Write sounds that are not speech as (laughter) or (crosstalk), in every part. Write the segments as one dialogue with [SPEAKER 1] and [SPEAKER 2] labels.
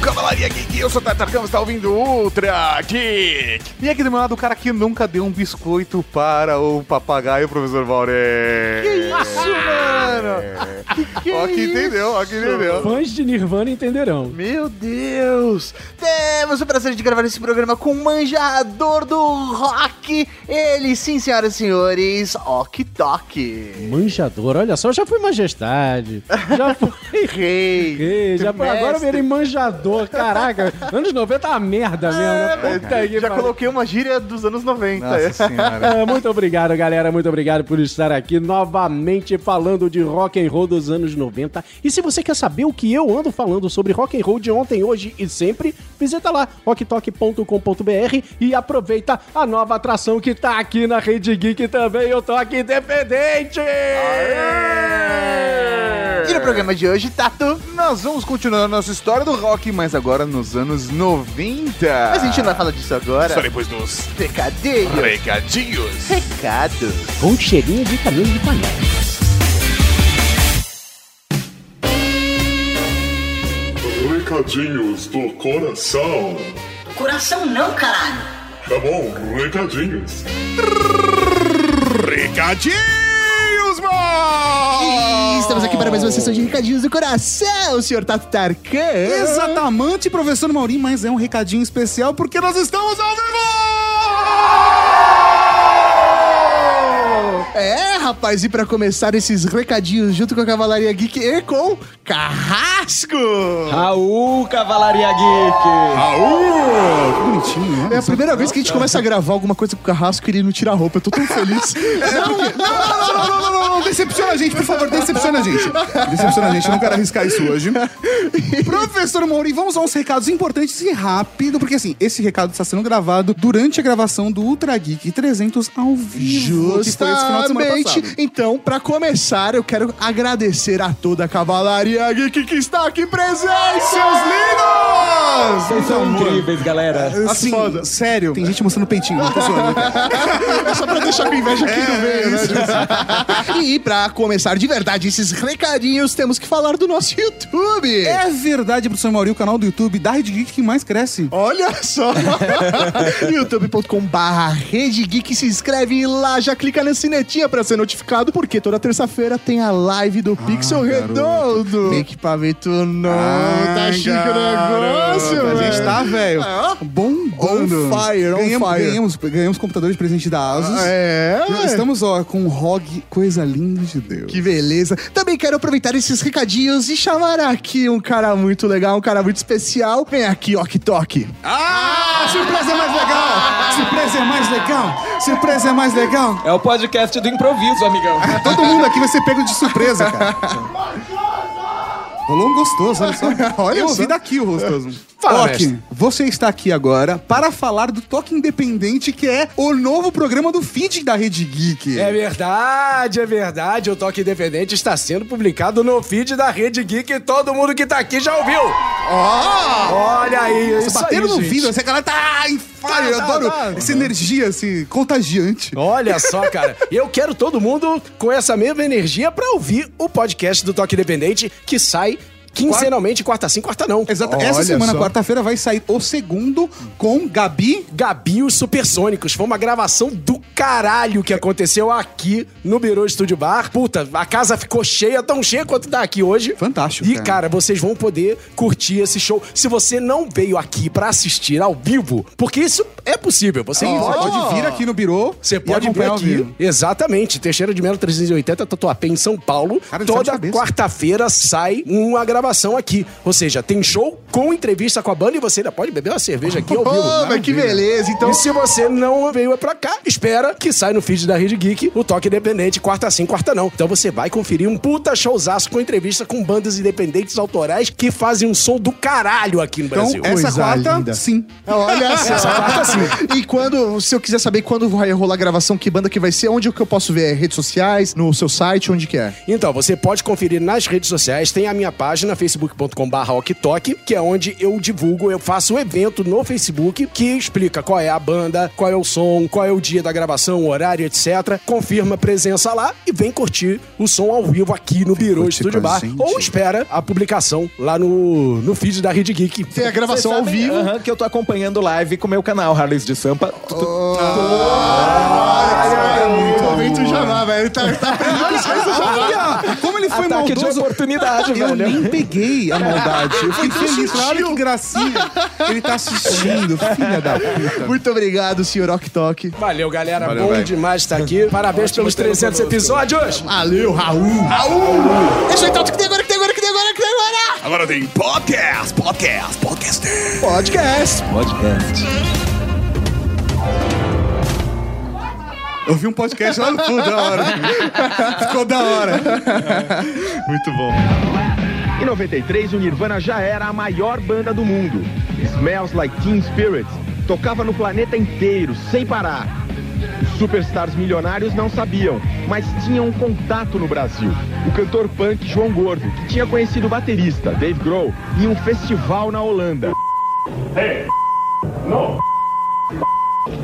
[SPEAKER 1] Cavalaria Geek, eu sou o Tartarcão, você tá ouvindo Ultra Geek. E aqui do meu lado, o cara que nunca deu um biscoito para o papagaio, professor Vauré.
[SPEAKER 2] Que isso, mano? Que que
[SPEAKER 1] É. Ó,
[SPEAKER 2] é
[SPEAKER 1] que entendeu, ó, que entendeu.
[SPEAKER 3] Fãs de Nirvana entenderão.
[SPEAKER 2] Meu Deus! Temos o prazer de gravar esse programa com o manjador do rock, ele sim, senhoras e senhores, Ok Tok.
[SPEAKER 3] Manjador, olha só, já fui majestade. Já fui.
[SPEAKER 2] Rei.
[SPEAKER 3] Ei, já foi, agora
[SPEAKER 2] Mestre. É,
[SPEAKER 3] virei (laughs) manjador, caraca. Anos 90 é uma merda mesmo, né? Puta que
[SPEAKER 2] Já
[SPEAKER 3] pariu.
[SPEAKER 2] coloquei uma gíria dos anos é. 90.
[SPEAKER 1] Nossa senhora.
[SPEAKER 3] Ah, Muito obrigado, galera. Muito obrigado por estar aqui novamente falando de rock and roll dos anos 90. E se você quer saber o que eu ando falando sobre rock and roll de ontem, hoje e sempre, visita lá rocktalk.com.br e aproveita a nova atração que tá aqui na Rede Geek também, o Toque Independente.
[SPEAKER 2] E no programa de hoje, Tato,
[SPEAKER 1] Nós vamos continuar a nossa história do rock, mas agora nos anos 90.
[SPEAKER 2] mas a gente não vai falar disso agora.
[SPEAKER 1] Só depois dos
[SPEAKER 2] Pecadinho.
[SPEAKER 1] recadinhos.
[SPEAKER 2] Pecado.
[SPEAKER 3] Com cheirinho de caminho de panela.
[SPEAKER 4] Recadinhos do coração.
[SPEAKER 5] Coração não, caralho.
[SPEAKER 4] Tá bom, recadinhos.
[SPEAKER 1] Recadinhos, mano!
[SPEAKER 2] E estamos aqui para mais uma sessão de recadinhos do coração, senhor Tato Tarkan.
[SPEAKER 1] Exatamente, professor Maurinho, mas é um recadinho especial porque nós estamos ao vivo!
[SPEAKER 2] É, rapaz, e pra começar esses recadinhos junto com a Cavalaria Geek e com Carrasco!
[SPEAKER 6] Raul Cavalaria Geek!
[SPEAKER 1] Aú! Que bonitinho, né?
[SPEAKER 2] É a primeira vez que a gente começa a gravar alguma coisa com o Carrasco e ele não tira a roupa. Eu tô tão
[SPEAKER 1] (laughs)
[SPEAKER 2] feliz.
[SPEAKER 1] Não, não, não, não, não, não, não, não, decepciona a gente, por favor, decepciona a gente. Decepciona a gente, eu não quero arriscar isso
[SPEAKER 2] (laughs)
[SPEAKER 1] hoje. Professor Mauri, vamos a uns recados importantes e rápido, porque assim, esse recado está sendo gravado durante a gravação do Ultra Geek 300 ao vivo, que foi esse final de semana
[SPEAKER 2] Justamente.
[SPEAKER 1] passado.
[SPEAKER 2] Então, pra começar, eu quero agradecer a toda a Cavalaria Geek que está aqui presente, seus lindos!
[SPEAKER 6] Vocês são incríveis, galera!
[SPEAKER 1] Assim, sério. Tem gente mostrando peitinho, né? (laughs) não tô zoando.
[SPEAKER 2] (laughs) É só pra deixar com inveja aqui
[SPEAKER 1] É,
[SPEAKER 2] no meio, né?
[SPEAKER 1] isso.
[SPEAKER 2] gente? (laughs) e pra começar de verdade esses recadinhos, temos que falar do nosso YouTube.
[SPEAKER 1] É verdade, professor Mauri, o canal do YouTube da Rede Geek que mais cresce.
[SPEAKER 2] Olha (laughs) só! (laughs) youtube.com/barra Rede Geek, se inscreve lá, já clica na sinetinha pra ser notificado, porque toda terça-feira tem a live do Pixel
[SPEAKER 1] Ah, garoto.
[SPEAKER 2] Redondo. Equipamento não,
[SPEAKER 1] Ah,
[SPEAKER 2] tá chique
[SPEAKER 1] garoto,
[SPEAKER 2] o negócio,
[SPEAKER 1] A
[SPEAKER 2] velho.
[SPEAKER 1] gente tá, velho,
[SPEAKER 2] Ah,
[SPEAKER 1] bombando.
[SPEAKER 2] On fire, on
[SPEAKER 1] ganhamos,
[SPEAKER 2] fire.
[SPEAKER 1] Ganhamos, ganhamos computadores de presente da Asus.
[SPEAKER 2] É, velho.
[SPEAKER 1] Estamos, ó, com um ROG, coisa linda de Deus.
[SPEAKER 2] Que beleza. Também quero aproveitar esses recadinhos e chamar aqui um cara muito legal, um cara muito especial. Vem aqui, Ok Tok.
[SPEAKER 1] Ah, surpresa é mais legal! Surpresa é mais legal! Surpresa é mais legal!
[SPEAKER 6] É o podcast do improviso, amigão.
[SPEAKER 1] Todo mundo aqui vai ser pego de surpresa, cara. Rolou um gostoso, (laughs) olha só.
[SPEAKER 2] Olha
[SPEAKER 1] Eu
[SPEAKER 2] só.
[SPEAKER 1] ouvi daqui o gostoso.
[SPEAKER 2] Fala,
[SPEAKER 1] Toque,
[SPEAKER 2] mestre.
[SPEAKER 1] você está aqui agora para falar do Toque Independente, que é o novo programa do feed da Rede Geek.
[SPEAKER 3] É verdade, é verdade. O Toque Independente está sendo publicado no feed da Rede Geek e todo mundo que tá aqui já ouviu. Olha aí, é isso
[SPEAKER 1] Bateram
[SPEAKER 3] aí,
[SPEAKER 1] no
[SPEAKER 3] gente.
[SPEAKER 1] vidro, essa galera tá em fire,
[SPEAKER 3] Tá,
[SPEAKER 1] eu
[SPEAKER 3] tá,
[SPEAKER 1] adoro
[SPEAKER 3] tá.
[SPEAKER 1] essa energia, assim, contagiante. (laughs)
[SPEAKER 3] Olha só, cara. Eu quero todo mundo com essa mesma energia pra ouvir o podcast do Toque Independente que sai quinzenalmente, quarta sim, quarta não.
[SPEAKER 1] Exato. Essa
[SPEAKER 3] Olha
[SPEAKER 1] semana,
[SPEAKER 3] só.
[SPEAKER 1] quarta-feira, vai sair o segundo com Gabi.
[SPEAKER 3] Gabi e os Supersônicos. Foi uma gravação do caralho que aconteceu aqui no Birô Estúdio Bar. Puta, a casa ficou cheia, tão cheia quanto tá aqui hoje.
[SPEAKER 1] Fantástico,
[SPEAKER 3] E,
[SPEAKER 1] cara.
[SPEAKER 3] cara, vocês vão poder curtir esse show. Se você não veio aqui pra assistir ao vivo, porque isso é possível. Você
[SPEAKER 1] Você
[SPEAKER 3] pode
[SPEAKER 1] pode vir aqui no Birô.
[SPEAKER 3] você
[SPEAKER 1] e
[SPEAKER 3] pode ver
[SPEAKER 1] acompanhar ao
[SPEAKER 3] aqui.
[SPEAKER 1] vivo.
[SPEAKER 3] Exatamente. Teixeira de Melo 380, Tatuapé, em São Paulo.
[SPEAKER 1] Cara, ele sabe de
[SPEAKER 3] Toda
[SPEAKER 1] cabeça.
[SPEAKER 3] quarta-feira sai uma gravação aqui. Ou seja, tem show com entrevista com a banda e você ainda pode beber uma cerveja aqui ao vivo.
[SPEAKER 2] Ô, mas que beleza. Então,
[SPEAKER 3] E se você não veio é pra cá, espera que sai no feed da Rede Geek o Toque Independente, quarta sim, quarta não. Então você vai conferir um puta showzaço com entrevista com bandas independentes autorais que fazem um som do caralho aqui no
[SPEAKER 1] Então,
[SPEAKER 3] Brasil. Assim,
[SPEAKER 1] essa
[SPEAKER 2] Coisa
[SPEAKER 1] quarta,
[SPEAKER 2] linda.
[SPEAKER 1] sim.
[SPEAKER 2] olha só. (laughs) E quando, se eu quiser saber quando vai rolar a gravação, que banda que vai ser, onde que eu posso ver? Redes sociais, no seu site, onde que é?
[SPEAKER 3] Então, você pode conferir nas redes sociais, tem a minha página
[SPEAKER 7] facebook.com.br rocktalk, que é onde eu divulgo, eu faço um evento no Facebook que explica qual é a banda, qual é o som, qual é o dia da gravação, o horário, etc. Confirma a presença lá e vem curtir o som ao vivo aqui no Biro
[SPEAKER 1] curtir
[SPEAKER 7] Estúdio
[SPEAKER 1] com a
[SPEAKER 7] Bar.
[SPEAKER 1] gente.
[SPEAKER 7] Ou espera a publicação lá no, no feed da Rede Geek.
[SPEAKER 8] Tem a gravação ao vivo.
[SPEAKER 6] Aham, que eu tô acompanhando live com o meu canal, Harley's de Sampa.
[SPEAKER 2] É
[SPEAKER 8] Cara, muito momento Janá, velho. Tá, tá
[SPEAKER 9] Ah,
[SPEAKER 1] Olha, como ele foi
[SPEAKER 6] Ataque de
[SPEAKER 1] maldoso.
[SPEAKER 6] oportunidade,
[SPEAKER 1] Eu
[SPEAKER 6] velho.
[SPEAKER 1] nem peguei
[SPEAKER 6] (laughs)
[SPEAKER 1] a maldade. Eu fiquei
[SPEAKER 2] Então
[SPEAKER 1] feliz. Olha que gracinha. Ele tá assistindo, filha da puta.
[SPEAKER 8] Muito obrigado, senhor Ok Tok.
[SPEAKER 7] Valeu, galera.
[SPEAKER 1] Valeu,
[SPEAKER 7] Bom
[SPEAKER 1] velho.
[SPEAKER 7] demais estar aqui. Parabéns pelos 300 episódios.
[SPEAKER 8] Valeu, Raul.
[SPEAKER 2] Deixa eu então, o que tem agora, o que tem agora, o que tem agora, o que tem agora?
[SPEAKER 4] Agora tem podcast, podcast, podcast.
[SPEAKER 7] Podcast.
[SPEAKER 1] Eu vi um podcast lá no fundo da hora. (laughs) Ficou da hora.
[SPEAKER 8] (laughs) Muito bom.
[SPEAKER 10] Em 93, o Nirvana já era a maior banda do mundo. Smells Like Teen Spirit tocava no planeta inteiro, sem parar. Os superstars milionários não sabiam, mas tinham um contato no Brasil. O cantor punk João Gordo, que tinha conhecido o baterista Dave Grohl em um festival na Holanda.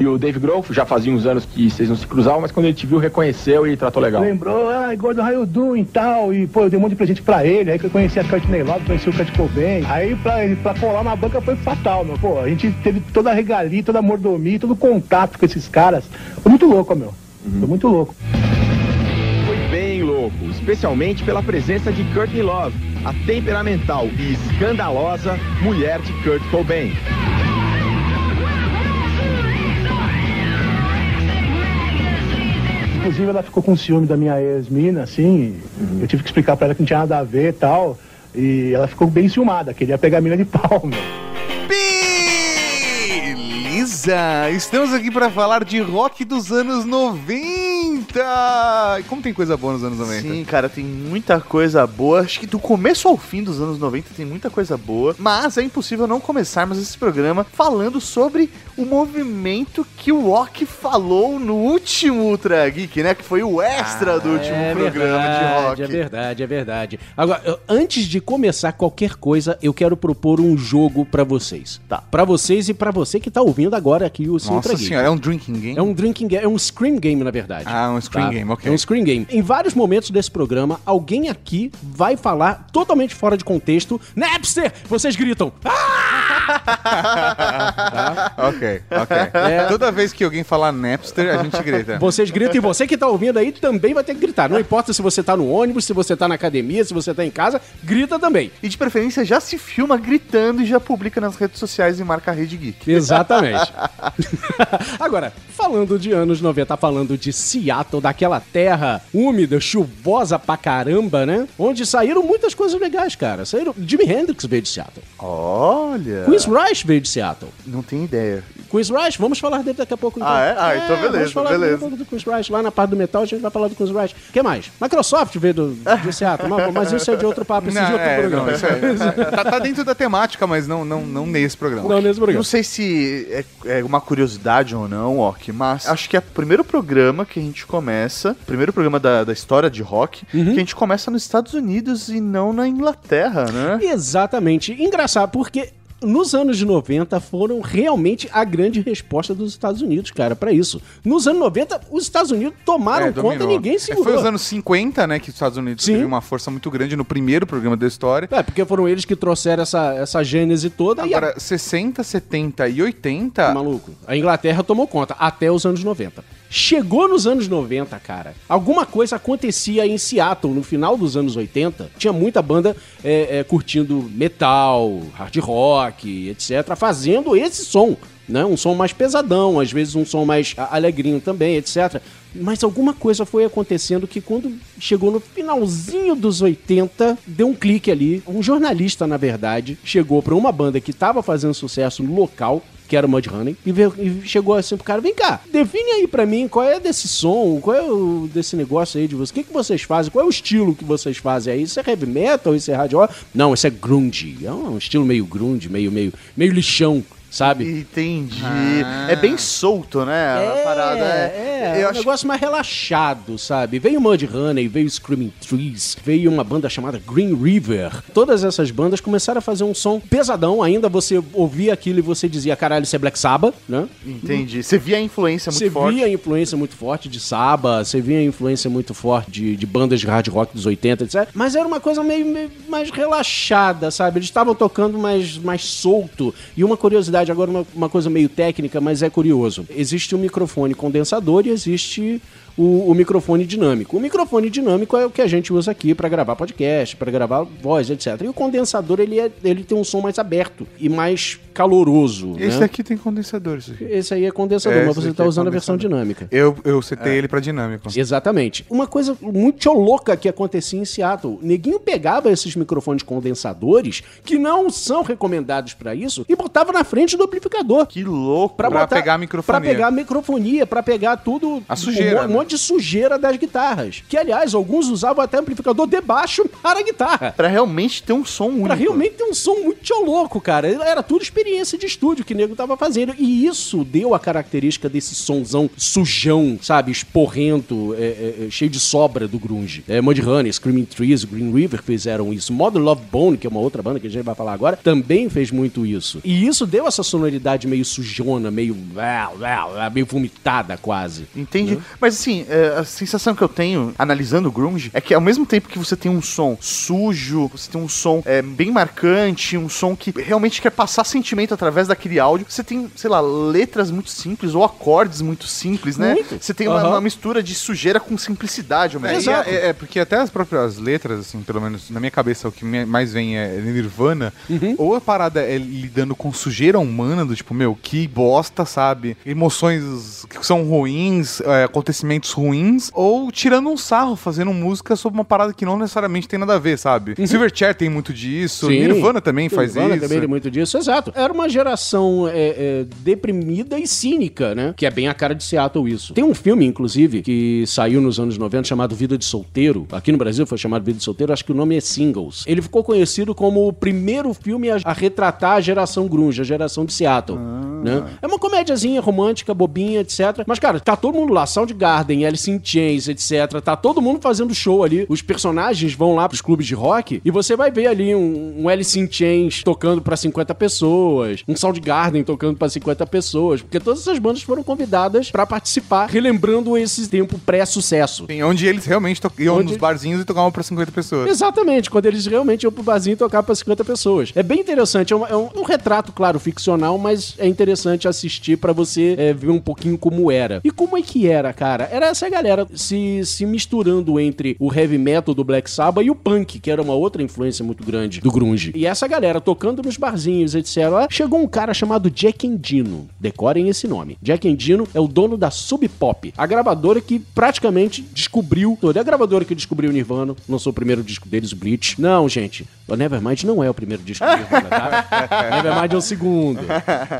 [SPEAKER 10] E o Dave Grohl já fazia uns anos que vocês não se cruzavam, mas quando ele te viu, reconheceu e tratou legal.
[SPEAKER 11] Lembrou, ah, Gordon Raildu e tal, e pô, eu dei um monte de presente pra ele, aí que eu conheci a Kurt Love, conheci o Kurt Cobain, aí pra, pra colar na banca foi fatal, meu, pô, a gente teve toda a regalia, toda a mordomia, todo o contato com esses caras, foi muito louco, meu, foi muito louco.
[SPEAKER 10] Foi bem louco, especialmente pela presença de Courtney Love, a temperamental e escandalosa mulher de Kurt Cobain.
[SPEAKER 11] Inclusive ela ficou com ciúme da minha ex-mina, assim, e eu tive que explicar pra ela que não tinha nada a ver e tal, e ela ficou bem ciumada, queria pegar a mina de pau, meu.
[SPEAKER 2] Beleza! Estamos aqui pra falar de rock dos anos 90! E Como tem coisa boa nos anos 90? Sim, cara, tem muita coisa boa. Acho que do começo ao fim dos anos 90 tem muita coisa boa. Mas é impossível não começarmos esse programa falando sobre o movimento que o Rock falou no último Ultra Geek, né? Que foi o extra do último programa de rock.
[SPEAKER 3] É Ah, verdade, é verdade. Agora, eu- antes de começar qualquer coisa, eu quero propor um jogo pra vocês.
[SPEAKER 2] Tá.
[SPEAKER 3] Pra vocês e pra você que tá ouvindo agora aqui o Sintra
[SPEAKER 2] Nossa
[SPEAKER 3] Geek.
[SPEAKER 2] senhora, é um drinking game?
[SPEAKER 3] É um drinking game, é um scream game, na verdade.
[SPEAKER 2] Ah, um scream game, ok.
[SPEAKER 3] É um scream game. Em vários momentos desse programa, alguém aqui vai falar totalmente fora de contexto. Napster! Vocês gritam. Ah!
[SPEAKER 2] Ah, Ok, ok.
[SPEAKER 3] É.
[SPEAKER 2] Toda vez que alguém falar Napster, a gente grita.
[SPEAKER 3] Vocês gritam e você que tá ouvindo aí também vai ter que gritar. Não importa se você tá no ônibus, se você tá na academia, se você tá em casa, grita também.
[SPEAKER 2] E de preferência já se filma gritando e já publica nas redes sociais e marca a Rede Geek.
[SPEAKER 3] Exatamente. (laughs) Agora, falando de anos 90, falando de Seattle, daquela terra úmida, chuvosa pra caramba, né? Onde saíram muitas coisas legais, cara. Saíram. Jimi Hendrix veio de Seattle.
[SPEAKER 2] Olha!
[SPEAKER 3] Chris Rice veio de Seattle.
[SPEAKER 2] Não tem ideia.
[SPEAKER 3] Chris Rice, vamos falar dele daqui a pouco.
[SPEAKER 2] Ah, é? Ah, então beleza,
[SPEAKER 3] Vamos falar
[SPEAKER 2] beleza.
[SPEAKER 3] um pouco do Chris Rice. Lá na parte do metal a gente vai falar do Chris Rice. O que mais? Microsoft veio do, de Seattle. Mas, mas isso é de outro papo, isso é de
[SPEAKER 2] Não,
[SPEAKER 3] outro
[SPEAKER 2] é,
[SPEAKER 3] programa.
[SPEAKER 2] não, isso
[SPEAKER 3] (laughs)
[SPEAKER 2] aí. tá, tá dentro da temática, mas não, não, não nesse programa.
[SPEAKER 9] é
[SPEAKER 3] Não, nesse programa.
[SPEAKER 2] Não sei se é, é uma curiosidade ou não, Ok, mas acho que é o primeiro programa que a gente começa, primeiro programa da, da história de rock, que a gente começa nos Estados Unidos e não na Inglaterra, né?
[SPEAKER 3] Exatamente. Engraçado, porque nos anos de 90 foram realmente a grande resposta dos Estados Unidos, cara, pra isso. Nos anos 90, os Estados Unidos tomaram
[SPEAKER 2] É,
[SPEAKER 3] conta e
[SPEAKER 2] dominou.
[SPEAKER 3] ninguém
[SPEAKER 2] É,
[SPEAKER 3] segurou.
[SPEAKER 2] Foi os anos 50, né, que os Estados Unidos
[SPEAKER 3] Sim.
[SPEAKER 2] teve uma força muito grande no primeiro programa da história.
[SPEAKER 3] É, porque foram eles que trouxeram essa, essa gênese toda e
[SPEAKER 2] Agora, 60, 70 e
[SPEAKER 3] a...
[SPEAKER 2] 80,
[SPEAKER 3] Maluco, a Inglaterra tomou conta até os anos 90. Chegou nos anos 90, cara. Alguma coisa acontecia em Seattle no final dos anos 80. Tinha muita banda é, é, curtindo metal, hard rock, etc., fazendo esse som. Né? Um som mais pesadão, às vezes um som mais a- alegrinho também, etc. Mas alguma coisa foi acontecendo que quando chegou no finalzinho dos 80, deu um clique ali. Um jornalista, na verdade, chegou pra uma banda que tava fazendo sucesso no local, que era o Mudhoney, e, veio- e chegou assim pro cara, vem cá, define aí pra mim qual é desse som, qual é o, desse negócio aí de vocês, o que, que vocês fazem, qual é o estilo que vocês fazem aí, isso é heavy metal, isso é hard rock? Não, isso é grunge, é um estilo meio grunge, meio, meio, meio lixão, sabe?
[SPEAKER 2] Entendi. É bem solto, né? a parada. É,
[SPEAKER 3] Ah. é, É, é um negócio mais relaxado, sabe? Veio Mudhoney, veio Screaming Trees, veio uma banda chamada Green River. Todas essas bandas começaram a fazer um som pesadão. Ainda você ouvia aquilo e você dizia, caralho, isso é Black Sabbath, né?
[SPEAKER 2] Entendi. Você via a influência muito
[SPEAKER 3] Você
[SPEAKER 2] forte.
[SPEAKER 3] via a influência muito forte de Saba, você via a influência muito forte de, de bandas de hard rock dos 80, etc. Mas era uma coisa meio, meio mais relaxada, sabe? Eles estavam tocando mais, mais solto. E uma curiosidade, agora uma, uma coisa meio técnica, mas é curioso. Existe um microfone condensador e existe o, o microfone dinâmico. O microfone dinâmico é o que a gente usa aqui para gravar podcast, para gravar voz, etc. E o condensador, ele, é, ele tem um som mais aberto e mais caloroso.
[SPEAKER 9] Esse
[SPEAKER 3] né?
[SPEAKER 9] daqui tem condensador, isso aqui.
[SPEAKER 3] Esse aí é condensador,
[SPEAKER 9] É,
[SPEAKER 3] mas
[SPEAKER 9] esse
[SPEAKER 3] você
[SPEAKER 9] daqui
[SPEAKER 3] tá
[SPEAKER 9] é
[SPEAKER 3] usando a versão dinâmica.
[SPEAKER 9] Eu, eu setei
[SPEAKER 3] É.
[SPEAKER 9] ele pra dinâmico.
[SPEAKER 3] Exatamente. Uma coisa muito louca que acontecia em Seattle. Neguinho pegava esses microfones condensadores, que não são recomendados pra isso, e botava na frente do amplificador.
[SPEAKER 2] Que louco.
[SPEAKER 3] Pra,
[SPEAKER 9] Pra
[SPEAKER 3] botar-
[SPEAKER 9] pegar a microfonia.
[SPEAKER 3] Pra pegar a microfonia, pra pegar tudo...
[SPEAKER 9] A sujeira,
[SPEAKER 3] Um, mo-
[SPEAKER 9] né?
[SPEAKER 3] monte de sujeira das guitarras. Que, aliás, alguns usavam até amplificador de baixo para a guitarra.
[SPEAKER 2] Pra realmente ter um som único.
[SPEAKER 3] Pra realmente ter um som muito louco, cara. Era tudo experiência de estúdio que o nego tava fazendo. E isso deu a característica desse sonzão sujão, sabe? Esporrento, é, é, é, cheio de sobra do grunge. É, Mudhoney, Screaming Trees, Green River fizeram isso. Modern Love Bone, que é uma outra banda que a gente vai falar agora, também fez muito isso. E isso deu essa sonoridade meio sujona, meio... meio vomitada quase.
[SPEAKER 2] Entende? Mas assim, é, a sensação que eu tenho analisando o grunge é que ao mesmo tempo que você tem um som sujo, você tem um som é, bem marcante, um som que realmente quer passar sentimento através daquele áudio, você tem, sei lá, letras muito simples ou acordes muito simples, né?
[SPEAKER 9] Muito.
[SPEAKER 2] Você tem uma,
[SPEAKER 9] Aham.
[SPEAKER 2] uma mistura de sujeira com simplicidade, ao
[SPEAKER 9] É,
[SPEAKER 2] mesmo
[SPEAKER 9] e
[SPEAKER 2] tempo.
[SPEAKER 9] é, é, porque até as próprias letras, assim, pelo menos na minha cabeça, o que me- mais vem é Nirvana.
[SPEAKER 3] Uhum.
[SPEAKER 9] Ou a parada é lidando com sujeira humana, do tipo, meu, que bosta, sabe? Emoções que são ruins, é, acontecimentos ruins, ou tirando um sarro, fazendo música sobre uma parada que não necessariamente tem nada a ver, sabe? Silverchair tem muito disso,
[SPEAKER 3] Uhum. Sim.
[SPEAKER 9] Nirvana também faz
[SPEAKER 3] Nirvana
[SPEAKER 9] isso.
[SPEAKER 3] também tem muito disso, exato. Era uma geração é, é, deprimida e cínica, né? Que é bem a cara de Seattle isso. Tem um filme, inclusive, que saiu nos anos 90 chamado Vida de Solteiro. Aqui no Brasil foi chamado Vida de Solteiro, acho que o nome é Singles. Ele ficou conhecido como o primeiro filme a, a retratar a geração grunge, a geração de Seattle.
[SPEAKER 9] Ah.
[SPEAKER 3] né? É uma comédiazinha romântica, bobinha, etc. Mas, cara, tá todo mundo lá, Soundgarden, Alice in Chains, etc. Tá todo mundo fazendo show ali. Os personagens vão lá pros clubes de rock e você vai ver ali um, um Alice in Chains tocando pra 50 pessoas, um Soundgarden tocando pra 50 pessoas, porque todas essas bandas foram convidadas pra participar, relembrando esse tempo pré-sucesso.
[SPEAKER 9] Sim, onde eles realmente to- iam
[SPEAKER 3] Onde-
[SPEAKER 9] nos barzinhos e tocavam pra 50 pessoas.
[SPEAKER 3] Exatamente, quando eles realmente iam pro barzinho tocar pra 50 pessoas. É bem interessante, é um, é um- um retrato, claro, ficcional, mas é interessante assistir pra você é, ver um pouquinho como era. E como é que era, cara? Era essa galera se, se misturando entre o heavy metal do Black Sabbath e o punk, que era uma outra influência muito grande do grunge. E essa galera tocando nos barzinhos, etc. Chegou um cara chamado Jack Endino. Decorem esse nome. Jack Endino é o dono da Sub Pop, a gravadora que praticamente descobriu toda. É a gravadora que descobriu o Nirvana, lançou o primeiro disco deles, o Bleach. Não, gente, o Nevermind não é o primeiro disco do Nirvana, tá? Nevermind é o segundo.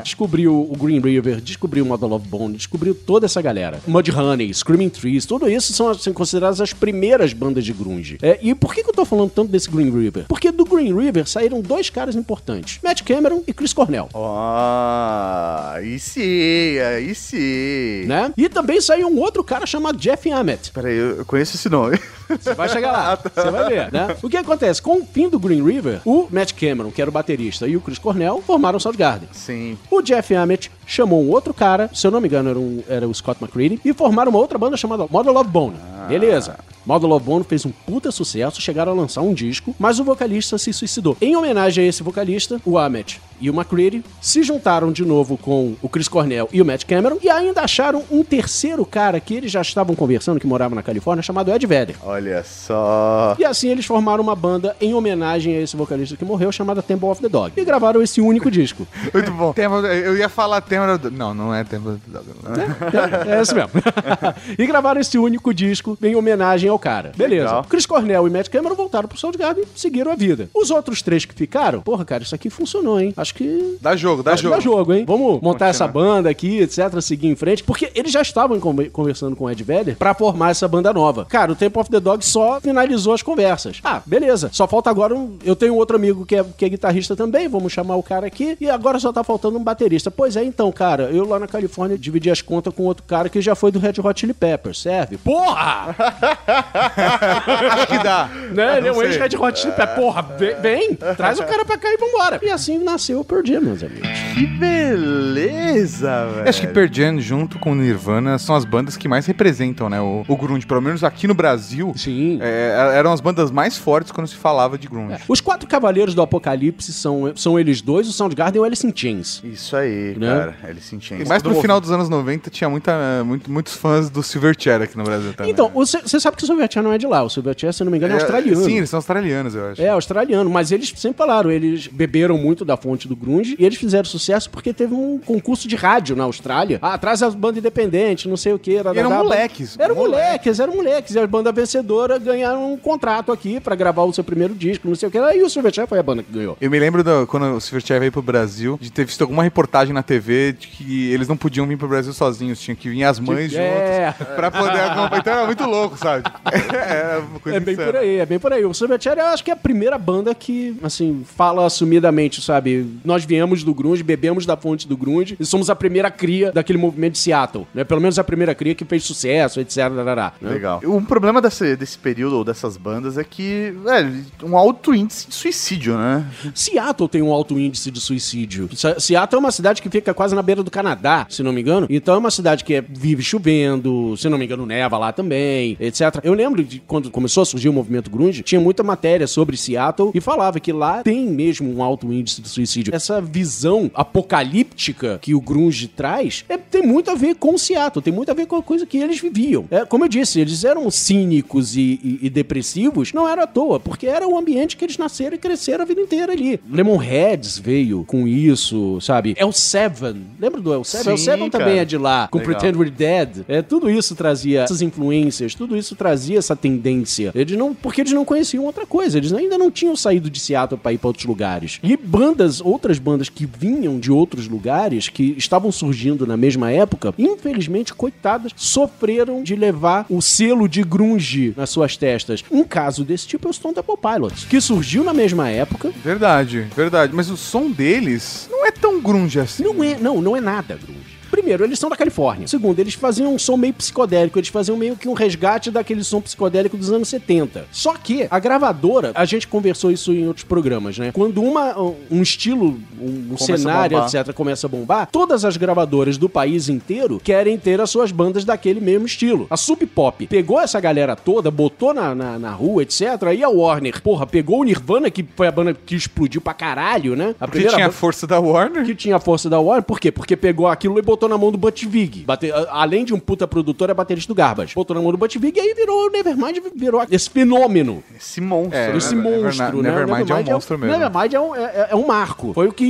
[SPEAKER 3] Descobriu o Green River, descobriu o Model Love Bone, descobriu toda essa galera. Mudhoney, Screaming Trees, tudo isso são, são consideradas as primeiras bandas de grunge. É, e por que, que eu tô falando tanto desse Green River? Porque do Green River saíram dois caras importantes, Matt Cameron e Chris Cornell.
[SPEAKER 2] Ah, aí sim, aí sim.
[SPEAKER 3] Né? E também saiu um outro cara chamado Jeff Emmett.
[SPEAKER 2] Peraí, eu eu conheço esse nome. Ah, tá.
[SPEAKER 3] Você vai
[SPEAKER 2] (laughs)
[SPEAKER 3] chegar lá, você vai ver, né? O que acontece? Com o fim do Green River, o Matt Cameron, que era o baterista, e o Chris Cornell formaram o Soundgarden.
[SPEAKER 2] Sim.
[SPEAKER 3] O Jeff Emmett chamou um outro cara, se eu não me engano era, um- era o Scott McCready, e formaram uma outra banda chamada Model of Bone.
[SPEAKER 2] Ah.
[SPEAKER 3] Beleza. Model of Bone fez um puta sucesso, chegaram a lançar um disco, mas o vocalista se suicidou. Em homenagem a esse vocalista, o Emmett e o McCready se juntaram de novo com o Chris Cornell e o Matt Cameron e ainda acharam um terceiro cara que eles já estavam conversando, que morava na Califórnia, chamado Ed Vedder.
[SPEAKER 2] Olha só.
[SPEAKER 3] E assim eles formaram uma banda em homenagem a esse vocalista que morreu, chamada Temple of the Dog. E gravaram esse único disco.
[SPEAKER 9] Muito bom. Tema- eu ia falar tema. do- Não, não é tema. do-
[SPEAKER 3] É isso mesmo. (laughs) e gravaram esse único disco em homenagem ao cara. Beleza.
[SPEAKER 9] Legal.
[SPEAKER 3] Chris Cornell e Matt Cameron voltaram pro Soundgarden e seguiram a vida. Os outros três que ficaram, porra, cara, isso aqui funcionou, hein? Acho acho que.
[SPEAKER 9] Dá jogo, dá
[SPEAKER 3] acho que
[SPEAKER 9] jogo.
[SPEAKER 3] Dá jogo, hein? Vamos montar
[SPEAKER 9] Continuar.
[SPEAKER 3] essa banda aqui, etc., seguir em frente. Porque eles já estavam con- conversando com o Ed Vedder pra formar essa banda nova. Cara, o Temple of the Dog só finalizou as conversas. Ah, beleza. Só falta agora um. Eu tenho outro amigo que é, que é guitarrista também, vamos chamar o cara aqui. E agora só tá faltando um baterista. Pois é, então, cara, eu lá na Califórnia dividi as contas com outro cara que já foi do Red Hot Chili Peppers, serve? Porra!
[SPEAKER 9] Acho que dá.
[SPEAKER 3] Né? Ele é
[SPEAKER 9] Não
[SPEAKER 3] um
[SPEAKER 9] sei.
[SPEAKER 3] ex-Red Hot Chili Peppers. Porra, vem, vem, traz o cara pra cá e vambora. E assim nasceu o Pearl Jam, meus amigos.
[SPEAKER 2] Que beleza, velho.
[SPEAKER 9] Acho que Pearl Jam junto com Nirvana são as bandas que mais representam, né? O, o grunge, pelo menos aqui no Brasil. é,
[SPEAKER 3] Sim. É.
[SPEAKER 9] eram as bandas mais fortes quando se falava de grunge.
[SPEAKER 3] Os quatro cavaleiros do apocalipse são, são eles dois, o Soundgarden e o Alice in Chains.
[SPEAKER 2] Isso aí,
[SPEAKER 3] Né?
[SPEAKER 9] É.
[SPEAKER 2] cara. Ele sentia
[SPEAKER 9] E mais pro final dos anos 90 tinha muita, muito- muitos fãs do Silverchair aqui no Brasil também.
[SPEAKER 3] Então, você sabe que o Silverchair não é de lá. O Silverchair, se não me engano, é, australiano.
[SPEAKER 9] Sim, eles são australianos, eu acho.
[SPEAKER 3] É, australiano, mas eles sempre falaram, eles beberam muito da fonte do grunge e eles fizeram sucesso porque teve um concurso de rádio na Austrália. Ah, traz as bandas independentes, não sei o quê. dadadá.
[SPEAKER 9] eram moleques,
[SPEAKER 3] Eram moleques, eram moleques. E a banda vencedora ganharam um contrato aqui pra gravar o seu primeiro disco, não sei o quê. E o Silverchair foi a banda que ganhou.
[SPEAKER 9] Eu me lembro da- quando o Silverchair veio pro Brasil, de ter visto alguma reportagem na TV de que eles não podiam vir pro Brasil sozinhos, tinham que vir as mães
[SPEAKER 3] É.
[SPEAKER 9] juntas pra poder acompanhar. Então era muito louco, sabe? (laughs) Era uma coisa
[SPEAKER 3] É bem
[SPEAKER 9] insana.
[SPEAKER 3] por aí, é bem por aí. O Subterrâneo, eu acho que é a primeira banda que, assim, fala assumidamente, sabe? Nós viemos do grunge, bebemos da fonte do grunge e somos a primeira cria daquele movimento de Seattle, né? Pelo menos a primeira cria que fez sucesso, etc. tarará,
[SPEAKER 9] É.
[SPEAKER 3] né?
[SPEAKER 2] Legal. Um problema desse, desse período ou dessas bandas é que, velho, um alto índice de suicídio, né?
[SPEAKER 3] Seattle tem um alto índice de suicídio. Se- Seattle é uma cidade que fica quase na beira do Canadá, se não me engano. Então é uma cidade que é- vive chovendo, se não me engano, neva lá também, etc. Eu lembro de quando começou a surgir o movimento grunge, tinha muita matéria sobre Seattle e falava que lá tem mesmo um alto índice de suicídio. Essa visão apocalíptica que o grunge traz é- tem muito a ver com Seattle, tem muito a ver com a coisa que eles viviam. É, como eu disse, eles eram cínicos e, e- e depressivos, não era à toa, porque era o ambiente que eles nasceram e cresceram a vida inteira ali. Lemonheads veio com isso, sabe? É o Seven. Lembra do El Seven?
[SPEAKER 2] Sim,
[SPEAKER 3] El Seven também
[SPEAKER 2] cara.
[SPEAKER 3] é de lá, com
[SPEAKER 2] Legal.
[SPEAKER 3] Pretend We're Dead. É, tudo isso trazia essas influências, tudo isso trazia essa tendência. Eles não, porque eles não conheciam outra coisa, eles ainda não tinham saído de Seattle para ir para outros lugares. E bandas, outras bandas que vinham de outros lugares, que estavam surgindo na mesma época, infelizmente, coitadas, sofreram de levar o selo de grunge nas suas testas. Um caso desse tipo é o Stone Temple Pilots, que surgiu na mesma época,
[SPEAKER 9] Verdade, verdade. Mas o som deles não é tão grunge assim.
[SPEAKER 3] Não é, não, não é nada grunge. Primeiro, eles são da Califórnia. Segundo, eles faziam um som meio psicodélico. Eles faziam meio que um resgate daquele som psicodélico dos anos 70. Só que a gravadora, a gente conversou isso em outros programas, né? Quando uma, um estilo, um
[SPEAKER 2] Começa a
[SPEAKER 3] cenário,
[SPEAKER 2] bombar.
[SPEAKER 3] etc., começa a bombar, todas as gravadoras do país inteiro querem ter as suas bandas daquele mesmo estilo. A Sub Pop pegou essa galera toda, botou na, na, na rua, etc. E a Warner, porra, pegou o Nirvana, que foi a banda que explodiu pra caralho, né? A
[SPEAKER 9] Porque tinha a
[SPEAKER 3] banda-
[SPEAKER 9] força da Warner.
[SPEAKER 3] que tinha a força da Warner, por quê? Porque pegou aquilo e botou na mão do Butch Vig. Bate- a- Além de um puta produtor, é baterista do Garbage. Botou na mão do Butch Vig e aí virou o Nevermind, virou esse fenômeno.
[SPEAKER 2] Esse monstro.
[SPEAKER 9] É,
[SPEAKER 3] esse
[SPEAKER 9] Never-
[SPEAKER 3] monstro, né?
[SPEAKER 9] Nevermind é um monstro mesmo.
[SPEAKER 3] Nevermind é um, é- é um marco. Foi o que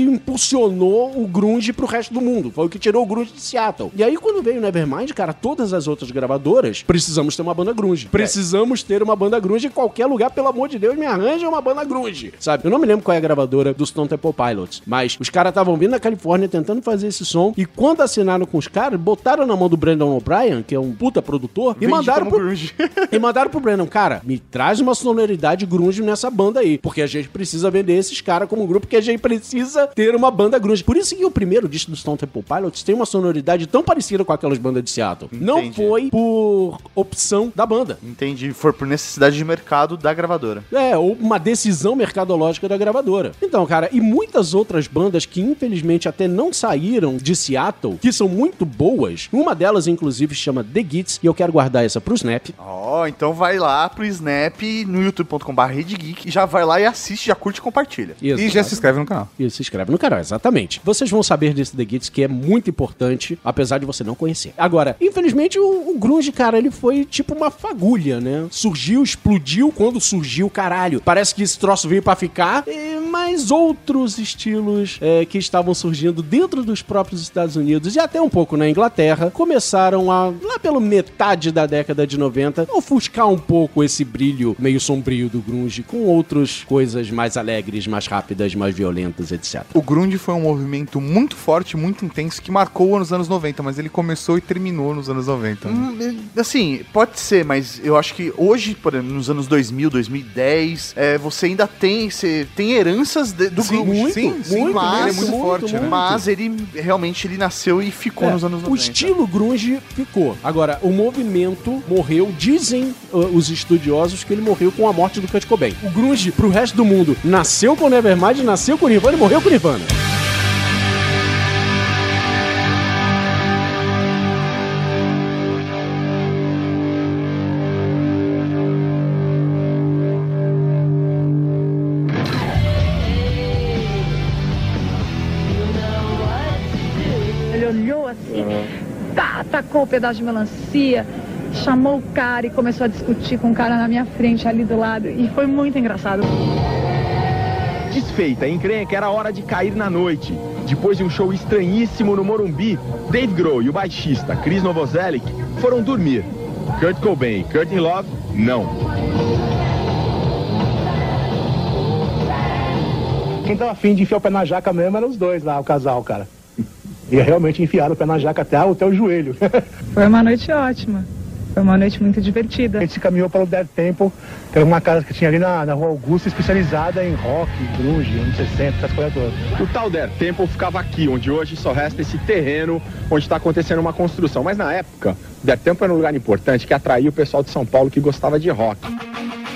[SPEAKER 3] impulsionou o grunge pro resto do mundo. Foi o que tirou o grunge de Seattle. E aí, quando veio o Nevermind, cara, todas as outras gravadoras, precisamos ter uma banda
[SPEAKER 9] É.
[SPEAKER 3] grunge. Precisamos ter uma banda grunge em qualquer lugar, pelo amor de Deus, me arranja é uma banda grunge. Sabe? Eu não me lembro qual é a gravadora do Stone Temple Pilots, mas os caras estavam vindo da Califórnia tentando fazer esse som e quando assinaram com os caras, botaram na mão do Brandon O'Brien, que é um puta produtor, e
[SPEAKER 2] Vende
[SPEAKER 3] mandaram
[SPEAKER 2] como
[SPEAKER 3] pro... (laughs) E mandaram pro Brandon, cara, me traz uma sonoridade grunge nessa banda aí, porque a gente precisa vender esses caras como grupo, porque a gente precisa ter uma banda grunge. Por isso que o primeiro disco do Stone Temple Pilots tem uma sonoridade tão parecida com aquelas bandas de Seattle. Não
[SPEAKER 2] Entendi.
[SPEAKER 3] foi por opção da banda.
[SPEAKER 2] Entendi. Foi por necessidade de mercado da gravadora.
[SPEAKER 3] É, ou uma decisão mercadológica da gravadora. Então, cara, e muitas outras bandas que infelizmente até não saíram de Seattle, que são muito boas. Uma delas, inclusive, chama The Gits, e eu quero guardar essa pro Snap.
[SPEAKER 2] Ó, então vai lá pro Snap no youtube.com.br Geek e já vai lá e assiste, já curte e compartilha.
[SPEAKER 9] E já se inscreve no canal.
[SPEAKER 3] E se inscreve no canal, exatamente. Vocês vão saber desse The Gates que é muito importante, apesar de você não conhecer. Agora, infelizmente, o, o Grunge, cara, ele foi tipo uma fagulha, né? Surgiu, explodiu quando surgiu, caralho. Parece que esse troço veio pra ficar, e- mas mas outros estilos é, que estavam surgindo dentro dos próprios Estados Unidos e até um pouco na Inglaterra começaram a, lá pelo metade da década de 90, ofuscar um pouco esse brilho meio sombrio do grunge com outras coisas mais alegres, mais rápidas, mais violentas, etc.
[SPEAKER 9] O grunge foi um movimento muito forte, muito intenso, que marcou nos anos 90, mas ele começou e terminou nos anos 90. né?
[SPEAKER 2] Hum, é, Assim, pode ser, mas eu acho que hoje, por exemplo, nos anos 2000, 2010, é, você ainda tem, você tem heranças de- do
[SPEAKER 9] Sim,
[SPEAKER 2] grunge.
[SPEAKER 9] muito, muito, ele é muito forte, né?
[SPEAKER 2] Mas ele realmente ele nasceu e ficou
[SPEAKER 3] É,
[SPEAKER 2] nos anos 90.
[SPEAKER 3] O estilo grunge ficou. Agora, o movimento morreu, dizem uh, os estudiosos, que ele morreu com a morte do Kurt Cobain. O grunge, pro resto do mundo, nasceu com Nevermind, nasceu com Nirvana e morreu com Nirvana.
[SPEAKER 12] Ele olhou assim, pá, tacou o pedaço de melancia, chamou o cara e começou a discutir com o cara na minha frente, ali do lado. E foi muito engraçado.
[SPEAKER 10] Desfeita a encrenca, era hora de cair na noite. Depois de um show estranhíssimo no Morumbi, Dave Grohl e o baixista Chris Novoselic foram dormir. Kurt Cobain e Kurt Love, não.
[SPEAKER 11] Quem tava afim de enfiar o pé na jaca mesmo eram os dois lá, o casal, cara. E realmente enfiaram o pé na jaca até, até o joelho. (laughs)
[SPEAKER 12] Foi uma noite ótima. Foi uma noite muito divertida.
[SPEAKER 11] A gente se caminhou para o Dead Temple, que era uma casa que tinha ali na, na Rua Augusta, especializada em rock, grunge, anos 60, essas coisas todas.
[SPEAKER 10] O tal Der Temple ficava aqui, onde hoje só resta esse terreno onde está acontecendo uma construção. Mas na época, o Der Temple era um lugar importante que atraía o pessoal de São Paulo que gostava de rock.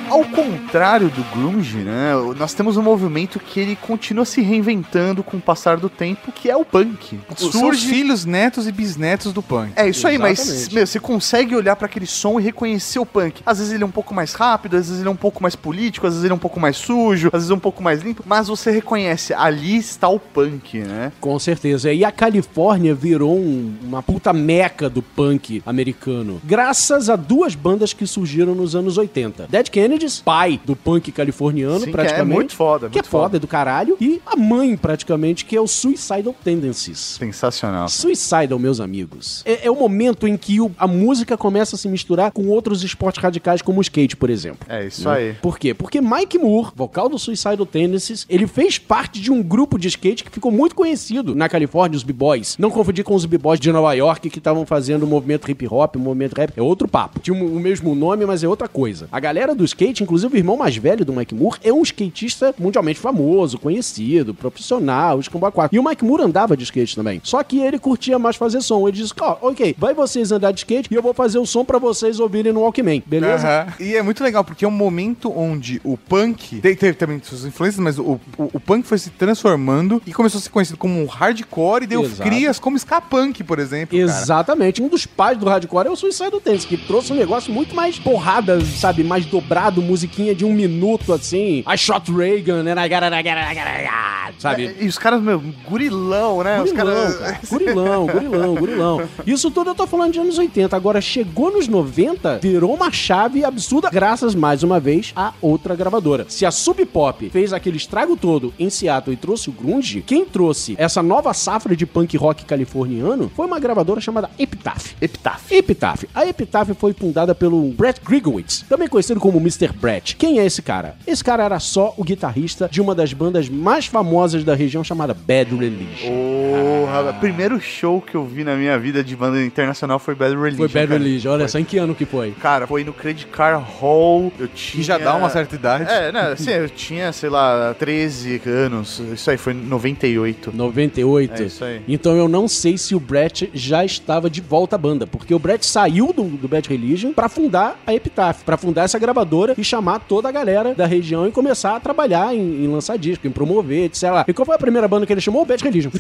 [SPEAKER 2] Ao contrário do grunge, né, nós temos um movimento que ele continua se reinventando com o passar do tempo, que é o punk.
[SPEAKER 9] Os seus filhos, netos e bisnetos do punk.
[SPEAKER 2] É isso aí, mas
[SPEAKER 9] Exatamente.
[SPEAKER 2] meu, você consegue olhar pra aquele som e reconhecer o punk. Às vezes ele é um pouco mais rápido, às vezes ele é um pouco mais político, às vezes ele é um pouco mais sujo, às vezes é um pouco mais limpo, mas você reconhece, ali está o punk, né?
[SPEAKER 3] Com certeza. E a Califórnia virou um- uma puta meca do punk americano. Graças a duas bandas que surgiram nos anos 80. Dead Kennedys, pai do punk californiano,
[SPEAKER 2] Sim, que é
[SPEAKER 3] praticamente.
[SPEAKER 2] muito foda,
[SPEAKER 3] Que
[SPEAKER 2] muito
[SPEAKER 3] é foda, é do caralho. E a mãe, praticamente, que é o Suicidal Tendencies.
[SPEAKER 2] Sensacional.
[SPEAKER 3] Suicidal, meus amigos. É, é o momento em que o- a música começa a se misturar com outros esportes radicais, como o skate, por exemplo.
[SPEAKER 2] É isso
[SPEAKER 3] Né?
[SPEAKER 2] aí.
[SPEAKER 3] Por quê? Porque Mike Moore, vocal do Suicidal Tendencies, ele fez parte de um grupo de skate que ficou muito conhecido na Califórnia, os B-Boys. Não confundir com os B-Boys de Nova York que estavam fazendo o movimento hip hop, o movimento rap. É outro papo. Tinha o mesmo nome, mas é outra coisa. A galera do skate, inclusive o irmão mais velho do Mike Moore, é um skatista mundialmente famoso, conhecido, profissional, escambau 4. E o Mike Moore andava de skate também. Só que ele curtia mais fazer som. Ele disse, ó, ok, vai vocês andar de skate e eu vou fazer o som pra vocês ouvirem no Walkman, beleza?
[SPEAKER 9] Aham. E é muito legal, porque é um momento onde o punk. te- Teve também suas influências, mas o, o, o punk foi se transformando e começou a ser conhecido como um hardcore e deu
[SPEAKER 3] Exato.
[SPEAKER 9] crias como ska punk, por exemplo. cara.
[SPEAKER 3] Exatamente. Um dos pais do hardcore é o Suicidal Tendencies, que trouxe um negócio muito mais porrada, sabe? Mais dobrado, musiquinha de um minuto, assim. I shot Reagan, né? Na gara, na gara, na gara, na gara, Sabe?
[SPEAKER 2] E os caras, meu, gurilão, né? os
[SPEAKER 3] Gurilão,
[SPEAKER 2] caras.
[SPEAKER 3] cara. gurilão, gurilão, gurilão. Isso tudo eu tô falando de anos 80. Agora, chegou nos 90, virou uma chave absurda, graças, mais uma vez, a outra gravadora. Se a Sub Pop fez aquele estrago todo em Seattle e trouxe o grunge, quem trouxe essa nova safra de punk rock californiano foi uma gravadora chamada Epitaph.
[SPEAKER 2] Epitaph.
[SPEAKER 3] Epitaph. A Epitaph foi fundada pelo Brett Grigowitz, também conhecido como Mr. Brett. Quem é esse cara? Esse cara era só o guitarrista de uma das bandas mais famosas da região chamada Bad Religion.
[SPEAKER 2] Porra, o primeiro show que eu vi na minha vida de banda internacional foi Bad Religion.
[SPEAKER 3] Foi Bad
[SPEAKER 2] cara.
[SPEAKER 3] Religion, olha só, em que ano que foi?
[SPEAKER 2] Cara, foi no Credit Car Hall, eu tinha...
[SPEAKER 9] já dá uma certa idade.
[SPEAKER 2] É, né, assim, eu tinha, sei lá, 13 anos, isso aí foi em 98.
[SPEAKER 3] 98.
[SPEAKER 2] É isso aí.
[SPEAKER 3] Então eu não sei se o Brett já estava de volta à banda, porque o Brett saiu do, do Bad Religion pra fundar a Epitaph, pra fundar essa gravadora e chamar toda a galera da região e começar a trabalhar em, em lançar disco, em promover, etc. lá. E qual foi a primeira banda que ele chamou? O
[SPEAKER 2] (laughs)
[SPEAKER 3] Bad Religion.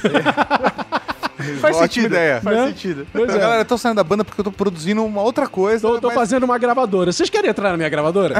[SPEAKER 9] Faz
[SPEAKER 2] Ótima
[SPEAKER 9] sentido.
[SPEAKER 2] ideia.
[SPEAKER 9] Faz
[SPEAKER 2] Né?
[SPEAKER 9] sentido.
[SPEAKER 2] Pois é.
[SPEAKER 9] Galera, eu tô saindo da banda porque eu tô produzindo uma outra coisa.
[SPEAKER 3] Tô, tô
[SPEAKER 9] mas- (laughs)
[SPEAKER 3] fazendo uma gravadora. Vocês querem entrar na minha gravadora?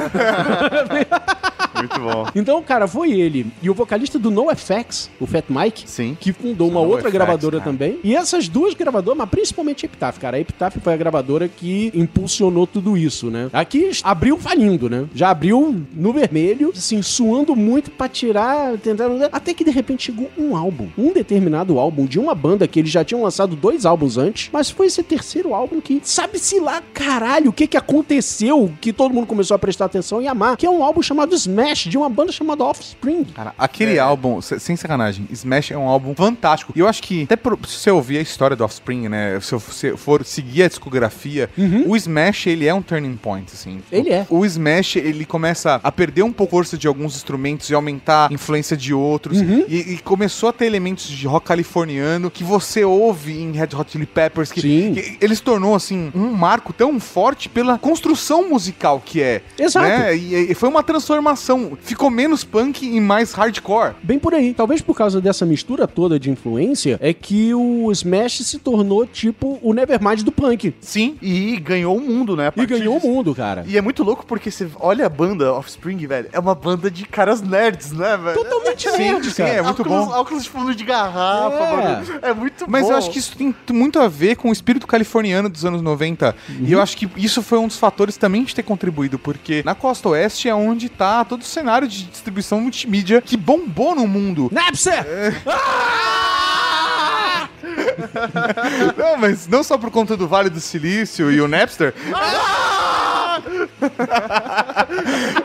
[SPEAKER 2] Muito bom.
[SPEAKER 3] Então, cara, foi ele e o vocalista do NoFX, o Fat Mike, que fundou uma
[SPEAKER 2] No
[SPEAKER 3] outra
[SPEAKER 2] FX,
[SPEAKER 3] gravadora
[SPEAKER 2] cara.
[SPEAKER 3] também. E essas duas gravadoras, mas principalmente a Epitaph, cara. A Epitaph foi a gravadora que impulsionou tudo isso, né? Aqui abriu falindo, né? Já abriu no vermelho, assim, suando muito pra tirar, tentando... Até que, de repente, chegou um álbum. Um determinado álbum de uma banda que eles já tinham lançado dois álbuns antes, mas foi esse terceiro álbum que, sabe-se lá, caralho, o que que aconteceu que todo mundo começou a prestar atenção e amar, que é um álbum chamado Smash, de uma banda chamada Offspring.
[SPEAKER 9] Cara, Aquele
[SPEAKER 3] É.
[SPEAKER 9] álbum, se- sem sacanagem, Smash é um álbum fantástico. E eu acho que, até pro- se você ouvir a história do Offspring, né? Se eu se eu for seguir a discografia,
[SPEAKER 3] Uhum.
[SPEAKER 9] o Smash, ele é um turning point, assim.
[SPEAKER 3] Ele é.
[SPEAKER 9] O Smash, ele começa a perder um pouco a força de alguns instrumentos e aumentar a influência de outros.
[SPEAKER 3] Uhum.
[SPEAKER 9] E, e começou a ter elementos de rock californiano que você ouve em Red Hot Chili Peppers. Que,
[SPEAKER 3] Sim.
[SPEAKER 9] que ele se tornou, assim, um marco tão forte pela construção musical que é.
[SPEAKER 3] Exato.
[SPEAKER 9] né? E, e foi uma transformação. Ficou menos punk e mais hardcore.
[SPEAKER 3] Bem por aí. Talvez por causa dessa mistura toda de influência, é que o Smash se tornou tipo o Nevermind do punk.
[SPEAKER 2] Sim, e ganhou o mundo, né?
[SPEAKER 3] E ganhou o mundo, cara.
[SPEAKER 2] E é muito louco porque você olha a banda Offspring, velho. É uma banda de caras nerds, né, velho?
[SPEAKER 3] Totalmente nerd, cara.
[SPEAKER 9] é muito
[SPEAKER 2] óculos,
[SPEAKER 9] bom.
[SPEAKER 2] Óculos de fundo de garrafa,
[SPEAKER 9] É.
[SPEAKER 2] mano. É muito bom.
[SPEAKER 9] Mas eu acho que isso tem t- muito a ver com o espírito californiano dos anos 90. E eu acho que isso foi um dos fatores também de ter contribuído, porque na costa oeste é onde tá todo o cenário de distribuição multimídia que bombou no mundo. É.
[SPEAKER 3] Napster!
[SPEAKER 9] (laughs) Ah! não, mas não só por conta do Vale do Silício e o Napster, (laughs)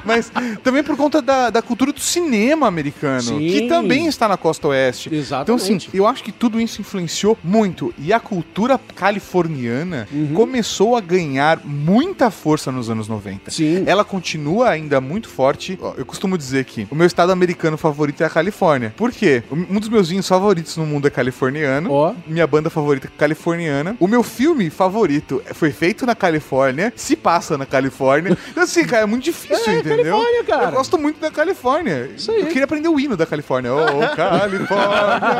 [SPEAKER 9] mas também por conta da, da cultura do cinema americano,
[SPEAKER 3] Sim.
[SPEAKER 9] que também está na costa oeste.
[SPEAKER 3] Exatamente.
[SPEAKER 9] Então, assim, eu acho que tudo isso influenciou muito. E a cultura californiana
[SPEAKER 3] Uhum.
[SPEAKER 9] começou a ganhar muita força nos anos 90.
[SPEAKER 3] Sim.
[SPEAKER 9] Ela continua ainda muito forte. Ó, Eu costumo dizer que o meu estado americano favorito é a Califórnia. Por quê? Um dos meus vinhos favoritos no mundo é californiano. Minha banda favorita é californiana. O meu filme favorito é, foi feito na Califórnia, se passa na
[SPEAKER 3] (laughs)
[SPEAKER 9] Califórnia. Então, assim, cara, é muito difícil, entendeu?
[SPEAKER 3] Califórnia, cara.
[SPEAKER 9] Eu gosto muito da Califórnia. Isso
[SPEAKER 3] aí.
[SPEAKER 9] Eu queria aprender o hino da Califórnia.
[SPEAKER 3] (laughs)
[SPEAKER 9] Oh, Califórnia.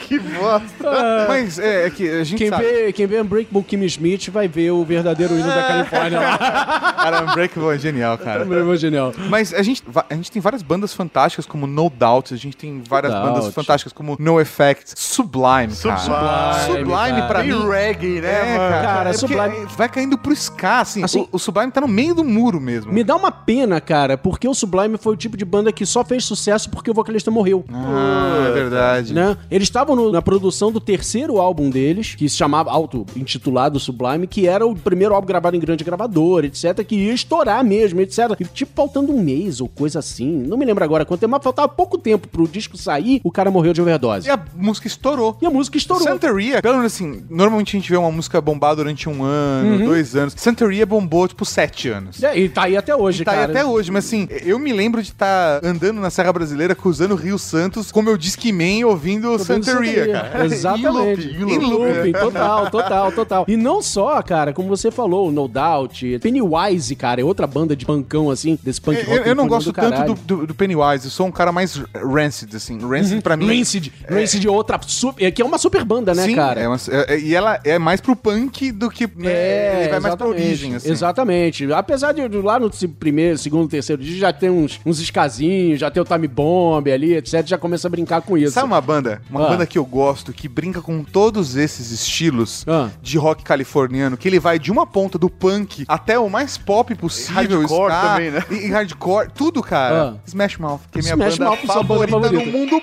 [SPEAKER 9] que bosta. Mas é, é que a gente
[SPEAKER 3] Ah. Quem
[SPEAKER 9] sabe.
[SPEAKER 3] vê, quem vê Unbreakable Kim Schmidt vai ver o verdadeiro hino
[SPEAKER 9] É,
[SPEAKER 3] da Califórnia lá.
[SPEAKER 9] Cara, Unbreakable é genial, cara.
[SPEAKER 3] Unbreakable é genial.
[SPEAKER 9] Mas a gente, va- a gente tem várias bandas fantásticas como No Doubt, a gente tem várias
[SPEAKER 3] No
[SPEAKER 9] bandas
[SPEAKER 3] Doubt.
[SPEAKER 9] fantásticas como No Effects, Sublime, cara.
[SPEAKER 2] Sublime,
[SPEAKER 9] Sublime
[SPEAKER 2] cara.
[SPEAKER 9] pra
[SPEAKER 2] Bem
[SPEAKER 9] mim. É,
[SPEAKER 2] reggae, né, mano?
[SPEAKER 3] Cara,
[SPEAKER 9] porque
[SPEAKER 3] Sublime-
[SPEAKER 9] Vai caindo pro ska, assim. o, o Sublime tá no meio do muro mesmo.
[SPEAKER 3] Me dá uma pena, cara, porque o Sublime foi o tipo de banda que só fez sucesso porque o vocalista morreu.
[SPEAKER 9] Ah, é verdade.
[SPEAKER 3] Né? Eles estavam no- na produção do terceiro álbum deles, que se chamava auto-intitulado Sublime, que era o primeiro álbum gravado em grande gravador, etc, que ia estourar mesmo, etc. E, tipo, faltando um mês ou coisa assim, não me lembro agora quanto tempo, mas faltava pouco tempo pro disco sair, o cara morreu de overdose.
[SPEAKER 9] E a música estourou.
[SPEAKER 3] E a música estourou.
[SPEAKER 9] Santeria, pelo menos assim, normalmente a gente vê uma música bombar durante um ano,
[SPEAKER 3] Uhum.
[SPEAKER 9] dois anos. Santeria bombou, tipo, sete anos.
[SPEAKER 3] É, E tá aí até hoje,
[SPEAKER 9] Tá aí
[SPEAKER 3] cara.
[SPEAKER 9] até hoje, mas assim, eu me lembro de estar andando na Serra Brasileira, cruzando o Rio Santos, como eu disse que man, ouvindo Santeria, cara. (laughs)
[SPEAKER 3] Exatamente.
[SPEAKER 9] Em loop, em loop.
[SPEAKER 3] Em looping, total, total, total. E não só, cara, como você falou, No Doubt, Pennywise, cara, é outra banda de pancão, assim, desse punk rock.
[SPEAKER 9] (laughs) Eu, eu não
[SPEAKER 3] pancão
[SPEAKER 9] gosto
[SPEAKER 3] caralho.
[SPEAKER 9] tanto do, do- do Pennywise, eu sou um cara mais rancid, assim. Rancid
[SPEAKER 3] Uhum.
[SPEAKER 9] pra mim.
[SPEAKER 3] Rancid. Rancid é outra super. é Que é uma super banda, né,
[SPEAKER 9] Sim,
[SPEAKER 3] cara?
[SPEAKER 9] é uma- é- é- e ela é mais pro punk do que. né, ele vai mais pra
[SPEAKER 3] É, exatamente,
[SPEAKER 9] origem, assim.
[SPEAKER 3] Exatamente. Apesar de lá no se- primeiro, segundo, terceiro dia já tem uns, uns escasinhos, já tem o time bomb ali, etc. Já começa a brincar com isso.
[SPEAKER 9] Sabe uma banda? Uma
[SPEAKER 3] Ah.
[SPEAKER 9] banda que eu gosto, que brinca com todos esses estilos
[SPEAKER 2] Ah.
[SPEAKER 9] de rock californiano, que ele vai de uma ponta do punk até o mais pop possível.
[SPEAKER 2] hardcore
[SPEAKER 9] ska,
[SPEAKER 2] também, né?
[SPEAKER 9] E, e hardcore, tudo, cara.
[SPEAKER 2] Ah.
[SPEAKER 9] Smash Mouth, que é minha
[SPEAKER 2] Smash
[SPEAKER 9] banda,
[SPEAKER 2] Mouth, sua banda
[SPEAKER 9] favorita
[SPEAKER 2] favorita.
[SPEAKER 9] no mundo,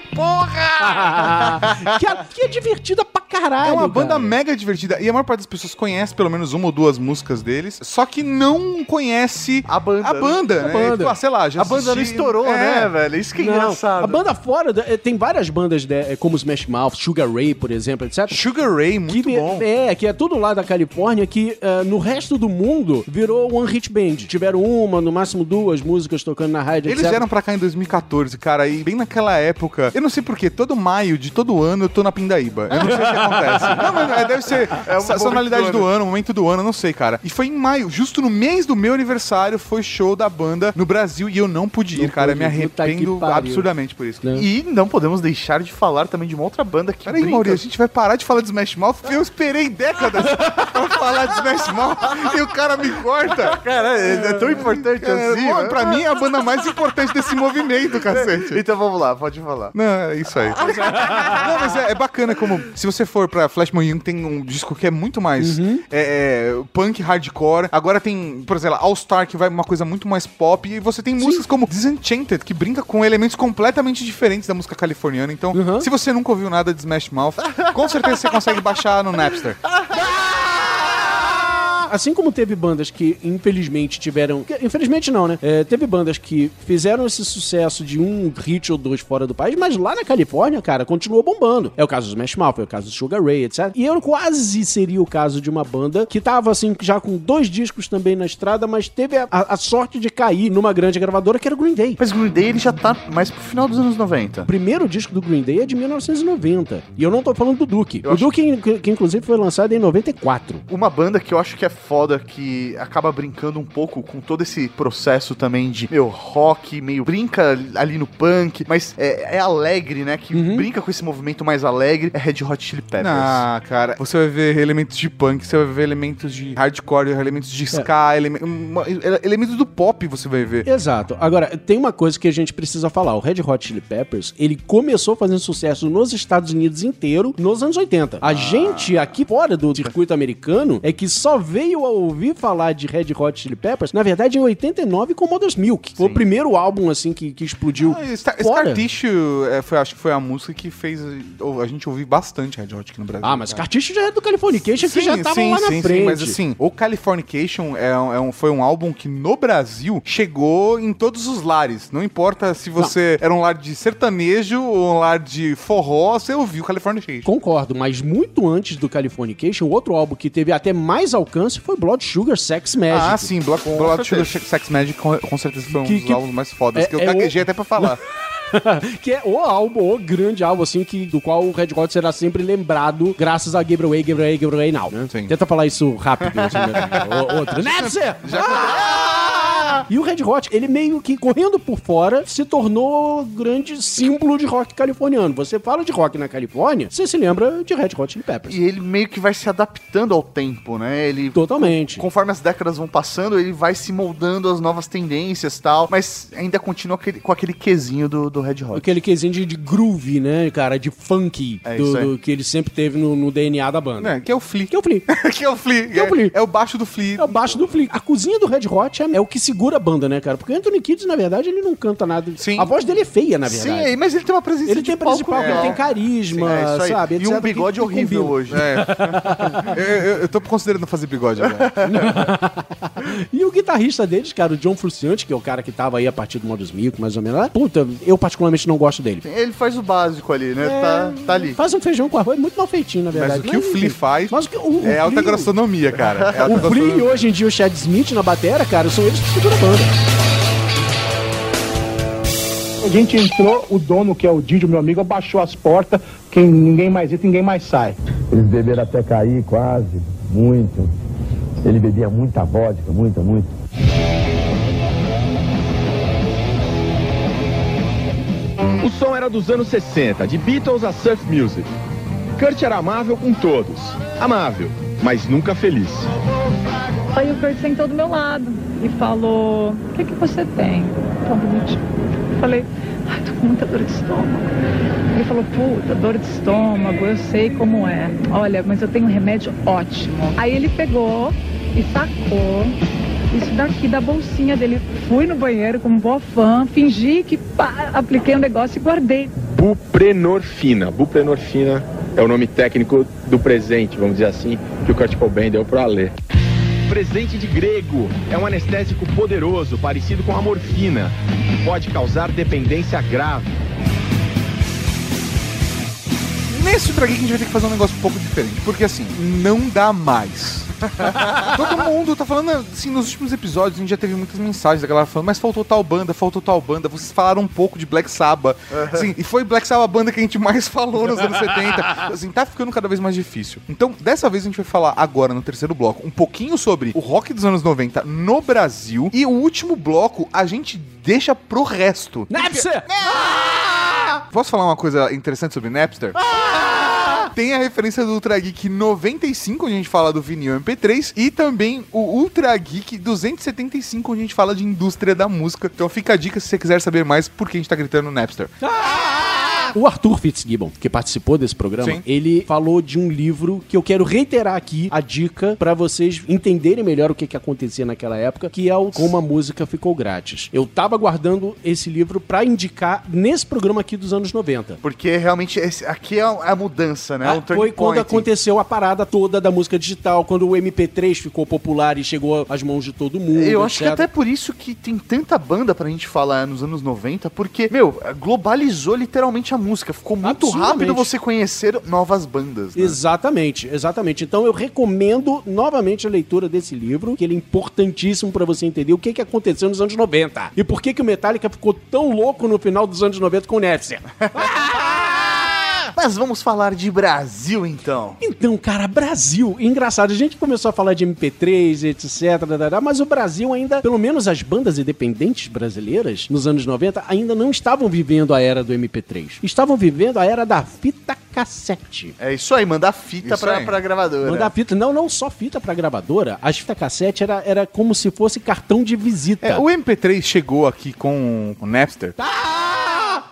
[SPEAKER 9] porra!
[SPEAKER 3] (laughs) que, é, que é divertida pra caralho,
[SPEAKER 9] É uma banda
[SPEAKER 3] cara.
[SPEAKER 9] mega divertida. E a maior parte das pessoas conhece pelo menos uma ou duas músicas deles, só que não conhece a banda. A banda,
[SPEAKER 2] A
[SPEAKER 9] né?
[SPEAKER 2] banda.
[SPEAKER 9] Tipo, ah, sei lá, já
[SPEAKER 2] A banda não
[SPEAKER 9] assisti-
[SPEAKER 2] estourou, né, velho? Isso que é
[SPEAKER 3] Não,
[SPEAKER 2] engraçado.
[SPEAKER 3] A banda fora, da- eh, tem várias bandas né, eh, como Smash Mouth, Sugar Ray, por exemplo, etc.
[SPEAKER 9] Sugar Ray,
[SPEAKER 3] muito bom. É, que é tudo lá da Califórnia, que eh, no resto do mundo virou One Hit Band. Tiveram uma, no máximo duas músicas tocando na rádio,
[SPEAKER 9] Eles
[SPEAKER 3] etc.
[SPEAKER 9] vieram pra cá em 2014, cara, e bem naquela época, eu não sei porquê, todo maio de todo ano eu tô na Pindaíba. Eu não sei o que acontece. Não, mas é, deve ser
[SPEAKER 2] É um momento
[SPEAKER 9] sazonalidade
[SPEAKER 2] do
[SPEAKER 9] do,
[SPEAKER 2] ano.
[SPEAKER 9] ano, momento do ano, não sei, cara. E foi em maio, justo no mês do meu aniversário, foi show da banda no Brasil e eu não pude ir, cara. Me arrependo absurdamente por
[SPEAKER 3] Né?
[SPEAKER 9] isso.
[SPEAKER 2] E não podemos deixar de falar também de uma outra banda que.
[SPEAKER 9] Peraí, Mauri, a gente vai parar de falar de Smash Mouth? Eu esperei décadas (laughs) pra falar de Smash Mouth e o cara me corta.
[SPEAKER 2] Cara, é, é tão importante
[SPEAKER 9] Cara,
[SPEAKER 2] assim.
[SPEAKER 9] bom,
[SPEAKER 2] né?
[SPEAKER 9] Pra mim é a banda mais importante desse movimento, cacete.
[SPEAKER 2] (laughs) Então vamos lá, pode falar.
[SPEAKER 9] Não, é isso aí. (laughs) Não, mas é, é bacana como. Se você for pra Flash Moon Young, tem um disco que é muito mais é, é, punk, hardcore. Agora tem, por exemplo, All Star, que vai uma coisa muito mais pop. E você tem músicas como Disenchanted, que brinca com elementos completamente diferentes da música californiana. Então, se você nunca ouviu nada de Smash Mouth, com certeza você consegue baixar no (laughs)
[SPEAKER 3] (laughs)
[SPEAKER 9] Napster.
[SPEAKER 3] Assim como teve bandas que, infelizmente, tiveram. que- Infelizmente não, né? É, teve bandas que fizeram esse sucesso de um hit ou dois fora do país, mas lá na Califórnia, cara, continuou bombando. É o caso do Smash Mouth, é o caso do Sugar Ray, etc. E eu quase seria o caso de uma banda que tava, assim, já com dois discos também na estrada, mas teve a, a- a sorte de cair numa grande gravadora, que era o Green Day.
[SPEAKER 2] Mas o Green Day, ele já tá mais pro final dos anos 90.
[SPEAKER 3] O primeiro disco do Green Day é de 1990. E eu não tô falando do Duke. o Duke, in- que inclusive foi lançado em 94.
[SPEAKER 2] Uma banda que eu acho que é foda, que acaba brincando um pouco com todo esse processo também de meu rock, meio brinca ali no punk, mas é, é alegre, né? Que brinca com esse movimento mais alegre, é Red Hot Chili Peppers.
[SPEAKER 9] Uhum. Ah, cara, você vai ver elementos de punk, você vai ver elementos de hardcore, elementos de ska, elemen- uma- ele- elementos do pop você vai ver.
[SPEAKER 3] Exato. Agora, tem uma coisa que a gente precisa falar. O Red Hot Chili Peppers, ele começou fazendo sucesso nos Estados Unidos inteiro nos anos 80.
[SPEAKER 9] Ah.
[SPEAKER 3] A gente aqui fora do circuito americano é que só veio a ouvir falar de Red Hot Chili Peppers, na verdade, em 89 com Mother's Milk. Foi o primeiro álbum, assim, que, que explodiu
[SPEAKER 9] Ah, Star,
[SPEAKER 3] fora.
[SPEAKER 9] Scar Tissue, é, foi, acho que foi a música que fez ou, a gente ouvir bastante Red Hot aqui no Brasil.
[SPEAKER 3] Ah, mas
[SPEAKER 9] cara.
[SPEAKER 3] Cartiche já é do Californication, que já tava lá na frente.
[SPEAKER 9] mas assim, o Californication é, um- é um- foi um álbum que no Brasil chegou em todos os lares. Não importa se você era um lar de sertanejo ou um lar de forró, você ouviu Californication.
[SPEAKER 3] Concordo, mas muito antes do Californication, outro álbum que teve até mais alcance foi Blood Sugar Sex Magic.
[SPEAKER 9] Ah, sim, Blood, Blood Sugar Sex Magic com, com certeza foi um
[SPEAKER 3] Que-
[SPEAKER 9] dos
[SPEAKER 3] que-
[SPEAKER 9] álbuns mais fodas,
[SPEAKER 3] É-
[SPEAKER 9] que eu
[SPEAKER 3] é o-
[SPEAKER 9] gaguejei até pra falar.
[SPEAKER 3] (laughs) que é o álbum, o grande álbum, assim, que, do qual o Red Hot será sempre lembrado, graças a Gabriel Way, Gabriel Way, Gabriel Way Now. né? Tenta falar isso rápido. assim, né? O- outro. Napster! Ah! E o Red Hot, ele meio que correndo por fora, se tornou grande símbolo de rock californiano. Você fala de rock na Califórnia, você se lembra de Red Hot Chili Peppers.
[SPEAKER 2] E ele meio que vai se adaptando ao tempo, né? Ele
[SPEAKER 3] Totalmente.
[SPEAKER 2] Conforme as décadas vão passando, ele vai se moldando às novas tendências e tal, mas ainda continua aquele- com aquele quesinho do, do Red Hot.
[SPEAKER 3] Aquele quesinho de, de groove, né, cara? De funky.
[SPEAKER 2] É
[SPEAKER 3] do-
[SPEAKER 2] isso aí.
[SPEAKER 3] do- que ele sempre teve no, no DNA da banda.
[SPEAKER 9] É, que é o Flea.
[SPEAKER 3] Que é o Flea.
[SPEAKER 9] (laughs) que é o Flea.
[SPEAKER 3] Que é o Flea.
[SPEAKER 9] É o baixo do Flea.
[SPEAKER 3] É o baixo do Flea. A cozinha do Red Hot é, é o que segura a banda, né, cara? Porque o Anthony Kidd, na verdade, ele não canta nada. Sim. A voz dele é feia, na verdade.
[SPEAKER 2] Sim, mas ele tem uma presença
[SPEAKER 3] Ele
[SPEAKER 2] de
[SPEAKER 3] tem presença de
[SPEAKER 2] palco
[SPEAKER 3] palco, ele
[SPEAKER 2] legal.
[SPEAKER 3] tem carisma,
[SPEAKER 2] Sim, é isso aí.
[SPEAKER 3] sabe?
[SPEAKER 2] E
[SPEAKER 3] etc,
[SPEAKER 2] um
[SPEAKER 3] que-
[SPEAKER 2] bigode
[SPEAKER 3] que
[SPEAKER 2] horrível
[SPEAKER 3] combina. É.
[SPEAKER 2] hoje.
[SPEAKER 9] É. (laughs) eu, eu- eu tô considerando fazer bigode né? agora.
[SPEAKER 3] E o guitarrista deles, cara, o John Frusciante, que é o cara que tava aí a partir do Modus Milk, mais ou menos. ah, Puta, eu particularmente não gosto dele.
[SPEAKER 2] assim, Ele faz o básico ali, né? Tá, tá ali.
[SPEAKER 3] Faz um feijão com arroz muito mal feitinho, na verdade.
[SPEAKER 9] Mas o que o
[SPEAKER 3] enfim.
[SPEAKER 9] Flea faz
[SPEAKER 3] Mas o que, o, o
[SPEAKER 9] é alta
[SPEAKER 3] Flea-
[SPEAKER 9] gastronomia, cara. É alta
[SPEAKER 3] O Flea e hoje em dia o Chad Smith na batera, cara, são eles que seguram a banda.
[SPEAKER 11] A gente entrou, o dono, que é o Didio, meu amigo, abaixou as portas, quem ninguém mais entra, ninguém mais sai.
[SPEAKER 13] Eles beberam até cair, quase, muito. Ele bebia muita vodka, muita, muito.
[SPEAKER 10] O som era dos anos 60, de Beatles a surf music. Kurt era amável com todos. Amável, mas nunca feliz.
[SPEAKER 12] Aí o Kurt sentou do meu lado e falou: O que, que você tem? Tão bonitinho. Eu Falei: Ai, tô com muita dor de estômago. Ele falou: Puta, dor de estômago, eu sei como é. Olha, mas eu tenho um remédio ótimo. Aí ele pegou e sacou. Isso daqui da bolsinha dele. Fui no banheiro como boa fã, fingi que pá, apliquei um negócio e guardei.
[SPEAKER 10] Buprenorfina. Buprenorfina é o nome técnico do presente, vamos dizer assim, que o Kurt Cobain deu para ler. Presente de grego é um anestésico poderoso, parecido com a morfina, que pode causar dependência grave.
[SPEAKER 9] Nesse Ultra Geek a gente vai ter que fazer um negócio um pouco diferente, porque assim, não dá mais Todo mundo tá falando, assim, nos últimos episódios a gente já teve muitas mensagens da galera falando, mas faltou tal banda, faltou tal banda, vocês falaram um pouco de Black Sabbath. Assim, e foi Black Sabbath a banda que a gente mais falou nos anos 70. Assim, tá ficando cada vez mais difícil. Então, dessa vez a gente vai falar agora, no terceiro bloco, um pouquinho sobre o rock dos anos 90 no Brasil. E o último bloco a gente deixa pro resto.
[SPEAKER 3] Napster!
[SPEAKER 9] Posso falar uma coisa interessante sobre Napster? Tem a referência do Ultra Geek 95, onde a gente fala do vinil MP3, e também o Ultra Geek 275, onde a gente fala de indústria da música. Então fica a dica se você quiser saber mais por que a gente tá gritando Napster.
[SPEAKER 3] O Arthur Fitzgibbon, que participou desse programa,
[SPEAKER 9] Sim.
[SPEAKER 3] ele falou de um livro que eu quero reiterar aqui a dica pra vocês entenderem melhor o que, que acontecia naquela época, que é o Como a Música Ficou Grátis. Eu tava guardando esse livro pra indicar nesse programa aqui dos anos 90.
[SPEAKER 2] Porque realmente esse- aqui é a mudança, né? É
[SPEAKER 3] Ah,
[SPEAKER 2] um turning
[SPEAKER 3] foi quando
[SPEAKER 2] point.
[SPEAKER 3] aconteceu a parada toda da música digital, quando o MP3 ficou popular e chegou às mãos de todo mundo.
[SPEAKER 2] Eu acho que é
[SPEAKER 3] etc.
[SPEAKER 2] até por isso que tem tanta banda pra gente falar nos anos 90, porque, meu, globalizou literalmente a música.
[SPEAKER 3] Ah,
[SPEAKER 2] Ficou muito rápido você conhecer novas bandas. né?
[SPEAKER 3] Exatamente, exatamente. Então eu recomendo novamente a leitura desse livro, que ele é importantíssimo pra você entender o que, que aconteceu nos anos 90 e por que, que o Metallica ficou tão louco no final dos anos 90 com o Napster.
[SPEAKER 2] (laughs) Mas vamos falar de Brasil então.
[SPEAKER 3] Então, cara, Brasil, engraçado, a gente começou a falar de MP3, etc, da, da, da, mas o Brasil ainda, pelo menos as bandas independentes brasileiras nos anos 90 ainda não estavam vivendo a era do MP3. Estavam vivendo a era da fita cassete.
[SPEAKER 2] É isso aí, mandar fita
[SPEAKER 3] Isso
[SPEAKER 2] pra,
[SPEAKER 3] aí.
[SPEAKER 2] pra gravadora.
[SPEAKER 3] Mandar fita, não, não só fita pra gravadora, as fita cassete era, era como se fosse cartão de visita.
[SPEAKER 9] É, o MP3 chegou aqui com o Napster.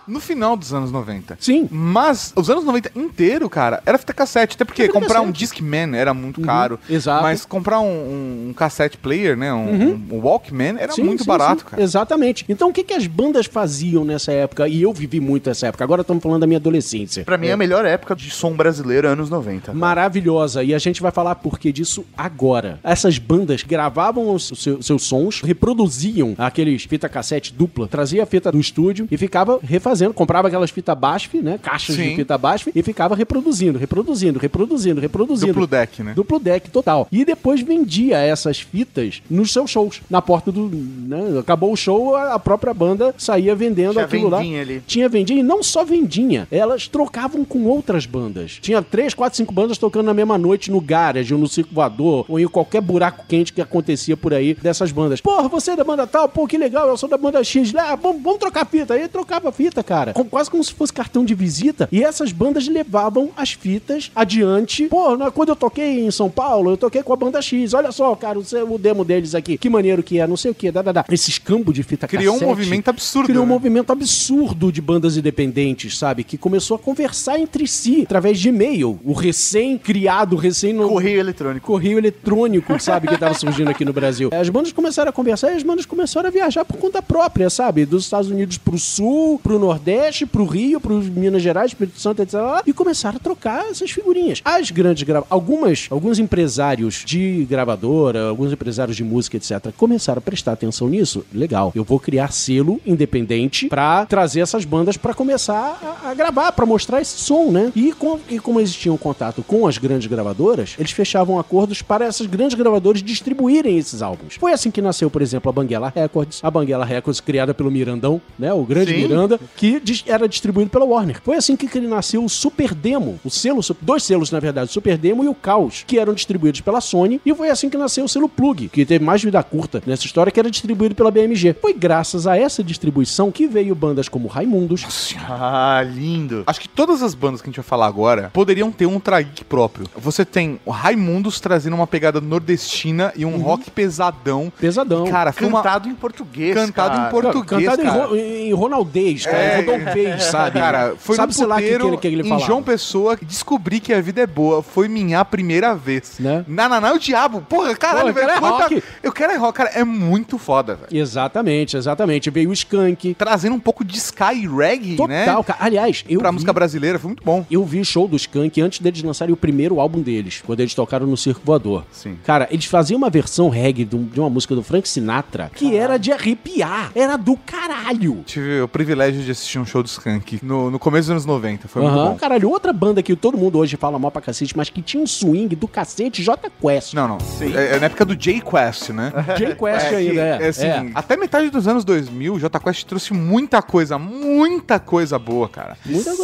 [SPEAKER 9] No final dos anos 90.
[SPEAKER 3] Tá! Sim.
[SPEAKER 9] Mas os anos 90 inteiro, cara, era fita cassete. Até porque
[SPEAKER 3] Fita
[SPEAKER 9] comprar um
[SPEAKER 3] cassete. Uhum,
[SPEAKER 9] Discman era muito caro. Exato. Mas comprar um, um- um cassete player, né? Um,
[SPEAKER 3] Uhum.
[SPEAKER 9] um Walkman era
[SPEAKER 3] Sim,
[SPEAKER 9] muito
[SPEAKER 3] sim,
[SPEAKER 9] barato,
[SPEAKER 3] sim.
[SPEAKER 9] cara.
[SPEAKER 3] Exatamente. Então o que, que as bandas faziam nessa época? E eu vivi muito essa época. Agora estamos falando da minha adolescência.
[SPEAKER 2] Pra mim é a melhor época de som brasileiro, é anos 90.
[SPEAKER 3] Maravilhosa. E a gente vai falar por que disso agora. Essas bandas gravavam os seu- seus sons, reproduziam aqueles fita cassete dupla, trazia a fita do estúdio e ficava refazendo. Comprava aquelas fita BASF, né? Caixas
[SPEAKER 9] Sim.
[SPEAKER 3] de fita BASF e ficava reproduzindo, reproduzindo, reproduzindo, reproduzindo.
[SPEAKER 9] Duplo deck, né?
[SPEAKER 3] Duplo deck total. E depois vendia essas fitas nos seus shows. Na porta do. né? Acabou o show, a a própria banda saía vendendo
[SPEAKER 2] Tinha
[SPEAKER 3] aquilo lá.
[SPEAKER 2] vendinha ali.
[SPEAKER 3] Tinha vendinha e não só vendinha, elas trocavam com outras bandas. Tinha três, quatro, cinco bandas tocando na mesma noite no garage, ou no circo voador, ou em qualquer buraco quente que acontecia por aí dessas bandas. Porra, você é da banda tal, pô, que legal, eu sou da banda X. Ah, vamos, vamos trocar fita. Aí trocava fita, cara. Com- quase como se fosse cartão de visita. E essas bandas levavam as fitas adiante. Pô, na- quando eu toquei em São Paulo, eu toquei com a banda X. Olha só, cara, o seu- o demo deles aqui. Que maneiro que é, não sei o que, dá, dá, dá. Esses campos de fita
[SPEAKER 9] Criou um
[SPEAKER 3] cassete
[SPEAKER 9] movimento absurdo,
[SPEAKER 3] Criou um
[SPEAKER 9] né?
[SPEAKER 3] movimento absurdo de bandas independentes, sabe? Que começou a conversar entre si através de e-mail. O recém-criado, recém...
[SPEAKER 2] Correio eletrônico.
[SPEAKER 3] Correio eletrônico, sabe? Que tava surgindo aqui no Brasil. As bandas começaram a conversar e as bandas começaram a viajar por conta própria, sabe? Dos Estados Unidos pro Sul, pro Nordeste, pro Rio, pro Minas Gerais, Espírito Santo, etc. E começaram a trocar essas figurinhas. As grandes grava... Algumas, alguns empresários de gravadora, alguns empresários de música, etc. Começaram a prestar atenção nisso. Legal. Eu vou criar selo independente pra trazer essas bandas pra começar a, a gravar, pra mostrar esse som, né? E, com- e como eles tinham contato com as grandes gravadoras, eles fechavam acordos para essas grandes gravadoras distribuírem esses álbuns. Foi assim que nasceu, por exemplo, a Banguela Records. A Banguela Records, criada pelo Mirandão, né? O grande
[SPEAKER 2] Sim.
[SPEAKER 3] Miranda, que dis- era distribuído pela Warner. Foi assim que que ele nasceu o Super Demo, o selo, su- dois selos, na verdade, o Super Demo e o Caos, que eram distribuídos pela Sony. E foi assim que nasceu o selo Plug, que teve mais vida curta nessa história, que era distribuído pela BMG. Foi graças a essa distribuição que veio bandas como Raimundos.
[SPEAKER 9] Ah, lindo. Acho que todas as bandas que a gente vai falar agora poderiam ter um ultra geek próprio. Você tem o Raimundos trazendo uma pegada nordestina e um rock pesadão.
[SPEAKER 3] Uhum. Pesadão.
[SPEAKER 9] Cara, foi uma-
[SPEAKER 2] Cantado em português.
[SPEAKER 9] Cantado
[SPEAKER 2] cara.
[SPEAKER 9] em português,
[SPEAKER 3] Cantado em,
[SPEAKER 9] cara.
[SPEAKER 3] ro em Ronaldês, cara,
[SPEAKER 9] É,
[SPEAKER 3] em Rodolfês, sabe?
[SPEAKER 9] Cara, foi
[SPEAKER 3] sabe,
[SPEAKER 9] sabe,
[SPEAKER 3] sei
[SPEAKER 9] num
[SPEAKER 3] lá o que,
[SPEAKER 9] puteiro
[SPEAKER 3] que ele, que ele
[SPEAKER 9] em
[SPEAKER 3] falava.
[SPEAKER 9] João Pessoa e descobri que a vida é boa. Foi minha primeira vez. Né? Nananá é o diabo. Porra, caralho,
[SPEAKER 3] Porra, eu
[SPEAKER 9] velho.
[SPEAKER 3] quero é
[SPEAKER 9] quanta-
[SPEAKER 3] rock.
[SPEAKER 9] Eu quero é rock, cara. É muito foda, velho.
[SPEAKER 3] Exatamente, exatamente. Veio o Skank.
[SPEAKER 9] Trazendo um pouco de Sky Reggae,
[SPEAKER 3] Total,
[SPEAKER 9] né?
[SPEAKER 3] cara. Aliás, eu.
[SPEAKER 9] Pra música brasileira, foi muito bom.
[SPEAKER 3] Eu vi show do Skank antes deles lançarem o primeiro álbum deles, quando eles tocaram no Circo Voador.
[SPEAKER 9] Sim.
[SPEAKER 3] Cara, eles faziam uma versão reggae de um- de uma música do Frank Sinatra que era de arrepiar. Era do caralho.
[SPEAKER 9] Tive o privilégio de assistir um show do Skank no, no começo dos anos 90. Foi muito
[SPEAKER 3] Aham.
[SPEAKER 9] bom.
[SPEAKER 3] Caralho, outra banda que todo mundo hoje fala mal pra cacete, mas que tinha um swing do cacete, J Quest.
[SPEAKER 9] Não, não. É, é na época do J Quest,
[SPEAKER 3] (laughs)
[SPEAKER 9] né?
[SPEAKER 3] J Quest
[SPEAKER 9] que,
[SPEAKER 3] ainda, é.
[SPEAKER 9] assim,
[SPEAKER 3] É.
[SPEAKER 9] Até metade dos anos 2000, J Quest trouxe muita coisa, muita coisa boa, cara.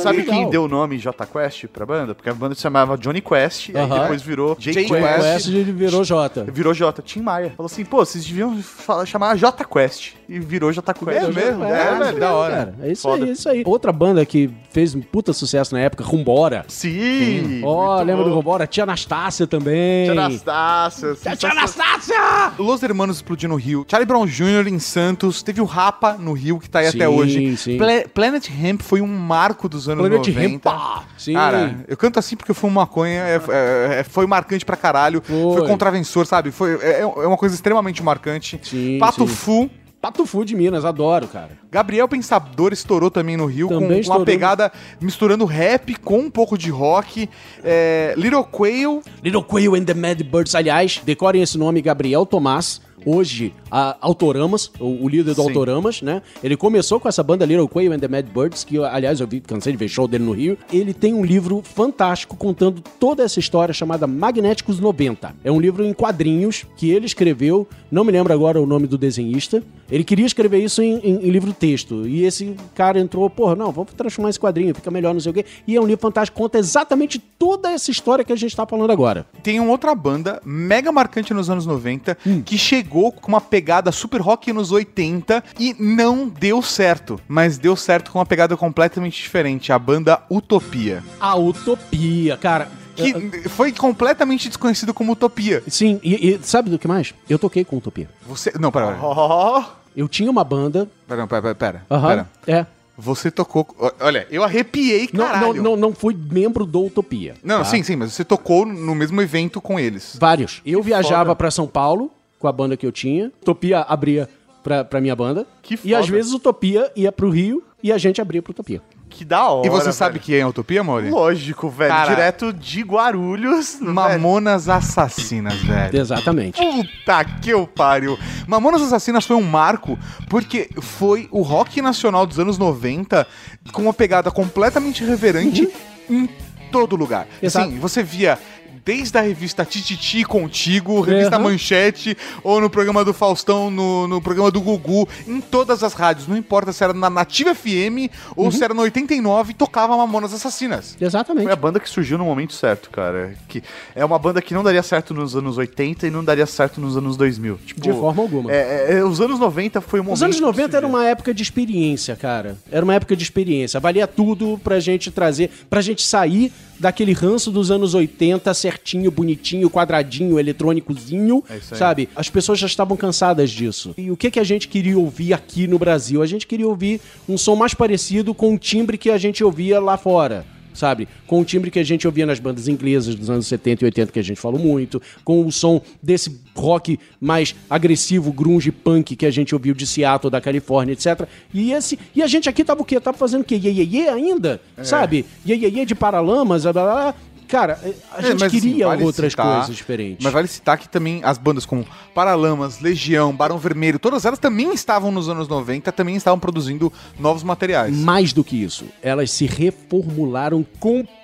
[SPEAKER 2] Sabe quem deu o nome J Quest pra banda? Porque a banda se chamava Johnny Quest, aí
[SPEAKER 3] Aham.
[SPEAKER 2] depois virou J,
[SPEAKER 3] J
[SPEAKER 2] Quest.
[SPEAKER 3] Quest virou J.
[SPEAKER 2] Virou J. Tim Maia. Falou assim, pô, vocês deviam falar, chamar J Quest. E virou J Quest.
[SPEAKER 3] É mesmo? É,
[SPEAKER 2] é,
[SPEAKER 3] isso
[SPEAKER 2] velho,
[SPEAKER 3] mesmo,
[SPEAKER 2] da hora.
[SPEAKER 3] cara. É isso
[SPEAKER 2] Foda.
[SPEAKER 3] aí, é isso aí. Outra banda que fez um puta sucesso na época, Rumbora.
[SPEAKER 2] Sim!
[SPEAKER 3] Ó, lembra
[SPEAKER 2] bom.
[SPEAKER 3] do Rumbora? Tia Anastácia também.
[SPEAKER 2] Tia Anastácia.
[SPEAKER 3] Tia Anastácia!
[SPEAKER 9] Los Hermanos explodiu no Rio. Charlie Brown Jr. em Santos. Teve o Rapa no Rio, que tá aí
[SPEAKER 3] Sim,
[SPEAKER 9] até hoje.
[SPEAKER 3] sim.
[SPEAKER 9] Pla- Planet Hemp foi um marco dos anos
[SPEAKER 3] Planet
[SPEAKER 9] 90.
[SPEAKER 3] Hemp, pá! Sim.
[SPEAKER 9] Cara, eu canto assim porque eu fui um maconha. é- é- é- foi marcante pra caralho. Foi, contravensor, sabe? Foi, é, é uma coisa extremamente marcante. Pato
[SPEAKER 3] sim.
[SPEAKER 9] Fu.
[SPEAKER 3] Pato Fu de Minas, adoro, cara.
[SPEAKER 9] Gabriel Pensador estourou também no Rio
[SPEAKER 3] Também
[SPEAKER 9] com
[SPEAKER 3] estourou.
[SPEAKER 9] uma pegada misturando rap com um pouco de rock. É, Little Quail.
[SPEAKER 3] Little Quail and the Mad Birds, aliás, decorem esse nome, Gabriel Tomás. Hoje, a Autoramas, o, o líder do
[SPEAKER 2] Sim.
[SPEAKER 3] Autoramas, né? Ele começou com essa banda Little Quail and the Mad Birds, que, aliás, eu vi, cansei de ver show dele no Rio. Ele tem um livro fantástico contando toda essa história chamada Magnéticos 90. É um livro em quadrinhos que ele escreveu, não me lembro agora o nome do desenhista. Ele queria escrever isso em, em- em livro texto. E esse cara entrou, porra, não, vamos transformar esse quadrinho, fica melhor, não sei o quê. E é um livro fantástico, conta exatamente toda essa história que a gente tá falando agora.
[SPEAKER 9] Tem uma outra banda mega marcante nos anos 90 que chegou com uma pegada super rock nos 80 e não deu certo, mas deu certo com uma pegada completamente diferente, a banda Utopia.
[SPEAKER 3] A utopia, cara.
[SPEAKER 9] Que foi completamente desconhecido como utopia.
[SPEAKER 3] Sim, e, e sabe do que mais? Eu toquei com utopia. Oh.
[SPEAKER 9] Você, não, pera, pera.
[SPEAKER 3] Eu tinha uma banda.
[SPEAKER 9] Pera, não, pera, pera, pera.
[SPEAKER 3] Aham.
[SPEAKER 9] pera.
[SPEAKER 3] É.
[SPEAKER 9] Você tocou, ó, olha, eu arrepiei,
[SPEAKER 3] Não,
[SPEAKER 9] caralho.
[SPEAKER 3] não, não, não fui membro do Utopia.
[SPEAKER 9] Não,
[SPEAKER 3] tá?
[SPEAKER 9] sim, sim, mas você tocou no mesmo evento com eles.
[SPEAKER 3] Vários. Eu viajava pra São Paulo com a banda que eu tinha. Utopia abria pra, pra minha banda. Que E às vezes Utopia ia pro Rio e a gente abria pro Utopia.
[SPEAKER 2] Que da hora.
[SPEAKER 9] E você
[SPEAKER 2] velho.
[SPEAKER 9] sabe que é a utopia, Mori?
[SPEAKER 2] Lógico, velho.
[SPEAKER 9] Cara.
[SPEAKER 2] Direto de Guarulhos.
[SPEAKER 9] Mamonas Assassinas, velho.
[SPEAKER 3] Exatamente.
[SPEAKER 9] Puta que eu pariu. Mamonas Assassinas foi um marco porque foi o rock nacional dos anos 90 com uma pegada completamente reverente em todo lugar.
[SPEAKER 3] Exato.
[SPEAKER 9] Assim, você via desde a revista Tititi Contigo, revista
[SPEAKER 3] Uhum.
[SPEAKER 9] Manchete, ou no programa do Faustão, no, no programa do Gugu, em todas as rádios, não importa se era na Nativa FM
[SPEAKER 3] Uhum.
[SPEAKER 9] ou se era no 89, tocava Mamonas Assassinas.
[SPEAKER 3] Exatamente.
[SPEAKER 2] Foi a banda que surgiu no momento certo, cara. Que é uma banda que não daria certo nos anos 80 e não daria certo nos anos 2000. Tipo,
[SPEAKER 3] De forma alguma.
[SPEAKER 2] É, é, é, os anos 90 foi o
[SPEAKER 9] um
[SPEAKER 2] momento.
[SPEAKER 3] Os anos
[SPEAKER 2] que
[SPEAKER 3] 90 era uma época de experiência, cara. Era uma época de experiência. Valia tudo pra gente trazer, pra gente sair daquele ranço dos anos 80, certinho, bonitinho, quadradinho, eletrônicozinho,
[SPEAKER 9] É isso aí.
[SPEAKER 3] sabe? As pessoas já estavam cansadas disso. E o que, que a gente queria ouvir aqui no Brasil? A gente queria ouvir um som mais parecido com o timbre que a gente ouvia lá fora. Sabe? Com o timbre que a gente ouvia nas bandas inglesas dos anos 70 e 80, que a gente falou muito, com o som desse rock mais agressivo, grunge, punk que a gente ouviu de Seattle, da Califórnia, etc. E, esse, e a gente aqui tava o quê? Tava fazendo o quê? Iê, iê, iê ainda?
[SPEAKER 9] É.
[SPEAKER 3] Sabe? Iê, iê, iê de Paralamas, blá, blá, blá. Cara, a gente
[SPEAKER 9] mas, assim,
[SPEAKER 3] queria
[SPEAKER 9] vale
[SPEAKER 3] outras
[SPEAKER 9] citar-
[SPEAKER 3] coisas diferentes.
[SPEAKER 9] Mas vale citar que também as bandas como Paralamas, Legião, Barão Vermelho, todas elas também estavam nos anos 90, também estavam produzindo novos materiais.
[SPEAKER 3] Mais do que isso, elas se reformularam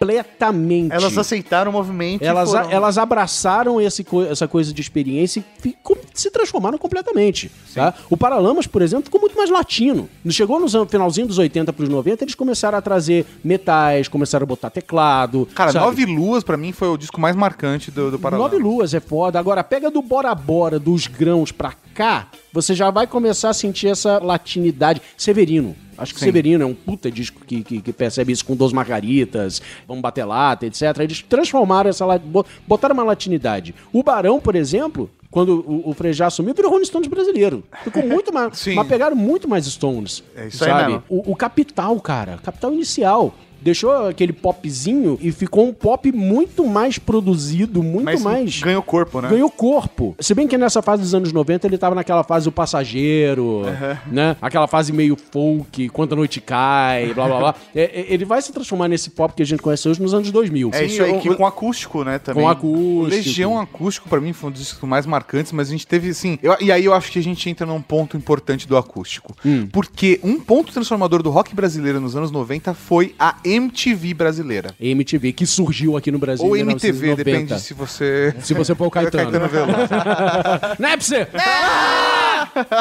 [SPEAKER 3] completamente.
[SPEAKER 2] Elas aceitaram o movimento. e
[SPEAKER 3] Elas,
[SPEAKER 2] foram-
[SPEAKER 3] elas abraçaram esse co- essa coisa de experiência e fi- com- se transformaram completamente. tá? O Paralamas, por exemplo, ficou muito mais latino. Chegou no finalzinho dos 80 para os 90, eles começaram a trazer metais, começaram a botar teclado.
[SPEAKER 9] Cara,
[SPEAKER 3] sabe?
[SPEAKER 9] Nove Luas pra mim foi o disco mais marcante do, do Paralamas.
[SPEAKER 3] Nove luas é foda. Agora, pega do Bora Bora, dos grãos pra cá, você já vai começar a sentir essa latinidade. Severino. Acho que
[SPEAKER 9] Sim.
[SPEAKER 3] Severino é um puta disco que, que, que percebe isso com Dos Margaritas, Vamos Bater Lata, etc. Eles transformaram essa... lat- bo- Botaram uma latinidade. O Barão, por exemplo... Quando o, o Frejá assumiu, virou Rolling Stones brasileiro. Ficou muito
[SPEAKER 2] (laughs)
[SPEAKER 3] mais. Mas pegaram muito mais Stones.
[SPEAKER 2] É isso aí
[SPEAKER 3] sabe?
[SPEAKER 2] mesmo.
[SPEAKER 3] o, o Capital, cara. Capital Inicial. deixou aquele popzinho e ficou um pop muito mais produzido, muito
[SPEAKER 2] Mas
[SPEAKER 3] mais.
[SPEAKER 2] ganhou corpo, né?
[SPEAKER 3] Ganhou corpo. Se bem que nessa fase dos anos 90 ele tava naquela fase do passageiro, né? Aquela fase meio folk, quando a noite cai, blá blá
[SPEAKER 10] (laughs)
[SPEAKER 3] blá. É, é, ele vai se transformar nesse pop que a gente conhece hoje nos anos 2000.
[SPEAKER 9] É isso aí, que com acústico, né? Também.
[SPEAKER 3] Com acústico.
[SPEAKER 9] Legião acústico, pra mim, foi um dos discos mais marcantes, mas a gente teve, assim. eu- e aí eu acho que a gente entra num ponto importante do acústico.
[SPEAKER 3] Hum.
[SPEAKER 9] Porque um ponto transformador do rock brasileiro nos anos 90 foi a MTV brasileira.
[SPEAKER 3] MTV, que surgiu aqui no Brasil
[SPEAKER 9] Ou
[SPEAKER 3] em
[SPEAKER 9] MTV,
[SPEAKER 3] 1990.
[SPEAKER 9] depende se você.
[SPEAKER 3] (laughs)
[SPEAKER 9] é
[SPEAKER 3] Se você for o Caetano. (laughs)
[SPEAKER 9] Veloso.
[SPEAKER 3] Nepse!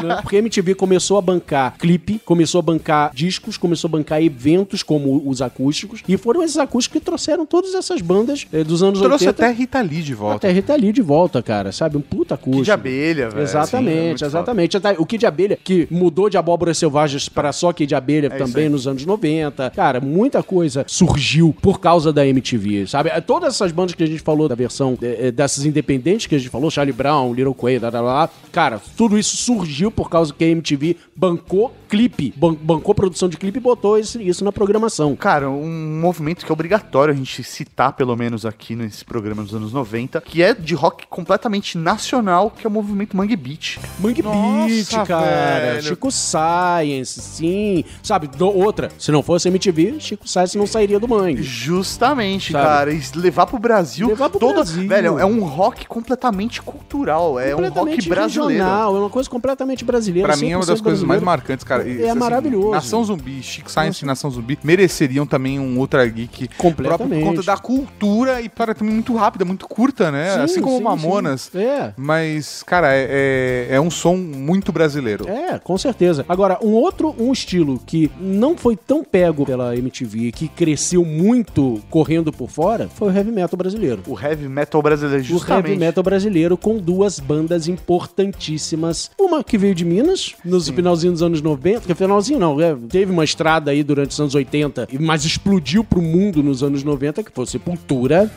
[SPEAKER 3] Né? Porque a MTV começou a bancar clipe, começou a bancar discos, começou a bancar eventos como os acústicos. E foram esses acústicos que trouxeram todas essas bandas eh, dos anos
[SPEAKER 9] Trouxe
[SPEAKER 3] 80.
[SPEAKER 9] até Rita Lee de volta.
[SPEAKER 3] Até Rita Lee de volta, cara, sabe? Um puta acústico.
[SPEAKER 2] Kid Abelha, velho. Sim, é
[SPEAKER 3] Exatamente,
[SPEAKER 2] muito
[SPEAKER 3] exatamente. Até O Kid Abelha, que mudou de abóboras selvagens para só Kid Abelha
[SPEAKER 2] É isso
[SPEAKER 3] também
[SPEAKER 2] aí.
[SPEAKER 3] nos anos 90. Cara, muita coisa surgiu por causa da MTV, sabe? Eh, Todas essas bandas que a gente falou da versão eh, eh, dessas independentes que a gente falou, Charlie Brown, Little Quay, blá, blá, blá, cara, tudo isso surgiu por causa que a MTV bancou clipe, ban- bancou produção de clipe e botou esse- isso na programação.
[SPEAKER 2] Cara, um movimento que é obrigatório a gente citar, pelo menos aqui nesse programa dos anos 90, que é de rock completamente nacional, que é o movimento Mangue Beat.
[SPEAKER 3] Mangue Beat, cara.
[SPEAKER 2] velho.
[SPEAKER 3] Chico Science, sim. Sabe, do- outra. Se não fosse MTV, Chico Science não sairia do Mangue.
[SPEAKER 2] Justamente,
[SPEAKER 3] Sabe?
[SPEAKER 2] cara. E levar pro Brasil levar pro todo. Velho, é um rock completamente cultural. É um rock
[SPEAKER 3] Completamente
[SPEAKER 2] brasileiro.
[SPEAKER 3] regional, é uma coisa completamente brasileira.
[SPEAKER 9] Pra mim é uma das
[SPEAKER 3] 100%
[SPEAKER 9] coisas mais
[SPEAKER 3] brasileira.
[SPEAKER 9] marcantes, cara. E,
[SPEAKER 3] É
[SPEAKER 9] assim,
[SPEAKER 3] maravilhoso.
[SPEAKER 9] Nação Zumbi, Chico Science e Nação Zumbi mereceriam também um Ultra Geek.
[SPEAKER 3] Completamente.
[SPEAKER 9] Próprio por conta da cultura e para também muito rápida, muito curta, né?
[SPEAKER 3] Sim,
[SPEAKER 9] assim como
[SPEAKER 3] sim,
[SPEAKER 9] Mamonas.
[SPEAKER 3] sim. É.
[SPEAKER 9] Mas, cara, é, é, é um som muito brasileiro.
[SPEAKER 3] É, com certeza. Agora, um outro um estilo que não foi tão pego pela MTV, que cresceu muito correndo por fora, foi o heavy metal brasileiro.
[SPEAKER 2] O heavy metal brasileiro, justamente.
[SPEAKER 3] O heavy metal brasileiro com duas bandas importantíssimas. Uma que veio de Minas, nos finalzinhos dos anos 90, que é finalzinho não, é, teve uma estrada aí durante os anos 80, e- mas explodiu pro mundo nos anos 90, que foi Sepultura.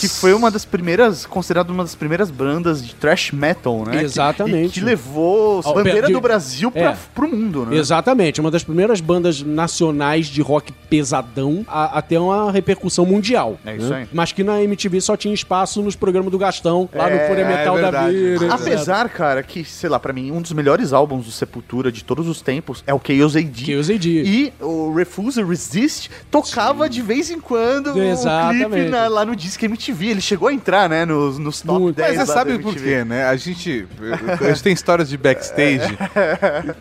[SPEAKER 2] Que foi uma das primeiras, considerada uma das primeiras bandas de thrash metal, né? Que-
[SPEAKER 3] Exatamente.
[SPEAKER 2] e Que, levou a
[SPEAKER 3] Ó,
[SPEAKER 2] bandeira
[SPEAKER 3] de-
[SPEAKER 2] do Brasil pra,
[SPEAKER 3] É.
[SPEAKER 2] pro mundo, né?
[SPEAKER 3] Exatamente, uma das primeiras bandas nacionais de rock pesadão a, a ter uma repercussão mundial.
[SPEAKER 2] É isso
[SPEAKER 3] né?
[SPEAKER 2] aí.
[SPEAKER 3] Mas que na MTV só tinha espaço nos programas do Gastão, lá no
[SPEAKER 2] É,
[SPEAKER 3] Folha Metal
[SPEAKER 2] é
[SPEAKER 3] da
[SPEAKER 2] verdade.
[SPEAKER 3] Vida. etc.
[SPEAKER 2] Apesar, cara, que, sei lá, pra mim, um dos melhores álbuns do Sepultura de todos os tempos é o Chaos AD.
[SPEAKER 3] Chaos AD.
[SPEAKER 2] E o Refuse Resist tocava de vez em quando o clipe
[SPEAKER 9] Exatamente.
[SPEAKER 2] na- lá no Disque MTV. Ele chegou a entrar, né, nos, nos top 10
[SPEAKER 9] Mas você
[SPEAKER 2] lá da
[SPEAKER 9] sabe por
[SPEAKER 2] MTV.
[SPEAKER 9] quê, né? A gente, a gente tem histórias de backstage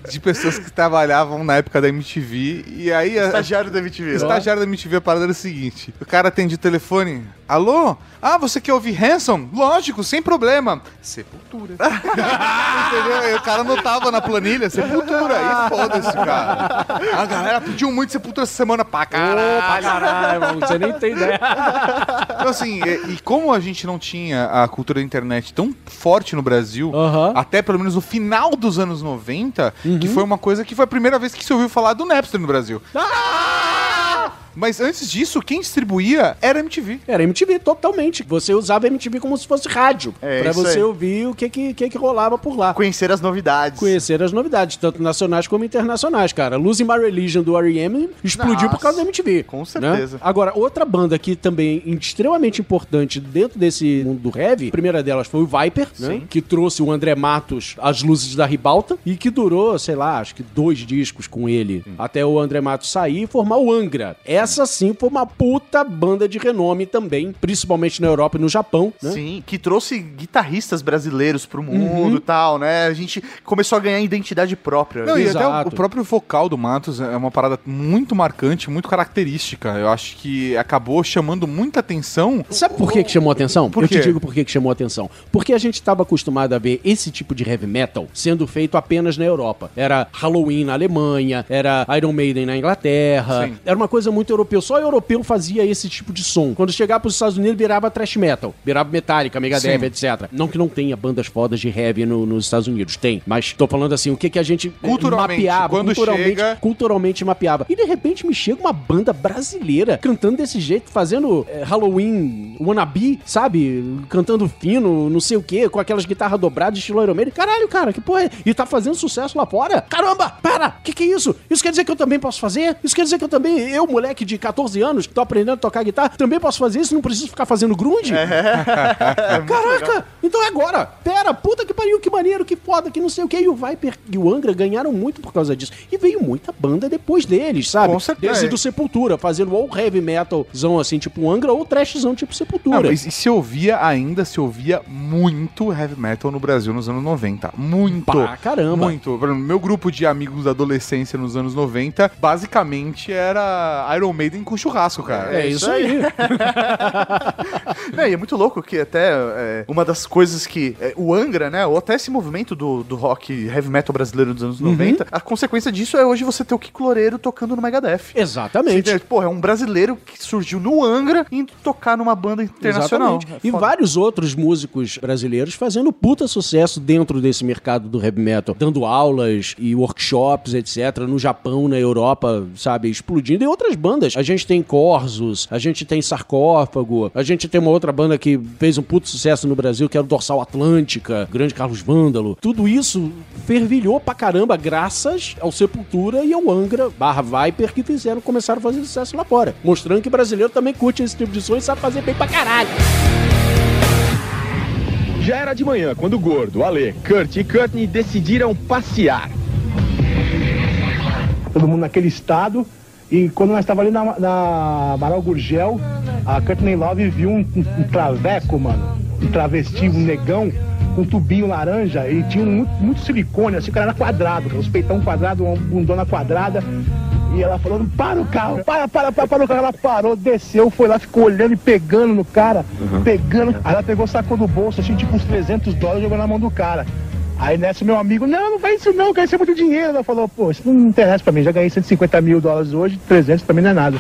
[SPEAKER 9] de pessoas que trabalhavam na época da MTV e aí... é, a-
[SPEAKER 2] Estagiário da MTV.
[SPEAKER 9] Estagiário da MTV, a parada era o seguinte: o cara atende o telefone. Alô? Ah, você quer ouvir Hanson? Lógico, sem problema. Sepultura. Entendeu? E o cara anotava na planilha, Sepultura. E foda-se, cara. A galera pediu muito Sepultura essa semana pra caralho.
[SPEAKER 3] Pra caralho, mano, você nem tem ideia.
[SPEAKER 9] Então, assim, e, e como a gente não tinha a cultura da internet tão forte no Brasil, até pelo menos no final dos anos 90,
[SPEAKER 3] Uhum.
[SPEAKER 9] que foi uma coisa que foi a primeira vez que se ouviu falar do Napster no Brasil.
[SPEAKER 3] Ah!
[SPEAKER 9] Mas antes disso, quem distribuía era a MTV.
[SPEAKER 3] Era MTV, totalmente. Você usava MTV como se fosse rádio.
[SPEAKER 2] É,
[SPEAKER 3] pra
[SPEAKER 2] isso
[SPEAKER 3] você
[SPEAKER 2] aí.
[SPEAKER 3] ouvir o que que, que que rolava por lá.
[SPEAKER 2] Conhecer as novidades.
[SPEAKER 3] Conhecer as novidades, tanto nacionais como internacionais, cara. Losing My Religion do R.E.M. explodiu por causa da MTV. Com
[SPEAKER 2] certeza.
[SPEAKER 3] Agora, outra banda que também é extremamente importante dentro desse mundo do heavy, a primeira delas foi o Viper, né?
[SPEAKER 2] Sim.
[SPEAKER 3] que trouxe o André Matos às luzes da Ribalta e que durou, sei lá, acho que dois discos com ele, até o André Matos sair e formar o Angra. Essa sim foi uma puta banda de renome também, principalmente na Europa e no Japão, né?
[SPEAKER 2] Sim, que trouxe guitarristas brasileiros pro
[SPEAKER 3] Uhum.
[SPEAKER 2] mundo e tal, né? A gente começou a ganhar identidade própria.
[SPEAKER 9] Não, e até o- o, próprio vocal do Matos é uma parada muito marcante, muito característica. Eu acho que acabou chamando muita atenção.
[SPEAKER 3] Sabe por que, que chamou atenção?
[SPEAKER 9] Por
[SPEAKER 3] Eu
[SPEAKER 9] quê?
[SPEAKER 3] te digo por que, que chamou atenção. Porque a gente estava acostumado a ver esse tipo de heavy metal sendo feito apenas na Europa. Era Halloween na Alemanha, era Iron Maiden na Inglaterra.
[SPEAKER 9] Sim.
[SPEAKER 3] Era uma coisa muito europeu. Só europeu fazia esse tipo de som. Quando chegava pros Estados Unidos, virava thrash metal. Virava Metallica, Megadeth, etc. Não que não tenha bandas fodas de heavy no- nos Estados Unidos. Tem. Mas tô falando assim, o que, que a gente eh,
[SPEAKER 9] Culturalmente,
[SPEAKER 3] mapeava.
[SPEAKER 9] quando
[SPEAKER 3] culturalmente,
[SPEAKER 9] chega-
[SPEAKER 3] culturalmente mapeava. E de repente me chega uma banda brasileira cantando desse jeito, fazendo eh, Halloween wannabe, sabe? Cantando fino, não sei o quê, com aquelas guitarras dobradas, estilo Iron Maiden. Caralho, cara, que porra é? E tá fazendo sucesso lá fora. Caramba, para! Que que é isso? Isso quer dizer que eu também posso fazer? Isso quer dizer que eu também, eu, moleque moleque de 14 anos que tô aprendendo a tocar guitarra, também posso fazer isso? Não preciso ficar fazendo
[SPEAKER 9] É.
[SPEAKER 3] grunge?
[SPEAKER 1] É
[SPEAKER 3] Caraca, então é agora. Pera, puta que pariu, que maneiro, que foda, que não sei o que. E o Viper e o Angra ganharam muito por causa disso. E veio muita banda depois deles, sabe?
[SPEAKER 9] Com certeza.
[SPEAKER 3] Desde do Sepultura, fazendo ou heavy metalzão assim, tipo Angra, ou trashzão tipo Sepultura.
[SPEAKER 9] Não, mas e se ouvia ainda, se ouvia muito heavy metal no Brasil nos anos 90. Muito.
[SPEAKER 3] Pra caramba.
[SPEAKER 9] Muito. Por exemplo, Meu grupo de amigos da adolescência nos anos 90, basicamente era Iron Maiden com churrasco, cara.
[SPEAKER 3] É isso aí.
[SPEAKER 2] (laughs) Não, e é muito louco que até é, uma das coisas que. é, o Angra, né? Ou até esse movimento do, do rock heavy metal brasileiro dos anos
[SPEAKER 3] Uhum.
[SPEAKER 2] 90, a consequência disso é hoje você ter o Kiko Loureiro tocando no Megadeth.
[SPEAKER 3] Exatamente.
[SPEAKER 2] Porra, é um brasileiro que surgiu no Angra e indo tocar numa banda internacional.
[SPEAKER 3] Exatamente. E vários outros músicos brasileiros fazendo puta sucesso dentro desse mercado do heavy metal, dando aulas e workshops, etc., no Japão, na Europa, sabe, explodindo. E outras bandas. A gente tem Corsos, a gente tem Sarcófago, a gente tem uma outra banda que fez um puto sucesso no Brasil, que era o Dorsal Atlântica, Grande Carlos Vândalo. Tudo isso fervilhou pra caramba graças ao Sepultura e ao Angra barra Viper que fizeram, começaram a fazer sucesso lá fora. Mostrando que brasileiro também curte esse tipo de som e sabe fazer bem pra caralho.
[SPEAKER 10] Já era de manhã quando o Gordo, Ale, Kurt e Courtney decidiram passear.
[SPEAKER 11] todo mundo naquele estado. E quando nós estávamos ali na, na Amaral Gurgel, a Courtney Love viu um, um- um traveco, mano. Um travesti, um negão, com um tubinho laranja. E tinha um muito, muito silicone, assim, o cara era quadrado, os peitão quadrado, uma bundona quadrada. E ela falando, para o carro, para, para, para, para o carro. Ela parou, desceu, foi lá, ficou olhando e pegando no cara, pegando. Aí ela pegou, sacou do bolso, assim, tipo uns 300 dólares, jogou na mão do cara. Aí nessa meu amigo, não, não faz isso não, cara, isso é muito dinheiro. Ela falou, pô, isso não interessa pra mim, já ganhei 150 mil dólares hoje, 300 pra mim não é nada.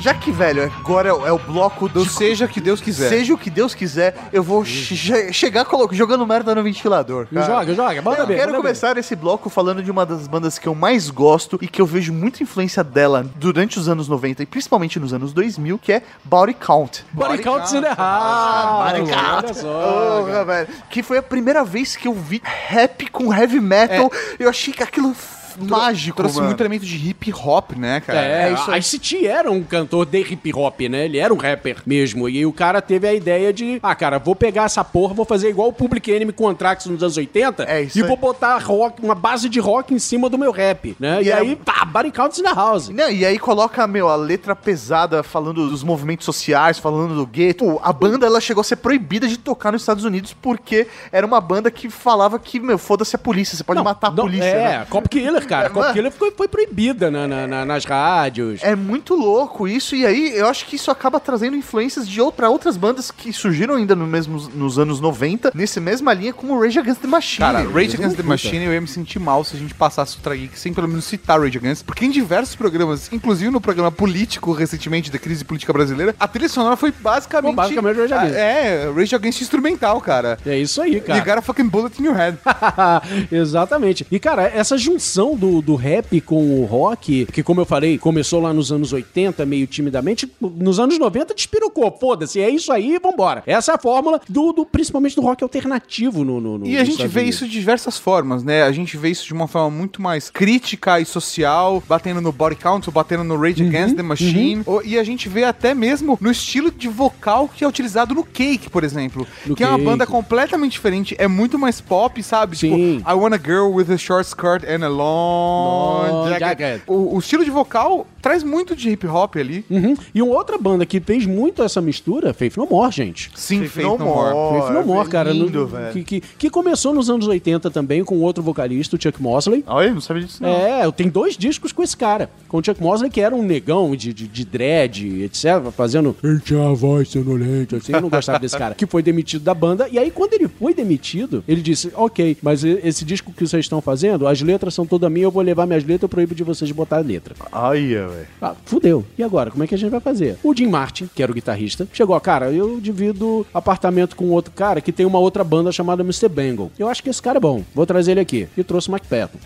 [SPEAKER 2] Já que, velho, agora é o- é o bloco do.
[SPEAKER 9] Então seja o que Deus quiser.
[SPEAKER 2] Seja o que Deus quiser, eu vou che- chegar colo- jogando merda no ventilador. cara.
[SPEAKER 3] Joga, joga, manda
[SPEAKER 2] Eu
[SPEAKER 3] ver,
[SPEAKER 2] quero
[SPEAKER 3] manda
[SPEAKER 2] começar esse bloco falando de uma das bandas que eu mais gosto e que eu vejo muita influência dela durante os anos 90 e principalmente nos anos 2000, que é Body Count.
[SPEAKER 3] Body Count's in the house.
[SPEAKER 2] Body Count.
[SPEAKER 3] Olha só,
[SPEAKER 2] Oh, velho. Que foi a primeira vez que eu vi rap com heavy metal.
[SPEAKER 9] É.
[SPEAKER 2] Eu achei que aquilo f- mágico,
[SPEAKER 9] Trouxe
[SPEAKER 2] mano.
[SPEAKER 9] muito elemento de hip hop, né, cara?
[SPEAKER 3] É, a ICT era um cantor de hip hop, né? Ele era um rapper mesmo. E o cara teve a ideia de, ah, cara, vou pegar essa porra, vou fazer igual o Public Enemy com Anthrax nos anos 80
[SPEAKER 2] É,
[SPEAKER 3] e vou botar rock, uma base de rock em cima do meu rap, né? E,
[SPEAKER 2] E é-
[SPEAKER 3] aí, pá, body counts in the house.
[SPEAKER 2] Não, e aí coloca, meu, a letra pesada falando dos movimentos sociais, falando do gueto. Pô, A banda, ela chegou a ser proibida de tocar nos Estados Unidos porque era uma banda que falava que, meu, foda-se a polícia, você pode matar a polícia.
[SPEAKER 3] É,
[SPEAKER 2] né?
[SPEAKER 3] Cop Killer,
[SPEAKER 2] (laughs)
[SPEAKER 3] cara. Cop Killer foi, foi proibida na- na- na- nas rádios.
[SPEAKER 2] É muito louco isso, e aí eu acho que isso acaba trazendo influências de outra, outras bandas que surgiram ainda no mesmo, nos anos 90, nesse mesma linha como o Rage Against the Machine.
[SPEAKER 9] Cara, Rage
[SPEAKER 2] é
[SPEAKER 9] Against the Machine, eu ia me sentir mal se a gente passasse o Trageek sem pelo menos citar Rage Against, porque em diversos programas, inclusive no programa político recentemente da crise política brasileira, a trilha sonora foi basicamente.
[SPEAKER 3] Foi basicamente Rage Against.
[SPEAKER 9] Ah, É, Rage Against instrumental, cara.
[SPEAKER 3] É isso aí, cara.
[SPEAKER 9] You got a fucking bullet in your head.
[SPEAKER 3] (laughs) Exatamente. E, cara, essa junção do, do rap com o rock, que, como eu falei, começou lá nos anos 80, meio timidamente, nos anos 90 despirocou. Foda-se, é isso aí, vambora. Essa é a fórmula do, do- principalmente do rock alternativo no. no, no-
[SPEAKER 9] E a
[SPEAKER 3] nos
[SPEAKER 9] gente
[SPEAKER 3] Estados
[SPEAKER 9] vê
[SPEAKER 3] Unidos.
[SPEAKER 9] isso de diversas formas, né? A gente vê isso de uma forma muito mais crítica e social, batendo no body count, batendo no Rage Against
[SPEAKER 2] uhum.
[SPEAKER 9] the Machine. Ou- E a gente vê até mesmo no estilo de vocal que é utilizado no Cake, por exemplo.
[SPEAKER 3] No
[SPEAKER 9] que é uma
[SPEAKER 3] Cake.
[SPEAKER 9] banda completamente diferente, é muito mais pop, sabe? Tipo, I want a girl with a short skirt and a long
[SPEAKER 3] Long
[SPEAKER 9] jacket.
[SPEAKER 3] jacket.
[SPEAKER 9] O, o estilo de vocal traz muito de hip hop ali.
[SPEAKER 3] Uhum. E uma outra banda que fez muito essa mistura, Faith No More, gente.
[SPEAKER 9] Sim, Faith, No More. É
[SPEAKER 3] Faith No More, cara. no-
[SPEAKER 2] lindo, velho.
[SPEAKER 3] que, que, que começou nos anos 80 também com outro vocalista, o Chuck Mosley.
[SPEAKER 2] Olha, não sabia disso não.
[SPEAKER 3] É, eu tenho dois discos com esse cara. Com o Chuck Mosley, que era um negão de, de, de dread, etc. Fazendo... Ele tinha a voz sonolenta, assim. Eu não gostava desse cara. Que foi demitido da banda. E aí, quando ele foi demitido, ele disse, ok, mas e- esse disco que vocês estão fazendo, as letras são toda minha, eu vou levar minhas letras, eu proíbo de vocês botar letra.
[SPEAKER 2] Ai, velho.
[SPEAKER 3] Ah, fudeu. E agora, como é que a gente vai fazer? O Jim Martin, que era o guitarrista, chegou, cara, eu divido apartamento com outro cara que tem uma outra banda chamada Mr. Bengal. Eu acho que esse cara é bom. Vou trazer ele aqui. E trouxe o Mike Patton.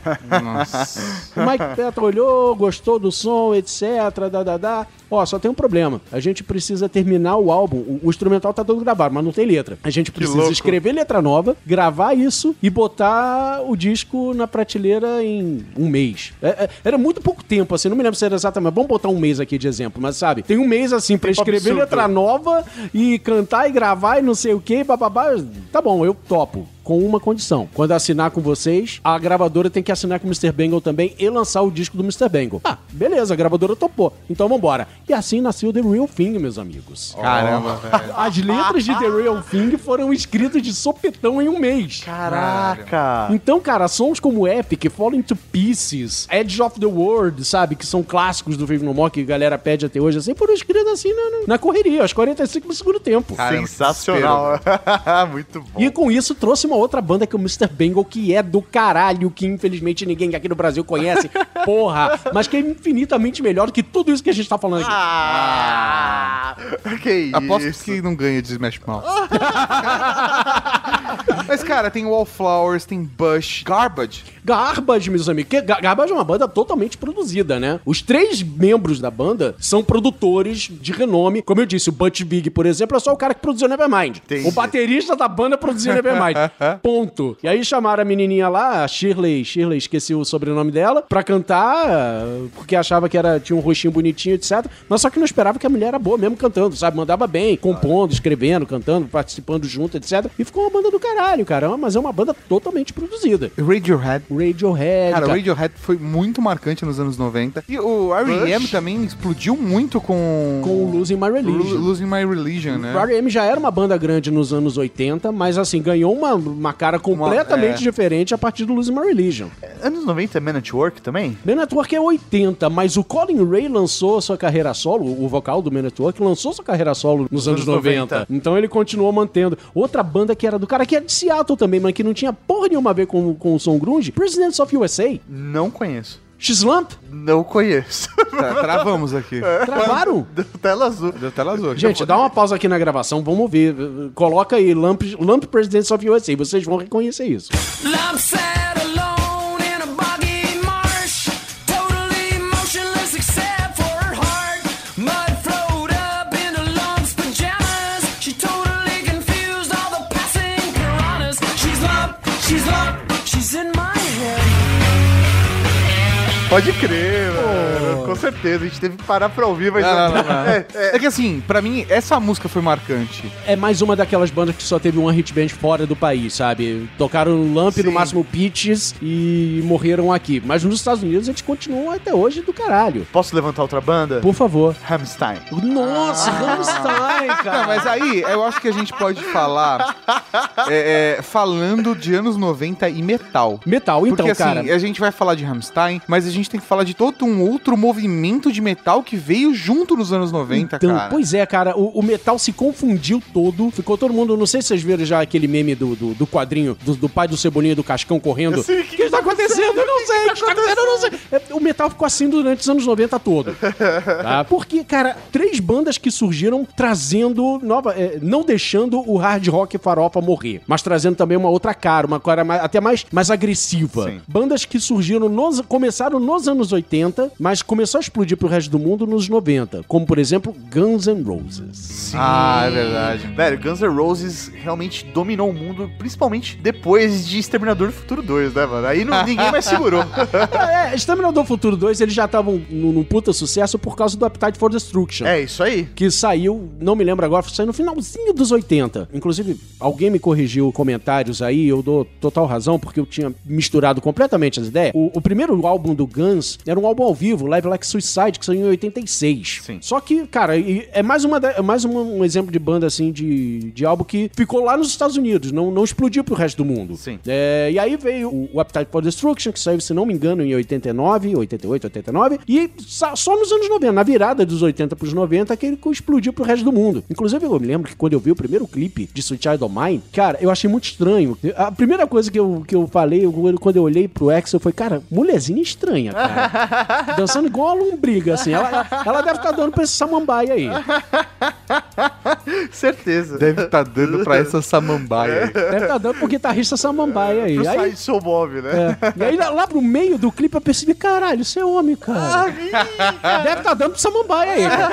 [SPEAKER 3] O Mike
[SPEAKER 1] (laughs)
[SPEAKER 3] Patton olhou, gostou do som, etc, da, da, da. Ó, só tem um problema. A gente precisa terminar o álbum. O, o instrumental tá todo gravado, mas não tem letra. A gente precisa
[SPEAKER 9] louco.
[SPEAKER 3] escrever letra nova, gravar isso e botar o disco na prateleira em um mês. É, é, era muito pouco tempo, assim. Não me lembro se era mas vamos botar um mês aqui de exemplo, mas sabe? Tem um mês assim pra
[SPEAKER 7] Tempo
[SPEAKER 3] escrever
[SPEAKER 7] absurdo.
[SPEAKER 3] letra nova e cantar e gravar e não sei o que, bababá. Tá bom, eu topo. Com uma condição. Quando assinar com vocês, a gravadora tem que assinar com o Mr. Bangle também e lançar o disco do Mr. Bangle. Ah, beleza, a gravadora topou. Então vambora. E assim nasceu The Real Thing, meus amigos.
[SPEAKER 9] (laughs) Caramba,
[SPEAKER 2] é.
[SPEAKER 9] velho.
[SPEAKER 3] (laughs) As letras de The Real Thing foram escritas de sopetão em um mês.
[SPEAKER 2] Caraca!
[SPEAKER 3] Então, cara, sons como Epic, Falling to Pieces, Edge of the World, sabe? Que são clássicos do Vive No More, que a galera pede até hoje, assim, foram escritos assim na, na- na correria, aos 45 do segundo tempo.
[SPEAKER 2] Sensacional. é (laughs) Muito bom.
[SPEAKER 3] E com isso trouxe uma outra banda que é o Mr. Bangle, que é do caralho, que infelizmente ninguém aqui no
[SPEAKER 2] (laughs)
[SPEAKER 3] Brasil conhece, porra, mas que é infinitamente melhor do que tudo isso que a gente tá falando aqui.
[SPEAKER 2] Ah! que
[SPEAKER 9] Aposto que não ganha de Smash Mouth. Mas, cara, tem Wallflowers, tem Bush, Garbage.
[SPEAKER 3] Garbage, meus amigos. Que Ga- Garbage é uma banda totalmente produzida, né? Os três membros da banda são produtores de renome. Como eu disse, o Butch Big, por exemplo, é só o cara que produziu Nevermind. O baterista da banda produziu Nevermind. Ponto. E aí chamaram a menininha lá, a Shirley, Shirley, esqueci o sobrenome dela, pra cantar, porque achava que era, tinha um rostinho bonitinho, etc. Mas só que não esperava que a mulher era boa mesmo cantando, sabe? Mandava bem, compondo, escrevendo, cantando, participando junto, etc. E ficou uma banda do caralho, caramba, mas é uma banda totalmente produzida.
[SPEAKER 9] Radiohead.
[SPEAKER 3] Radiohead.
[SPEAKER 9] Cara, o Radiohead foi muito marcante nos anos 90. E o R.E.M.
[SPEAKER 3] Bush?
[SPEAKER 9] também explodiu muito com...
[SPEAKER 3] Com o Losing My Religion.
[SPEAKER 9] Lo- Losing My Religion, né?
[SPEAKER 3] O R.E.M. já era uma banda grande nos anos 80, mas assim, ganhou uma, uma cara completamente
[SPEAKER 2] é.
[SPEAKER 3] diferente a partir do Losing My Religion.
[SPEAKER 2] Anos 90 é Man at Work também?
[SPEAKER 3] Man at Work é 80, mas o Colin Ray lançou sua carreira solo, o vocal do Man at Work lançou sua carreira solo nos anos
[SPEAKER 2] anos
[SPEAKER 3] 90.
[SPEAKER 2] 90.
[SPEAKER 3] Então ele continuou mantendo. Outra banda que era do cara que era de Seattle também, mas que não tinha porra nenhuma a ver com, com o som grunge, Presidents of USA.
[SPEAKER 2] Não conheço.
[SPEAKER 3] X-Lump?
[SPEAKER 2] Não conheço.
[SPEAKER 9] Tá, travamos aqui.
[SPEAKER 3] Travaram?
[SPEAKER 2] É. (laughs) Deu tela azul.
[SPEAKER 9] Deu tela azul.
[SPEAKER 3] Gente, dá uma pausa aqui na gravação, vamos ver. Coloca aí Lump, Lump Presidents of USA, vocês vão reconhecer isso.
[SPEAKER 4] Lump sat alone in a boggy marsh, totally motionless except for her heart. Mud flowed up into Lump's pajamas. She totally confused all the passing piranhas. She's lump, she's lump, she's in my head.
[SPEAKER 2] Pode crer, mano. Com certeza, a gente teve que parar pra ouvir, mas...
[SPEAKER 9] Não, não, não, não.
[SPEAKER 2] (laughs) É,
[SPEAKER 9] É, que assim, pra mim, essa música foi marcante.
[SPEAKER 3] É mais uma daquelas bandas que só teve um hit band fora do país, sabe? Tocaram no Lamp, no máximo Pitches e morreram aqui. Mas nos Estados Unidos eles continuam até hoje do caralho.
[SPEAKER 2] Posso levantar outra banda?
[SPEAKER 3] Por favor.
[SPEAKER 2] Hamstein.
[SPEAKER 3] Nossa, Rammstein, cara.
[SPEAKER 9] Não, mas aí, eu acho que a gente pode falar é, é, falando de anos 90 e metal.
[SPEAKER 3] Metal, então,
[SPEAKER 9] Porque, assim,
[SPEAKER 3] cara.
[SPEAKER 9] a gente vai falar de Rammstein, mas a gente tem que falar de todo um outro movimento de metal que veio junto nos anos 90,
[SPEAKER 3] Então,
[SPEAKER 9] cara.
[SPEAKER 3] pois é, cara, o, o metal se confundiu todo. Ficou todo mundo. Não sei se vocês viram já aquele meme do, do, do quadrinho do, do pai do Cebolinha e do Cascão correndo.
[SPEAKER 4] Eu sei
[SPEAKER 3] o que, está acontecendo? Eu não sei. O que está acontecendo? Eu não sei. É, O metal ficou assim durante os anos 90 todo. (laughs) tá? Porque, cara, três bandas que surgiram trazendo nova. é, não deixando o hard rock farofa morrer, mas trazendo também uma outra cara, uma cara mais- até mais, mais agressiva. Bandas que surgiram, nos, começaram nos anos 80, mas começou a explodir pro resto do mundo nos 90. Como, por exemplo, Guns N' Roses.
[SPEAKER 9] Ah, é verdade.
[SPEAKER 2] Velho, Guns N' Roses realmente dominou o mundo, principalmente depois de Exterminador do Futuro 2, né, mano? Aí não- ninguém mais segurou.
[SPEAKER 3] (laughs) é, Exterminador do Futuro 2, eles já estavam num num puta sucesso por causa do Appetite for Destruction.
[SPEAKER 2] É, isso aí.
[SPEAKER 3] Que saiu, não me lembro agora, saiu no finalzinho dos 80. Inclusive, alguém me corrigiu comentários aí, eu dou total razão, porque eu tinha misturado completamente as ideias. O, o primeiro álbum do Guns era um álbum ao vivo, Live Like Suicide, que saiu em 86. Sim. Só que, cara, e é mais, uma, da- é mais uma- um exemplo de banda, assim, de, de álbum que ficou lá nos Estados Unidos, não, não explodiu pro resto do mundo. Sim. e aí veio o, o Appetite for Destruction, que saiu, se não me engano, em 89, 88, 89, e sa- só nos anos 90, na virada dos 80 pros 90, que ele co- explodiu pro resto do mundo. Inclusive, eu me lembro que quando eu vi o primeiro clipe de Sweet Child of Mine, cara, eu achei muito estranho. A primeira coisa que eu, que eu falei, eu- quando eu olhei pro Axel, foi, cara, mulherzinha estranha, cara. Dançando igual uma lombriga, assim. Ela, ela deve estar dando pra esse samambaia aí.
[SPEAKER 2] Certeza.
[SPEAKER 9] Deve estar dando pra essa samambaia. aí.
[SPEAKER 3] Deve estar dando pro guitarrista samambaia aí.
[SPEAKER 2] Pro
[SPEAKER 3] aí
[SPEAKER 2] site Soul Bob, né?
[SPEAKER 3] É. E aí lá, lá pro meio do clipe eu percebi, caralho, isso é homem, cara. (laughs) Deve tá dando pro samambaia aí. cara.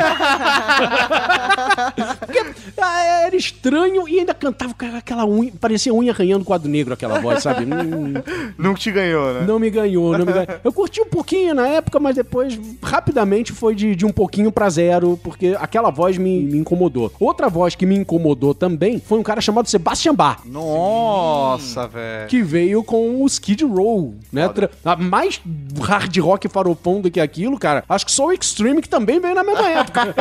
[SPEAKER 3] Porque ah, era estranho e ainda cantava com aquela unha, parecia unha arranhando quadro negro aquela voz, sabe? Hum,
[SPEAKER 2] Não te ganhou, né?
[SPEAKER 3] Não me ganhou, não me ganhou. Eu curti um pouquinho na época, mas depois rapidamente foi de, de um pouquinho pra zero, porque aquela voz me, me incomodou. Outra voz que me incomodou também foi um cara chamado Sebastian Bach.
[SPEAKER 9] Nossa, velho.
[SPEAKER 3] Que veio com o Skid Row, né? Tra- a mais hard rock farofão do que aquilo, cara. Acho que só o Extreme que também veio na
[SPEAKER 2] (laughs)
[SPEAKER 3] mesma época.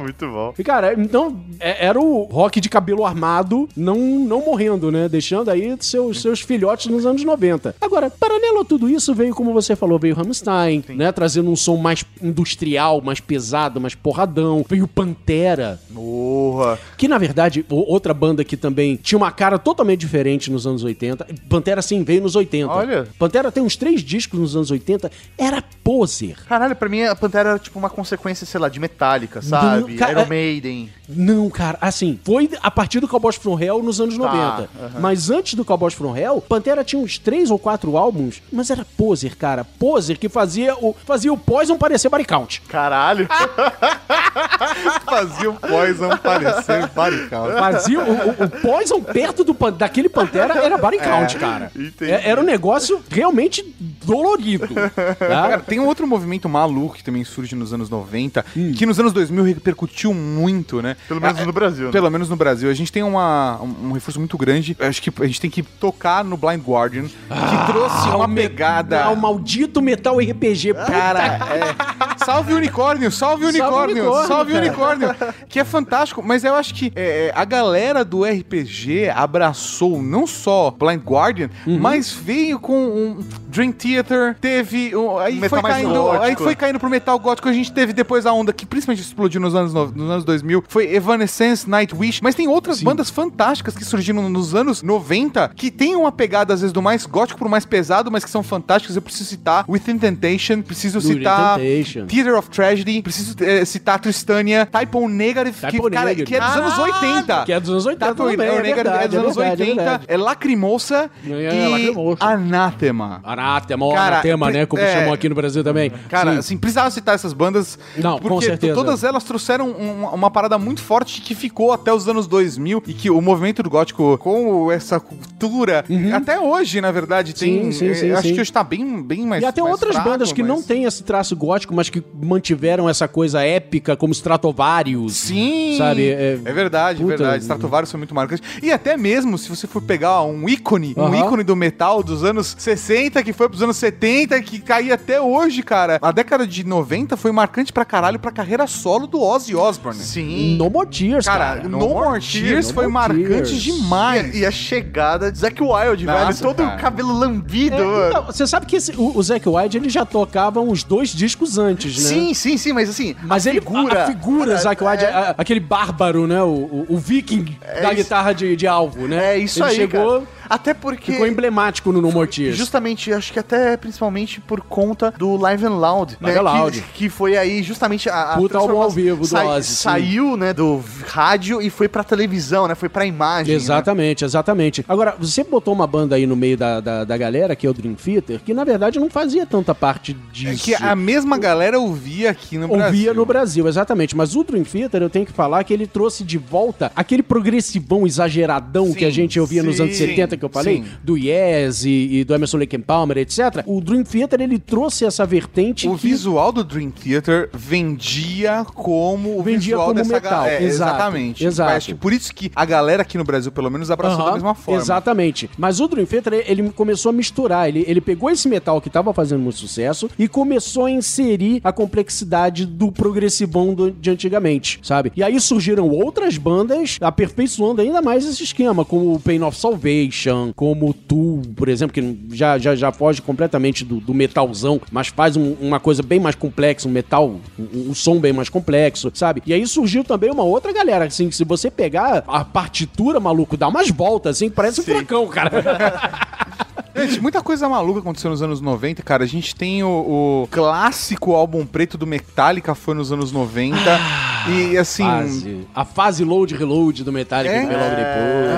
[SPEAKER 2] Muito bom.
[SPEAKER 3] E, cara, então é- era o rock de cabelo armado não, não morrendo, né? Deixando aí seus, seus filhotes nos anos 90. Agora, paralelo a tudo isso, veio, como você falou, veio o Rammstein, né? Trazendo um som mais industrial, mais pesado, mais porradão. Veio o Pantera.
[SPEAKER 2] Porra.
[SPEAKER 3] Que, na verdade, o- outra banda que também tinha uma cara totalmente diferente nos anos 80. Pantera, sim, veio nos 80.
[SPEAKER 2] Olha.
[SPEAKER 3] Pantera tem uns três discos nos anos 80. Era poser.
[SPEAKER 2] Caralho, pra mim a Pantera era tipo uma consequência, sei lá, de Metallica, sabe?
[SPEAKER 3] Não, cara,
[SPEAKER 2] Iron Maiden.
[SPEAKER 3] Não, cara, assim, foi a partir do Cowboys from Hell nos anos
[SPEAKER 2] Tá,
[SPEAKER 3] 90.
[SPEAKER 2] aham.
[SPEAKER 3] Mas antes do Cowboys from Hell, Pantera tinha uns três ou quatro álbuns, mas era poser, cara. Poser que fazia o, fazia o Poison parecer body count.
[SPEAKER 2] Caralho. (laughs) Fazia o Poison parecer body count.
[SPEAKER 3] Fazia o, o, o Poison perto do, pan- daquele Pantera era body count,
[SPEAKER 9] É,
[SPEAKER 3] cara.
[SPEAKER 9] entendi.
[SPEAKER 3] É- Era um negócio realmente dolorido. tá?
[SPEAKER 9] Cara, tem um outro movimento maluco que também surge nos anos 90,
[SPEAKER 3] Hum.
[SPEAKER 9] que nos anos 2000 repercutiu muito, né?
[SPEAKER 2] Pelo menos no Brasil, né?
[SPEAKER 9] Pelo menos no Brasil. A gente tem uma, um um reforço muito grande. Acho que a gente tem que tocar no Blind Guardian,
[SPEAKER 2] Ah,
[SPEAKER 9] que trouxe uma pegada.
[SPEAKER 3] Ah, o maldito Metal RPG.
[SPEAKER 9] Cara, é. Salve o unicórnio, salve o
[SPEAKER 3] Salve o
[SPEAKER 9] unicórnio,
[SPEAKER 3] unicórnio,
[SPEAKER 9] salve o
[SPEAKER 3] cara.
[SPEAKER 9] unicórnio. Que é fantástico, mas eu acho que é, é, a galera do RPG abraçou não só Blind Guardian,
[SPEAKER 3] Uhum.
[SPEAKER 9] mas veio com um Dream Theater, teve. um- aí,
[SPEAKER 2] metal
[SPEAKER 9] foi
[SPEAKER 2] mais
[SPEAKER 9] caindo, aí
[SPEAKER 2] gótico.
[SPEAKER 9] foi caindo pro metal gótico. A gente teve depois a onda que principalmente explodiu nos anos, no- nos anos 2000, foi Evanescence, Nightwish. Mas tem outras bandas fantásticas que surgiram nos anos 90 que tem uma pegada, às vezes, do mais gótico pro mais pesado, mas que são fantásticas. Eu preciso citar Within Temptation, preciso preciso
[SPEAKER 3] During
[SPEAKER 9] citar
[SPEAKER 3] Temptation.
[SPEAKER 9] Theater of Tragedy, preciso eh, citar Tristania, Type O Negative,
[SPEAKER 3] Type
[SPEAKER 9] que,
[SPEAKER 3] O
[SPEAKER 9] cara,
[SPEAKER 3] Negative.
[SPEAKER 9] que é dos anos
[SPEAKER 3] Caralho!
[SPEAKER 9] 80.
[SPEAKER 3] Que é dos anos 80
[SPEAKER 9] Type O
[SPEAKER 3] também, é
[SPEAKER 9] Negative é
[SPEAKER 3] verdade,
[SPEAKER 9] dos
[SPEAKER 3] é
[SPEAKER 9] anos
[SPEAKER 3] verdade, é
[SPEAKER 9] 80,
[SPEAKER 3] verdade.
[SPEAKER 9] é Lacrimosa
[SPEAKER 3] É,
[SPEAKER 9] e
[SPEAKER 3] Lacrimosa.
[SPEAKER 9] Anátema.
[SPEAKER 3] Anátema, ó,
[SPEAKER 9] Cara,
[SPEAKER 3] anatema, né? Como
[SPEAKER 9] é.
[SPEAKER 3] chamam aqui no Brasil também.
[SPEAKER 9] Cara,
[SPEAKER 3] Sim.
[SPEAKER 9] assim, precisava citar essas bandas.
[SPEAKER 3] Não, com certeza.
[SPEAKER 9] todas elas trouxeram um- uma, parada muito forte que ficou até os anos 2000 e que o movimento do gótico com essa cultura, até hoje, na verdade, tem.
[SPEAKER 3] Uhum. Sim, sim,
[SPEAKER 9] eh,
[SPEAKER 3] sim,
[SPEAKER 9] acho
[SPEAKER 3] sim.
[SPEAKER 9] que hoje tá bem, bem mais.
[SPEAKER 3] E até
[SPEAKER 9] mais
[SPEAKER 3] outras
[SPEAKER 9] fraco, né?
[SPEAKER 3] bandas que
[SPEAKER 9] mas-
[SPEAKER 3] não têm esse traço gótico, mas que mantiveram essa coisa épica, como Stratovarius.
[SPEAKER 9] Sim!
[SPEAKER 3] Sabe?
[SPEAKER 9] É, verdade,
[SPEAKER 3] puta.
[SPEAKER 9] é verdade. Stratovarius foi muito marcante. E até mesmo, se você for pegar um ícone, um
[SPEAKER 3] Aham.
[SPEAKER 9] ícone do metal dos anos 60, que foi pros anos 70, que caiu até hoje, cara. A década de 90 foi marcante pra caralho pra carreira solo do Ozzy Osbourne.
[SPEAKER 2] Sim.
[SPEAKER 3] No More Tears, cara.
[SPEAKER 9] Cara, No, More Tears
[SPEAKER 3] No
[SPEAKER 9] foi
[SPEAKER 3] More
[SPEAKER 9] marcante
[SPEAKER 3] Tears.
[SPEAKER 9] demais.
[SPEAKER 2] E a chegada de Zack Wild, velho.
[SPEAKER 9] Nossa,
[SPEAKER 2] Todo
[SPEAKER 9] cara.
[SPEAKER 2] o cabelo lambido,
[SPEAKER 3] É,
[SPEAKER 2] mano.
[SPEAKER 3] então, você sabe que esse- o, o Zack Wilde ele já tocava uns dois discos antes, né?
[SPEAKER 2] Sim, sim, sim, mas assim,
[SPEAKER 3] Mas ele, figura, a, a figura Zack Wilde, a- aquele bárbaro, né? O, o, o viking da
[SPEAKER 2] É. isso.
[SPEAKER 3] guitarra de, de alvo, né?
[SPEAKER 2] É isso
[SPEAKER 3] ele
[SPEAKER 2] aí,
[SPEAKER 3] chegou,
[SPEAKER 2] cara. Até porque...
[SPEAKER 3] ficou emblemático no No More Tears.
[SPEAKER 2] Justamente, acho que até principalmente por conta do Live and Loud, né,
[SPEAKER 3] Live and
[SPEAKER 2] Que-
[SPEAKER 3] Loud.
[SPEAKER 2] Que, foi aí justamente a, a
[SPEAKER 3] Puta álbum ao
[SPEAKER 2] transformação-
[SPEAKER 3] vivo do Ozzy, sim.
[SPEAKER 2] Saiu, né, do rádio e foi pra televisão, né? Foi pra imagem. né?
[SPEAKER 3] Exatamente, exatamente. Agora, você botou uma banda aí no meio da, da, da galera, que é o Dream Theater, que na verdade não fazia tanta parte
[SPEAKER 9] É
[SPEAKER 3] disso.
[SPEAKER 9] que a mesma galera ouvia aqui no Brasil.
[SPEAKER 3] Ouvia no Brasil, exatamente. Mas o Dream Theater, eu tenho que falar que ele trouxe de volta aquele progressivão exageradão que a gente ouvia nos
[SPEAKER 9] sim,
[SPEAKER 3] anos 70, que eu falei,
[SPEAKER 9] sim.
[SPEAKER 3] do Yes e, e do Emerson Lake and Palmer, etc. O Dream Theater, ele trouxe essa vertente
[SPEAKER 9] O
[SPEAKER 3] que...
[SPEAKER 9] visual do Dream Theater vendia como o
[SPEAKER 3] Vendia
[SPEAKER 9] visual
[SPEAKER 3] como
[SPEAKER 9] dessa
[SPEAKER 3] metal,
[SPEAKER 9] galera. É,
[SPEAKER 3] exato,
[SPEAKER 9] exatamente.
[SPEAKER 3] exato.
[SPEAKER 9] Acho que por isso que a galera aqui no Brasil, pelo menos, abraçou
[SPEAKER 3] Aham,
[SPEAKER 9] da mesma forma.
[SPEAKER 3] Exatamente. Mas o Dream Theater, ele começou a misturar. Ele, ele pegou esse metal que tava fazendo muito sucesso e começou a inserir a complexidade do progressivão do- de antigamente, sabe? E aí surgiram outras bandas aperfeiçoando ainda mais esse esquema, como o Pain of Salvation, como o Tool, por exemplo, que já, já, já foge completamente do, do metalzão, mas faz um- uma coisa bem mais complexa, um metal, um, um som bem mais complexo, sabe? E aí surgiu também uma outra galera, assim, que se você pegar a partitura, maluco, dá umas voltas, assim, parece um furacão, cara.
[SPEAKER 9] (laughs) Gente, muita coisa maluca aconteceu nos anos 90, cara. A gente tem o, o clássico álbum preto do Metallica, foi nos anos 90.
[SPEAKER 3] Ah,
[SPEAKER 9] e assim.
[SPEAKER 3] fase. A fase load reload do Metallica que veio logo depois.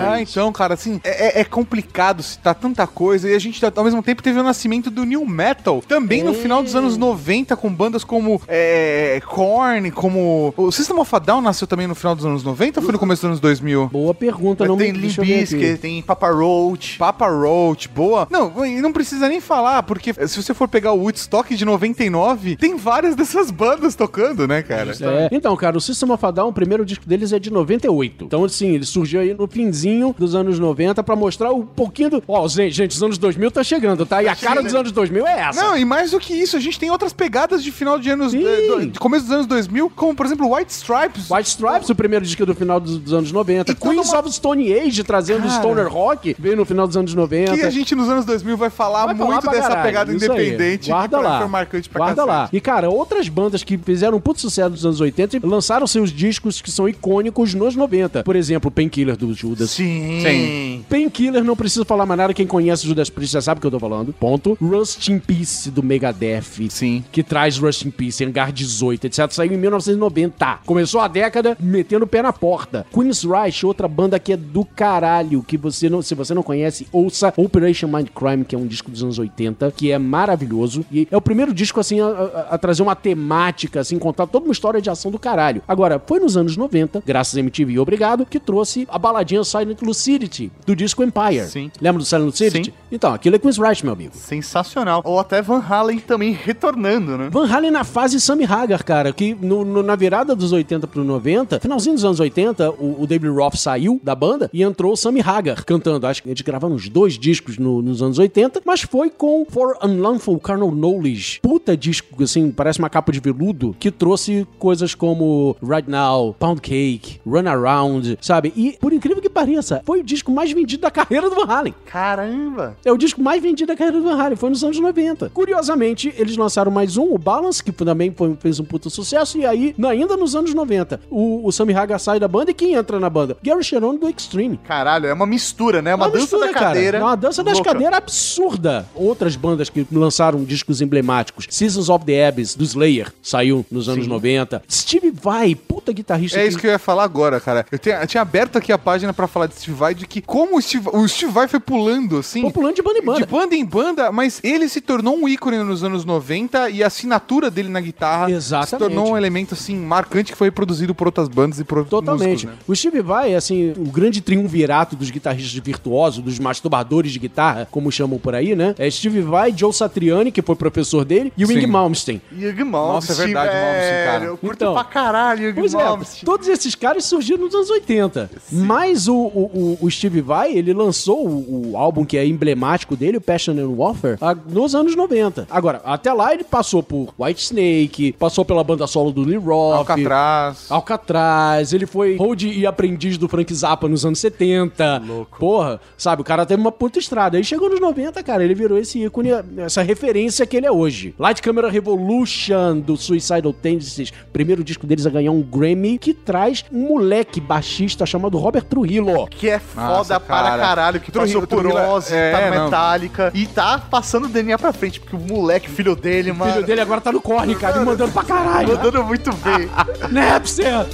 [SPEAKER 9] É. Ah, então, cara, assim, é, é- é complicado citar tanta coisa. E a gente, ao mesmo tempo, teve o nascimento do New Metal, também no final
[SPEAKER 3] Hum.
[SPEAKER 9] dos anos 90, com bandas como é, Korn, como. O System of a Down nasceu também no final dos anos 90 ou foi no começo dos anos 2000?
[SPEAKER 3] Boa pergunta,
[SPEAKER 9] não Tem
[SPEAKER 3] me-
[SPEAKER 9] Limp
[SPEAKER 3] deixa eu ver aqui.
[SPEAKER 9] Bizkit, tem Papa Roach. Papa Roach, boa. Não, e não precisa nem falar, porque se você for pegar o Woodstock de 99, tem várias dessas bandas tocando, né, cara?
[SPEAKER 3] É. Então, cara, o System of a Down, o primeiro disco deles é de 98. Então, assim, ele surgiu aí no finzinho dos anos 90 pra mostrar um pouquinho do... Ó, gente, gente, os anos 2000 tá chegando, tá? E a cara dos anos 2000 é essa.
[SPEAKER 9] Não, e mais do que isso, a gente tem outras pegadas de final de anos. eh, do- de começo dos anos 2000, como, por exemplo, White Stripes.
[SPEAKER 3] White Stripes, o primeiro disco do final dos, dos anos 90. Queens of Stone Age trazendo
[SPEAKER 9] Cara.
[SPEAKER 3] Stoner Rock, veio no final dos anos 90.
[SPEAKER 9] Que a gente nos anos 2000 vai falar
[SPEAKER 3] Vai falar
[SPEAKER 9] muito
[SPEAKER 3] Tá pra
[SPEAKER 9] dessa
[SPEAKER 3] caralho,
[SPEAKER 9] pegada
[SPEAKER 3] isso aí.
[SPEAKER 9] independente. que
[SPEAKER 3] Guarda
[SPEAKER 9] pra-
[SPEAKER 3] lá.
[SPEAKER 9] Foi marcante pra
[SPEAKER 3] Guarda
[SPEAKER 9] cacete.
[SPEAKER 3] lá. E, cara, outras bandas que fizeram um puto sucesso nos anos 80 lançaram seus discos que são icônicos nos 90. Por exemplo, Painkiller do Judas.
[SPEAKER 9] Sim.
[SPEAKER 3] Sim. Painkiller, não preciso falar mais nada. Quem conhece o Judas Priest já sabe o que eu tô falando. Ponto. Rust in Peace do Megadeth.
[SPEAKER 9] Sim.
[SPEAKER 3] Que traz Rust in Peace, Hangar 18, etc. Saiu em 1990. Começou a década metendo o pé na porta. Queen's Rush, outra banda que é do caralho, que você não, se você não conhece, ouça Operation Mindcrime, que é um disco dos anos 80, que é maravilhoso. E é o primeiro disco, assim, a, a- a trazer uma temática, assim, contar toda uma história de ação do caralho. Agora, foi nos anos 90, graças a MTV e Obrigado, que trouxe a baladinha Silent Lucidity, do disco Empire.
[SPEAKER 2] Sim.
[SPEAKER 3] Lembra do Silent Lucidity? Então, aquilo é Queen's Rush, meu amigo.
[SPEAKER 2] Sensacional. Ou até Van Halen também retornando, né?
[SPEAKER 3] Van Halen na fase Sammy Hagar, cara, que no- no- na virada dos 80 pro 90, finalzinho dos anos 80, o, o David Roth saiu da banda e entrou o Sammy Hagar cantando. Acho que eles gravaram uns dois discos no- nos anos 80, mas foi com For Unlawful Carnal Knowledge. Puta disco, assim, parece uma capa de veludo, que trouxe coisas como Right Now, Pound Cake, Run Around, sabe? E, por incrível que pareça, foi o disco mais vendido da carreira do Van Halen.
[SPEAKER 2] Caramba!
[SPEAKER 3] É o disco mais vendido da carreira do Van Halen, foi nos anos 90. Curiosamente, eles lançaram mais um, o Balance, que também foi- fez um puta sucesso, e aí, na- ainda nos anos 90, o, o Sammy Hagar sai da banda e quem entra na banda? Gary Cherone do Extreme.
[SPEAKER 2] Caralho, é uma mistura, né? É uma, dança da
[SPEAKER 3] cara.
[SPEAKER 2] cadeira.
[SPEAKER 3] É uma dança das
[SPEAKER 2] Louca.
[SPEAKER 3] cadeiras absurda. Outras bandas que lançaram discos emblemáticos. Seasons of the Abyss, do Slayer, saiu nos anos
[SPEAKER 9] Sim.
[SPEAKER 3] 90. Steve Vai, puta guitarrista.
[SPEAKER 9] É isso que eu ia falar agora, cara. Eu, tinha- eu tinha aberto aqui a página pra falar de Steve Vai, de que como o Steve, o Steve Vai foi pulando, assim. Foi
[SPEAKER 3] pulando de banda em
[SPEAKER 9] banda. De banda em banda, mas ele se tornou um ícone nos anos 90 e a assinatura dele na guitarra se tornou um elemento, assim, marcante que foi reproduzido por outras bandas e por outros
[SPEAKER 3] Totalmente.
[SPEAKER 9] músicos, né?
[SPEAKER 3] O Steve Vai é, assim, o grande triunvirato dos guitarristas virtuosos, dos masturbadores de guitarra, como chamam por aí, né? É Steve Vai, Joe Satriani, que foi professor dele, e o Ing
[SPEAKER 9] Sim.
[SPEAKER 3] Malmsteen.
[SPEAKER 2] Ig
[SPEAKER 9] Nossa, é verdade, Malmsteen, cara.
[SPEAKER 2] Eu curto pra caralho o Ig
[SPEAKER 3] Então, pois
[SPEAKER 2] Malmsteen.
[SPEAKER 3] É, todos esses caras surgiram nos anos 80. Mas o, o, o- o Steve Vai, ele lançou o, o álbum que é emblemático dele, o Passion and Warfare, a- nos anos 90. Agora, até lá ele passou por White Snake, passou pela banda solo do Lee Roth.
[SPEAKER 9] Alcatraz.
[SPEAKER 3] Alcatraz. Ele foi hold e aprendiz do Frank Zappa nos anos 70. Louco. Porra, sabe, o cara teve uma puta estrada. Aí chegou nos 90, cara, ele virou esse ícone, essa referência que ele é hoje. Light Camera Revolution, do Suicidal Tendencies, primeiro disco deles a ganhar um Grammy, que traz um moleque baixista chamado Robert Trujillo.
[SPEAKER 2] Que é Foda para caralho, que
[SPEAKER 9] Trujillo-
[SPEAKER 2] passou por
[SPEAKER 3] né?
[SPEAKER 9] Trujillo é-
[SPEAKER 2] Ozzy,
[SPEAKER 9] é,
[SPEAKER 2] tá
[SPEAKER 9] não.
[SPEAKER 2] no Metallica e tá passando o DNA pra frente, porque o moleque, filho dele, mano.
[SPEAKER 3] filho dele agora tá no corre, cara, e mandando pra caralho. Né,
[SPEAKER 2] Mandando muito bem.
[SPEAKER 3] (laughs) Napster!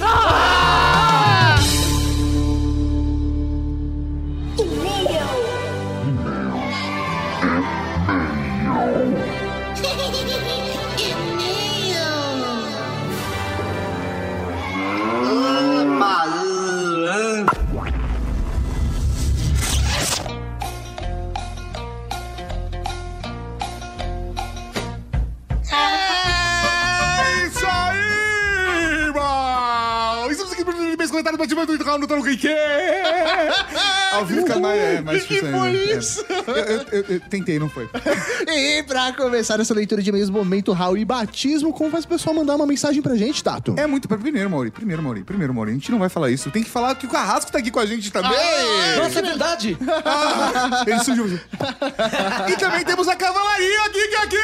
[SPEAKER 1] É isso aí, irmão! Estamos aqui para meus comentários para time do Itaú no Tano Quem Ao vivo fica mais, é, mais
[SPEAKER 8] Que
[SPEAKER 1] difícil
[SPEAKER 8] foi
[SPEAKER 1] ainda, é.
[SPEAKER 8] isso?
[SPEAKER 1] Eu, eu- eu- eu tentei, não foi.
[SPEAKER 14] E pra começar essa leitura de e-mails, momento Raul e batismo, como faz o pessoal mandar uma mensagem pra gente, Tato?
[SPEAKER 1] É muito. Primeiro, Mauri, primeiro, Mauri, primeiro, Mauri. A gente não vai falar isso. Tem que falar que o Carrasco tá aqui com a gente também.
[SPEAKER 14] Ah, nossa, é
[SPEAKER 1] verdade. ele surgiu. E também temos a cavalaria aqui, que é aqui!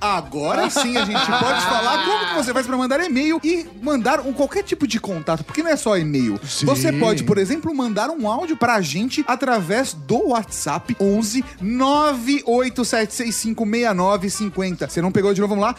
[SPEAKER 9] Agora sim a gente pode falar como que você faz pra mandar e-mail e mandar um, qualquer tipo de contato, porque não é só e-mail. Você pode, por exemplo, mandar um áudio pra gente através do WhatsApp 11 987656950. Você não pegou de novo, vamos lá?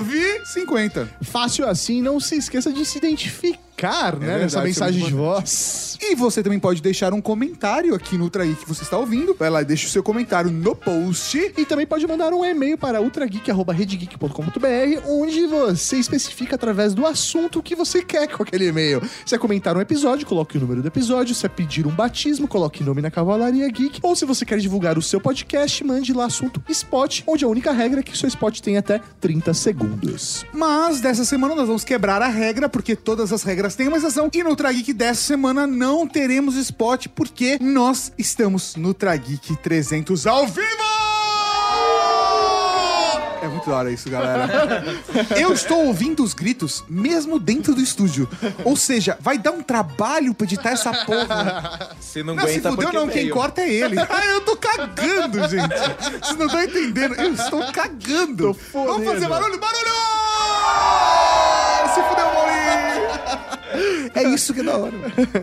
[SPEAKER 9] 987656950.
[SPEAKER 2] Fácil assim, não se esqueça de se identificar.
[SPEAKER 9] Cara,
[SPEAKER 2] né, nessa mensagem de
[SPEAKER 9] voz. E você também pode deixar um comentário aqui no Ultra Geek que você está ouvindo. Vai lá e deixa o seu comentário no post.
[SPEAKER 2] E também pode mandar um e-mail para ultrageek.redgeek.com.br, onde você especifica através do assunto o que você quer com aquele e-mail. Se é comentar um episódio, coloque o número do episódio. Se é pedir um batismo, coloque nome na Cavalaria Geek. Ou se você quer divulgar o seu podcast, mande lá assunto spot, onde a única regra é que o seu spot tem até 30 segundos.
[SPEAKER 9] Mas dessa semana nós vamos quebrar a regra, porque todas as regras têm uma exceção. E no Trageek dessa semana não teremos spot, porque nós estamos no Trageek 300 ao vivo! É muito da hora isso, galera. Eu estou ouvindo os gritos, mesmo dentro do estúdio. Ou seja, vai dar um trabalho pra editar essa porra.
[SPEAKER 6] Se não,
[SPEAKER 9] Não, se
[SPEAKER 6] aguenta
[SPEAKER 9] fudeu
[SPEAKER 6] porque
[SPEAKER 9] não, quem
[SPEAKER 6] veio.
[SPEAKER 9] corta é ele. Ah, eu tô cagando, gente. Vocês não estão entendendo. Eu estou cagando. Vamos fazer barulho? Barulho! Se fudeu, Maurinho!
[SPEAKER 2] É isso que é da hora.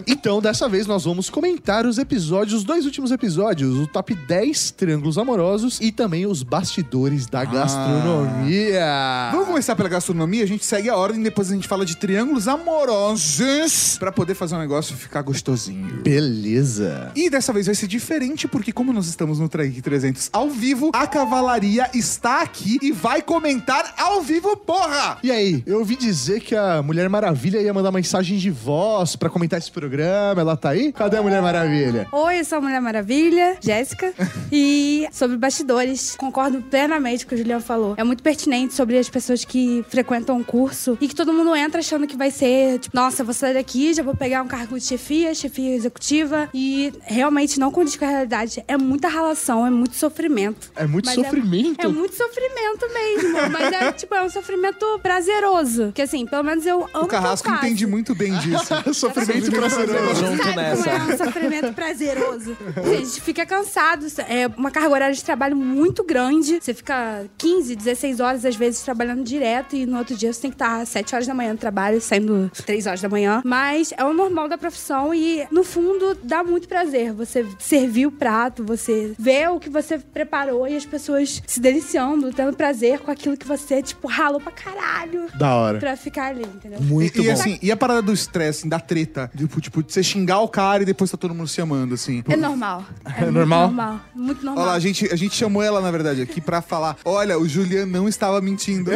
[SPEAKER 2] Então, dessa vez, nós vamos comentar os episódios, os dois últimos episódios, o top 10 triângulos amorosos e também os bastidores da gastronomia.
[SPEAKER 9] Ah. Vamos começar pela gastronomia, a gente segue a ordem, depois a gente fala de triângulos amorosos pra poder fazer um negócio ficar gostosinho.
[SPEAKER 2] Beleza.
[SPEAKER 9] E dessa vez vai ser diferente, porque como nós estamos no Traik 300 ao vivo, a cavalaria está aqui e vai comentar ao vivo, porra!
[SPEAKER 2] E aí, eu ouvi dizer que a Mulher Maravilha ia mandar mensagem de voz pra comentar esse programa. Ela tá aí? Cadê a Mulher Maravilha?
[SPEAKER 15] Oi, eu sou a Mulher Maravilha,
[SPEAKER 9] (laughs)
[SPEAKER 15] Jéssica, e sobre bastidores, concordo plenamente com o que o Julião falou. É muito pertinente sobre as pessoas que frequentam o curso e que todo mundo entra achando que vai ser, tipo, nossa, vou sair daqui, já vou pegar um cargo de chefia, chefia executiva, e realmente não condiz com a realidade. É muita ralação, é muito sofrimento.
[SPEAKER 2] É muito sofrimento?
[SPEAKER 15] É, muito sofrimento mesmo, (laughs) mas é, tipo, é um sofrimento prazeroso, que assim, pelo menos eu amo
[SPEAKER 9] O Carrasco
[SPEAKER 15] que eu faço.
[SPEAKER 9] entende muito bem
[SPEAKER 15] (laughs)
[SPEAKER 9] disso.
[SPEAKER 2] (laughs) Sofrimento
[SPEAKER 15] Você
[SPEAKER 2] prazeroso.
[SPEAKER 15] sabe como É um sofrimento prazeroso.
[SPEAKER 9] Tá
[SPEAKER 15] A (laughs) gente fica cansado. É uma carga horária de trabalho muito grande. Você fica 15, 16 horas, às vezes, trabalhando direto. E no outro dia você tem que estar às 7 horas da manhã no trabalho, saindo 3 horas da manhã. Mas é o normal da profissão e, no fundo, dá muito prazer. Você servir o prato, você ver o que você preparou e as pessoas se deliciando, tendo prazer com aquilo que você, tipo, ralou pra caralho.
[SPEAKER 9] Da hora.
[SPEAKER 15] Pra ficar ali, entendeu?
[SPEAKER 9] e, e, assim, e a parada do estresse, assim, da treta, tipo, tipo, de você xingar o cara e depois tá todo mundo se amando, assim.
[SPEAKER 15] É normal.
[SPEAKER 9] (laughs) É
[SPEAKER 15] muito
[SPEAKER 9] normal?
[SPEAKER 15] normal. Muito normal.
[SPEAKER 9] Olha lá, a gente, a gente chamou ela, na verdade, aqui pra falar: olha, o Julian não estava mentindo.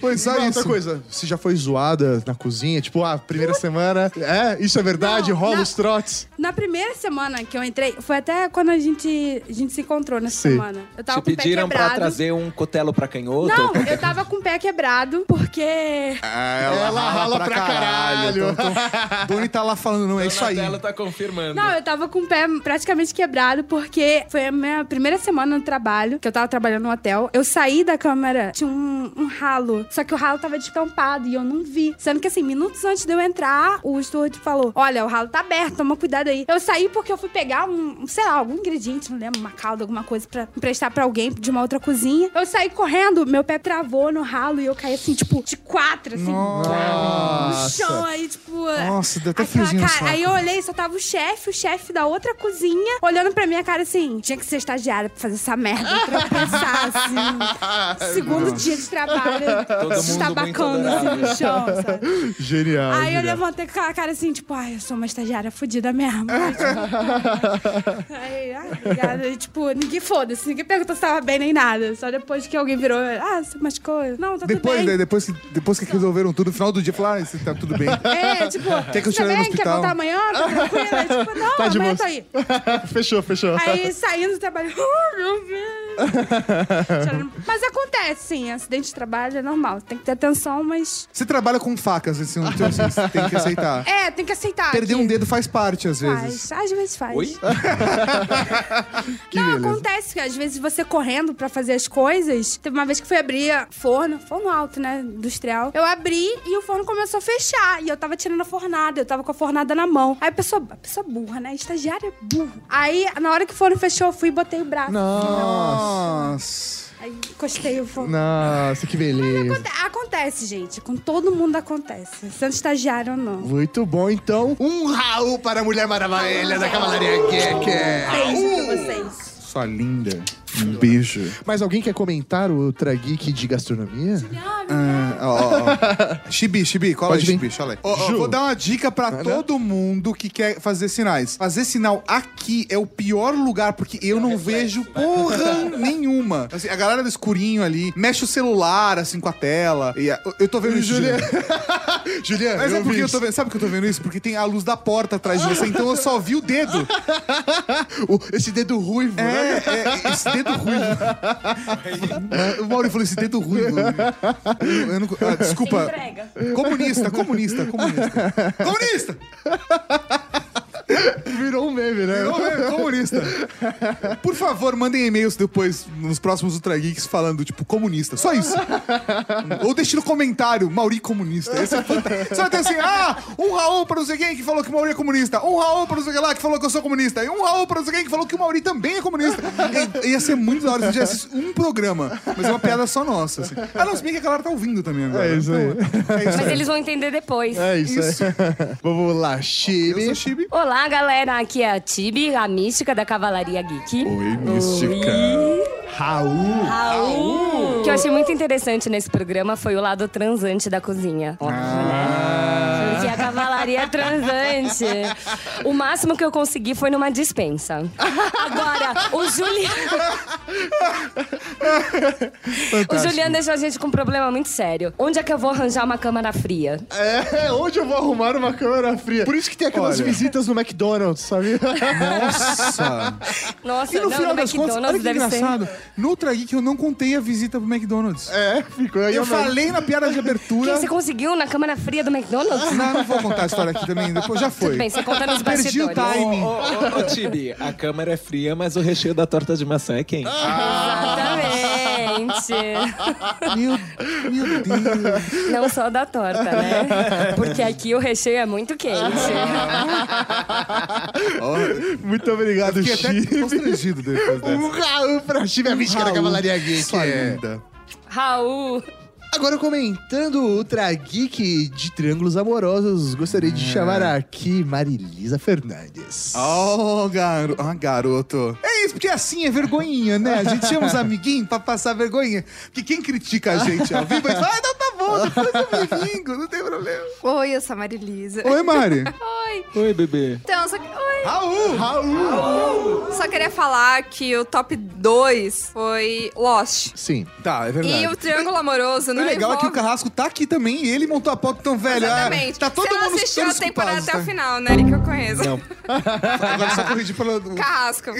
[SPEAKER 2] Pois só
[SPEAKER 9] isso.
[SPEAKER 2] outra coisa, você já foi zoada na cozinha? Tipo, ah, primeira semana, é, isso é verdade, rola
[SPEAKER 15] não.
[SPEAKER 2] os trotes.
[SPEAKER 15] Na primeira semana que eu entrei, foi até quando a gente, a gente se encontrou nessa
[SPEAKER 6] Sim.
[SPEAKER 15] semana. Eu tava
[SPEAKER 6] Te
[SPEAKER 15] com o pé
[SPEAKER 6] pediram pra
[SPEAKER 15] quebrado.
[SPEAKER 6] trazer um cotelo pra canhoto?
[SPEAKER 15] Não, eu tava com o pé quebrado, porque.
[SPEAKER 6] Ah,
[SPEAKER 9] ela, rala pra, caralho. Então, Doni tá lá falando, não, é isso aí.
[SPEAKER 6] tá confirmando.
[SPEAKER 15] Não, eu tava com o pé praticamente quebrado, porque foi a minha primeira semana no trabalho, que eu tava trabalhando no hotel. Eu saí da câmera, tinha um, um ralo, só que o ralo tava descampado e eu não vi. Sendo que, assim, minutos antes de eu entrar, o estúdio falou: Olha, o ralo tá aberto, toma cuidado aí. Eu saí porque eu fui pegar um, um, sei lá, algum ingrediente, não lembro, uma calda, alguma coisa pra emprestar pra alguém de uma outra cozinha. Eu saí correndo, meu pé travou no ralo e eu caí, assim, tipo, de quatro, assim, no chão, aí, tipo.
[SPEAKER 9] Nossa, deu até
[SPEAKER 15] aquela
[SPEAKER 9] friozinho
[SPEAKER 2] um
[SPEAKER 9] no
[SPEAKER 15] cara-
[SPEAKER 9] saco.
[SPEAKER 15] Aí eu olhei, só tava o chefe, o chefe da outra cozinha, olhando pra minha cara assim: tinha que ser estagiária pra fazer essa merda, tropeçar,
[SPEAKER 2] (laughs)
[SPEAKER 15] assim. Segundo
[SPEAKER 2] Nossa.
[SPEAKER 15] dia de trabalho,
[SPEAKER 2] Todo mundo
[SPEAKER 1] tá
[SPEAKER 15] se tabacando
[SPEAKER 2] muito
[SPEAKER 15] assim
[SPEAKER 2] adorável.
[SPEAKER 15] no chão,
[SPEAKER 2] (laughs)
[SPEAKER 15] sabe?
[SPEAKER 2] Genial.
[SPEAKER 15] Aí eu
[SPEAKER 2] genial.
[SPEAKER 15] levantei com aquela cara assim, tipo, ai, eu sou uma estagiária fodida
[SPEAKER 2] (laughs)
[SPEAKER 15] mesmo. Aí, tipo, ai, ai, obrigada. E, tipo, ninguém foda-se, ninguém perguntou se tava bem nem nada. Só depois que alguém virou, ah, você machucou. Não, tá tudo
[SPEAKER 9] Depois,
[SPEAKER 15] bem. Tá.
[SPEAKER 9] né, depois, que, depois que resolveram tudo, no final do dia, falaram, ah, isso tá tudo bem.
[SPEAKER 15] (laughs) É, tipo,
[SPEAKER 9] Quer que eu te
[SPEAKER 15] você
[SPEAKER 9] leve no
[SPEAKER 15] vem? Quer
[SPEAKER 9] hospital?
[SPEAKER 15] voltar amanhã? Tá tranquila? Tipo, não,
[SPEAKER 9] Tá de
[SPEAKER 15] amanhã
[SPEAKER 9] boa.
[SPEAKER 15] tá aí.
[SPEAKER 2] (laughs) fechou, fechou.
[SPEAKER 15] Aí saindo do trabalho, (laughs) oh, meu Deus. Mas acontece, sim. Acidente de trabalho é normal. Tem que ter atenção, mas.
[SPEAKER 9] Você trabalha com facas, assim, não tem, você tem que aceitar.
[SPEAKER 15] É, tem que aceitar.
[SPEAKER 9] Tá. Perder
[SPEAKER 15] que
[SPEAKER 9] um dedo faz parte, às vezes.
[SPEAKER 15] Faz, às vezes faz.
[SPEAKER 9] Que
[SPEAKER 15] não,
[SPEAKER 9] beleza.
[SPEAKER 15] acontece que às vezes você correndo pra fazer as coisas. Teve uma vez que fui abrir forno, forno alto, né? Industrial. Eu abri e o forno começou a fechar. E eu tava tirando a fornada, eu tava com a fornada na mão. Aí a pessoa, a pessoa burra, né? Estagiário é burro. Aí, na hora que o forno fechou, eu fui e botei o braço.
[SPEAKER 9] Nossa.
[SPEAKER 15] Aí encostei o forno.
[SPEAKER 2] Nossa, que
[SPEAKER 9] é
[SPEAKER 2] beleza.
[SPEAKER 15] Aconte- Acontece, gente. Com todo mundo acontece. Sendo estagiário ou não.
[SPEAKER 2] Muito bom, então. Um Raul para a Mulher Maravilha da Cavalaria Geek.
[SPEAKER 15] Beijo pra vocês.
[SPEAKER 9] Sua linda. Um beijo.
[SPEAKER 2] Mas alguém quer comentar o Ultra Geek de gastronomia?
[SPEAKER 15] né?
[SPEAKER 9] Ah, ó, ó. Chibi, Chibi, cola
[SPEAKER 2] Pode
[SPEAKER 9] aí,
[SPEAKER 2] vir.
[SPEAKER 9] Chibi, deixa eu ler. Ó, ó,
[SPEAKER 2] Ju.
[SPEAKER 9] vou dar uma (laughs) dica pra todo mundo que quer fazer sinais. Fazer sinal aqui é o pior lugar, porque eu não vejo porra (laughs) nenhuma. Assim, a galera do escurinho ali mexe o celular, assim, com a tela. E a- eu- eu tô vendo isso,
[SPEAKER 2] Juliano.
[SPEAKER 9] (laughs) Juliano, Mas
[SPEAKER 2] eu
[SPEAKER 9] é porque
[SPEAKER 2] vi
[SPEAKER 9] eu tô vendo. Sabe por que eu tô vendo isso? Porque tem a luz da porta atrás de você, então eu só vi o (laughs) dedo.
[SPEAKER 2] Esse dedo ruivo.
[SPEAKER 9] É, é, esse dedo ruivo. O Mauro falou esse dedo ruivo. Eu- eu não- ah, desculpa. Comunista, comunista, comunista.
[SPEAKER 2] (laughs)
[SPEAKER 9] Comunista!
[SPEAKER 2] Virou um meme, né?
[SPEAKER 9] Virou um meme, comunista. Por favor, mandem e-mails depois, nos próximos Ultra Geeks, falando, tipo, comunista. Só isso. Ou deixe no comentário, Mauri comunista. Esse é fantástico. Só tem assim, ah, um Raul pra não sei quem que falou que o Mauri é comunista. Um Raul pra não sei quem lá que falou que eu sou comunista. E um Raul pra não sei quem que falou que o Mauri também é comunista. E- ia ser muito da hora se fizesse um programa, mas é uma piada só nossa. assim. Ah, não, se bem que a galera tá ouvindo também agora. Então,
[SPEAKER 2] É isso aí.
[SPEAKER 16] Mas eles vão entender depois.
[SPEAKER 2] É isso. aí. Vamos lá, Chibi.
[SPEAKER 16] Olá, galera. Aqui é a Tibi, a mística da Cavalaria Geek.
[SPEAKER 9] Oi, mística.
[SPEAKER 2] Raul.
[SPEAKER 16] Raul. O que eu achei muito interessante nesse programa foi o lado transante da cozinha. Óbvio,
[SPEAKER 1] Ah.
[SPEAKER 16] né? Porque a cavalaria é transante. O máximo que eu consegui foi numa dispensa.
[SPEAKER 9] (laughs)
[SPEAKER 16] Agora, o Juliano. O Juliano deixou a gente com um problema muito sério. Onde é que eu vou arranjar uma câmara fria?
[SPEAKER 2] É, onde eu vou arrumar uma câmera fria? Por isso que tem aquelas
[SPEAKER 16] Olha.
[SPEAKER 2] visitas no McDonald's, sabe?
[SPEAKER 9] (laughs) Nossa.
[SPEAKER 16] Nossa,
[SPEAKER 9] E no
[SPEAKER 16] não,
[SPEAKER 9] final
[SPEAKER 16] no
[SPEAKER 9] das contas, olha
[SPEAKER 16] McDonald's
[SPEAKER 9] que
[SPEAKER 16] deve ser.
[SPEAKER 9] engraçado. No Ultra Geek eu não contei a visita pro McDonald's.
[SPEAKER 2] É, ficou
[SPEAKER 9] Eu,
[SPEAKER 2] aí mesmo.
[SPEAKER 9] falei na piada de abertura.
[SPEAKER 16] Quem você conseguiu na câmara fria do McDonald's?
[SPEAKER 9] Não, não vou contar a história aqui também. Depois já foi.
[SPEAKER 16] Tudo bem, você conta nos
[SPEAKER 9] Perdi o
[SPEAKER 16] bastidores.
[SPEAKER 9] timing.
[SPEAKER 6] Ô, ô, ô, Tibi, a câmera é fria, mas o recheio da torta de maçã é quente.
[SPEAKER 16] Exatamente.
[SPEAKER 9] Meu, meu Deus.
[SPEAKER 16] Não só da torta, né? Porque aqui o recheio é muito quente.
[SPEAKER 2] Muito obrigado,
[SPEAKER 9] Fiquei até
[SPEAKER 2] Chibi.
[SPEAKER 9] constrangido depois (laughs)
[SPEAKER 2] Um
[SPEAKER 9] dessa.
[SPEAKER 2] Raul pra Chibi, a mística da
[SPEAKER 9] Raul,
[SPEAKER 2] Cavalaria Geek.
[SPEAKER 9] sua linda.
[SPEAKER 16] Raul.
[SPEAKER 2] Agora comentando o Ultra Geek de Triângulos Amorosos, gostaria de chamar aqui Marilisa Fernandes.
[SPEAKER 9] Oh, garo... ah, garoto. É isso, porque assim é vergonhinha, né? A gente chama os amiguinhos pra passar vergonha. Porque quem critica a gente ao vivo, a gente fala, ah, não, tá bom, depois eu me vingo, não tem problema.
[SPEAKER 17] Oi, eu sou a Marilisa.
[SPEAKER 9] Oi, Mari.
[SPEAKER 17] Oi.
[SPEAKER 6] Oi, bebê.
[SPEAKER 17] Então, só que... Oi.
[SPEAKER 9] Raul.
[SPEAKER 2] Raul.
[SPEAKER 17] Só queria falar que o top 2 foi Lost.
[SPEAKER 2] Sim.
[SPEAKER 9] Tá, é verdade.
[SPEAKER 17] E o Triângulo Amoroso
[SPEAKER 9] O
[SPEAKER 17] não
[SPEAKER 9] legal é que o
[SPEAKER 17] envolve...
[SPEAKER 9] Carrasco tá aqui também e ele montou a pauta tão velho. ah,
[SPEAKER 17] Exatamente.
[SPEAKER 9] Tá todo
[SPEAKER 17] Você não
[SPEAKER 9] mundo
[SPEAKER 17] assistiu a
[SPEAKER 9] todos
[SPEAKER 17] temporada
[SPEAKER 9] culpados,
[SPEAKER 17] até
[SPEAKER 9] tá?
[SPEAKER 17] o final, né? Que eu conheço.
[SPEAKER 9] Agora só corrigi pelo.
[SPEAKER 17] Carrasco.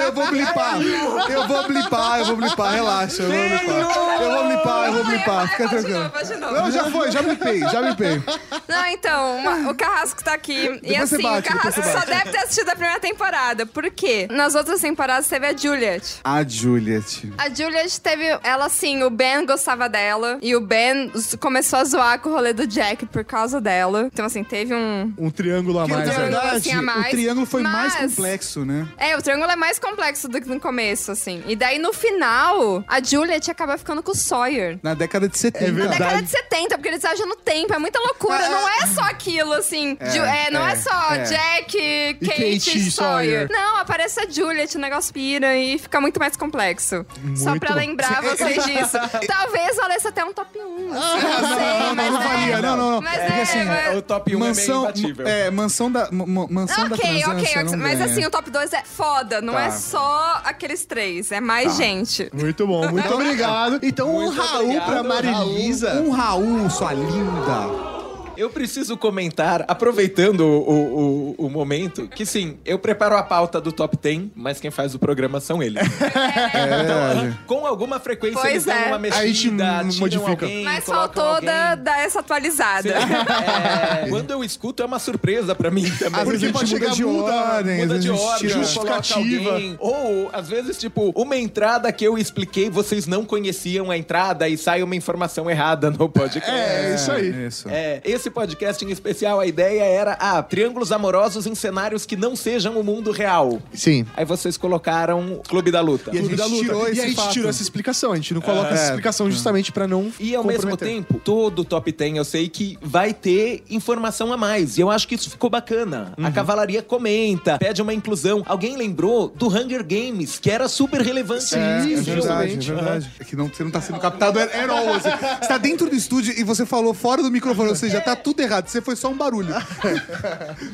[SPEAKER 9] Eu vou blipar, eu vou blipar, eu vou blipar, relaxa, eu vou blipar. Eu vou blipar, eu vou blipar, fica tranquilo. Não, já foi, já blipei, já blipei.
[SPEAKER 17] Não, então, uma- o Carrasco tá aqui. e
[SPEAKER 9] Depois você
[SPEAKER 17] assim,
[SPEAKER 9] bate,
[SPEAKER 17] o
[SPEAKER 9] depois
[SPEAKER 17] Carrasco
[SPEAKER 9] você
[SPEAKER 17] só
[SPEAKER 9] bate.
[SPEAKER 17] deve ter assistido a primeira temporada. Por quê? Nas outras temporadas teve a Juliet.
[SPEAKER 9] A Ah, Juliet.
[SPEAKER 17] A Juliet teve. Ela assim, o Ben gostava dela. E o Ben z- começou a zoar com o rolê do Jack por causa dela. Então, assim, teve um.
[SPEAKER 2] Um triângulo a
[SPEAKER 9] Que, na
[SPEAKER 2] mais. né?
[SPEAKER 9] verdade,
[SPEAKER 17] assim a mais,
[SPEAKER 9] o triângulo foi mais
[SPEAKER 17] mas-
[SPEAKER 9] complexo, né?
[SPEAKER 17] É, o triângulo é mais complexo do que no começo, assim. E daí, no final, a Juliet acaba ficando com o Sawyer.
[SPEAKER 9] Na década de 70.
[SPEAKER 17] Na década de 70, porque eles viajam no tempo, é muita loucura. não é só aquilo, assim.
[SPEAKER 9] É,
[SPEAKER 17] Ju- É, não é,
[SPEAKER 9] é,
[SPEAKER 17] só
[SPEAKER 9] é.
[SPEAKER 17] Jack, Kate,
[SPEAKER 9] Kate
[SPEAKER 17] e
[SPEAKER 9] e
[SPEAKER 17] Sawyer.
[SPEAKER 9] Sawyer.
[SPEAKER 17] Não, aparece a Juliet, o negócio pira e fica muito mais complexo. só
[SPEAKER 9] Muito
[SPEAKER 17] pra
[SPEAKER 9] bom. (laughs)
[SPEAKER 17] lembrar
[SPEAKER 9] Sim.
[SPEAKER 17] vocês disso. Talvez valesse até um top 1. assim, eu não sei,
[SPEAKER 9] Ah, não,
[SPEAKER 17] mas
[SPEAKER 9] não valia, não, não, não.
[SPEAKER 17] Mas
[SPEAKER 9] Porque
[SPEAKER 17] é,
[SPEAKER 9] assim,
[SPEAKER 17] mas-
[SPEAKER 6] o
[SPEAKER 18] um
[SPEAKER 6] top 1 é meio imbatível.
[SPEAKER 9] É, mansão da. ma- ma- Mansão da
[SPEAKER 17] Ok, ok,
[SPEAKER 9] transância
[SPEAKER 17] ok.
[SPEAKER 9] não
[SPEAKER 17] mas
[SPEAKER 9] ganha.
[SPEAKER 17] assim, o top 2 é foda, não
[SPEAKER 9] Tá.
[SPEAKER 17] é só aqueles três, é mais
[SPEAKER 9] Tá.
[SPEAKER 17] gente.
[SPEAKER 2] Muito bom, muito
[SPEAKER 6] Então,
[SPEAKER 9] então,
[SPEAKER 6] um
[SPEAKER 2] obrigado. Então, um Raul pra Marilisa.
[SPEAKER 9] Um Raul, sua linda.
[SPEAKER 6] Eu preciso comentar, aproveitando o, o- o- o momento, que sim, eu preparo a pauta do top 10, mas quem faz o programa são
[SPEAKER 9] (laughs)
[SPEAKER 6] eles. Então,
[SPEAKER 9] É.
[SPEAKER 6] com alguma frequência
[SPEAKER 17] Pois
[SPEAKER 6] eles dão
[SPEAKER 17] é.
[SPEAKER 6] uma mexida,
[SPEAKER 17] Aí
[SPEAKER 6] tiram
[SPEAKER 17] modifica.
[SPEAKER 6] alguém,
[SPEAKER 17] Mas
[SPEAKER 6] colocam
[SPEAKER 17] faltou
[SPEAKER 6] alguém.
[SPEAKER 17] da, dar essa (laughs) atualizada.
[SPEAKER 6] É, (laughs) quando eu escuto é uma surpresa pra mim também. tipo,
[SPEAKER 2] Às vezes a gente muda de ordem,
[SPEAKER 6] muda
[SPEAKER 2] às
[SPEAKER 6] de
[SPEAKER 2] vezes a gente
[SPEAKER 6] ordem,
[SPEAKER 2] tira
[SPEAKER 6] coloca
[SPEAKER 2] justificativa.
[SPEAKER 6] alguém. Ou, às vezes, tipo, uma entrada que eu expliquei, vocês não conheciam a entrada e sai uma informação errada no podcast.
[SPEAKER 2] É, isso aí.
[SPEAKER 19] Isso.
[SPEAKER 6] É, esse podcast em especial, a ideia era, ah, triângulos amorosos em cenários que não sejam o mundo real.
[SPEAKER 2] Sim.
[SPEAKER 6] Aí vocês colocaram Clube da Luta.
[SPEAKER 2] E a gente tirou
[SPEAKER 6] E
[SPEAKER 2] esse
[SPEAKER 6] aí a gente
[SPEAKER 2] fato.
[SPEAKER 6] tirou
[SPEAKER 2] essa explicação. A gente não coloca essa explicação justamente pra não
[SPEAKER 6] e ao mesmo tempo, todo top 10 eu sei que vai ter informação a mais. E eu acho que isso ficou bacana. A cavalaria comenta, pede uma inclusão. Alguém lembrou do Hunger Games, que era super relevante.
[SPEAKER 9] é, é
[SPEAKER 6] Sim,
[SPEAKER 9] verdade, é
[SPEAKER 6] realmente.
[SPEAKER 9] verdade. É que não, você não tá sendo captado at at all. Você, você tá dentro do estúdio e você falou fora do microfone, ou seja, tá tudo errado. Você foi só um
[SPEAKER 17] (laughs)
[SPEAKER 9] barulho.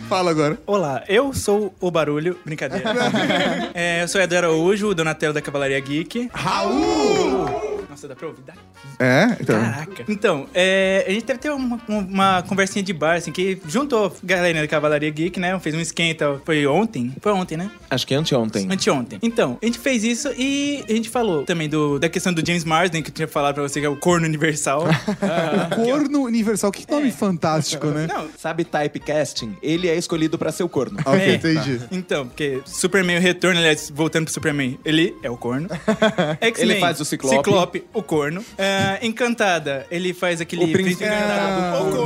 [SPEAKER 9] Fala agora.
[SPEAKER 18] Olá, eu sou o Barulho.
[SPEAKER 9] (laughs)
[SPEAKER 18] Brincadeira. É, eu sou Edu Araújo, Donatello da Cavalaria Geek. Raul! Nossa, dá pra ouvir? Dá.
[SPEAKER 9] É, então.
[SPEAKER 18] Caraca. Então, é, a gente deve ter uma, uma conversinha de bar, assim, que juntou a galera da Cavalaria Geek, né? Fez um esquenta. Foi ontem? Foi ontem, né?
[SPEAKER 6] (laughs) Acho que é anteontem.
[SPEAKER 18] Anteontem. Então, a gente fez isso e a gente falou também do, da questão do James Marsden, que eu tinha falado pra você, que é o corno universal.
[SPEAKER 9] O corno universal, que
[SPEAKER 17] É.
[SPEAKER 9] nome fantástico, né?
[SPEAKER 18] Não.
[SPEAKER 6] (laughs) Sabe typecasting? Ele é escolhido pra ser o corno.
[SPEAKER 18] É. Então, porque Superman o Retorno, aliás, voltando pro Superman, ele é o corno. X-Men,
[SPEAKER 6] (laughs) Ele faz o Ciclope.
[SPEAKER 18] Ciclope, o corno. Ah, Encantada, ele faz aquele...
[SPEAKER 6] O príncipe
[SPEAKER 18] Encantado,
[SPEAKER 6] encantado,
[SPEAKER 18] o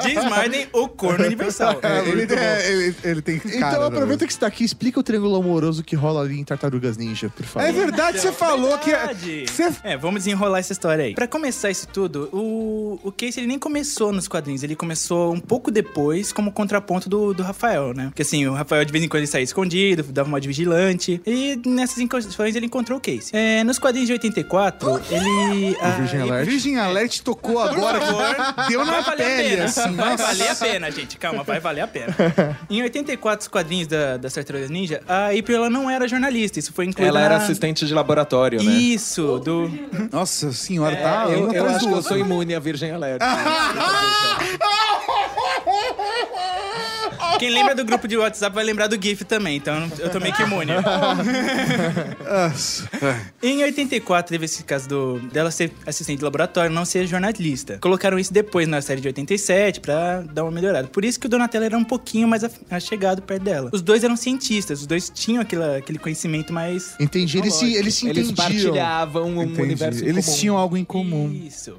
[SPEAKER 6] (laughs)
[SPEAKER 18] James Marden, o corno universal.
[SPEAKER 2] (laughs)
[SPEAKER 9] ele, é, ele, ele tem cara.
[SPEAKER 2] Então
[SPEAKER 9] também.
[SPEAKER 2] aproveita que você tá aqui e explica o triângulo amoroso que rola ali em Tartarugas Ninja, por favor.
[SPEAKER 9] É verdade,
[SPEAKER 2] (laughs)
[SPEAKER 9] você falou que.
[SPEAKER 18] Verdade. É, vamos desenrolar essa história aí. Pra começar isso tudo, o, o Case ele nem começou nos quadrinhos, ele começou um pouco depois como contraponto do, do Rafael, né? Porque assim, o Rafael de vez em quando ele saía escondido, dava uma de vigilante, e nessas incursões ele encontrou o Case. É, nos quadrinhos de 84,
[SPEAKER 6] (laughs)
[SPEAKER 18] ele... ah,
[SPEAKER 9] Virgin
[SPEAKER 18] ele-
[SPEAKER 9] Alert. Virgin Alert tocou agora.
[SPEAKER 18] Por favor.
[SPEAKER 9] Deu na
[SPEAKER 18] Vai valer a
[SPEAKER 9] pele,
[SPEAKER 18] pena.
[SPEAKER 9] assim.
[SPEAKER 18] Vai
[SPEAKER 9] nossa.
[SPEAKER 18] valer a pena, gente. Calma, vai valer a
[SPEAKER 9] (laughs)
[SPEAKER 18] pena. Em 84 os quadrinhos da, das Tartarugas Ninja, a April ela não era jornalista, isso foi incluído
[SPEAKER 6] Ela era
[SPEAKER 18] na-
[SPEAKER 6] assistente de laboratório, né?
[SPEAKER 18] Isso, do.
[SPEAKER 9] Nossa senhora,
[SPEAKER 6] É,
[SPEAKER 9] tá?
[SPEAKER 6] eu,
[SPEAKER 9] um
[SPEAKER 6] eu
[SPEAKER 9] atrás do
[SPEAKER 6] acho que eu
[SPEAKER 9] outro.
[SPEAKER 6] sou imune à Virgem Alert.
[SPEAKER 18] (laughs)
[SPEAKER 9] (laughs)
[SPEAKER 18] Quem lembra do grupo de WhatsApp vai lembrar do GIF também, então eu tô meio
[SPEAKER 9] (laughs)
[SPEAKER 18] que imune. Em 84 teve esse caso do- dela ser assistente de laboratório, não ser jornalista. Colocaram isso depois na série de 87 pra dar uma melhorada. Por isso que o Donatello era um pouquinho mais af- achegado perto dela. Os dois eram cientistas, os dois tinham aquela- aquele conhecimento mais.
[SPEAKER 2] Entendi, eles se, eles se
[SPEAKER 18] Eles
[SPEAKER 2] entendiam.
[SPEAKER 18] partilhavam um
[SPEAKER 9] Entendi.
[SPEAKER 18] universo em
[SPEAKER 9] Eles
[SPEAKER 18] comum.
[SPEAKER 9] tinham algo em comum. Ah.
[SPEAKER 18] Isso.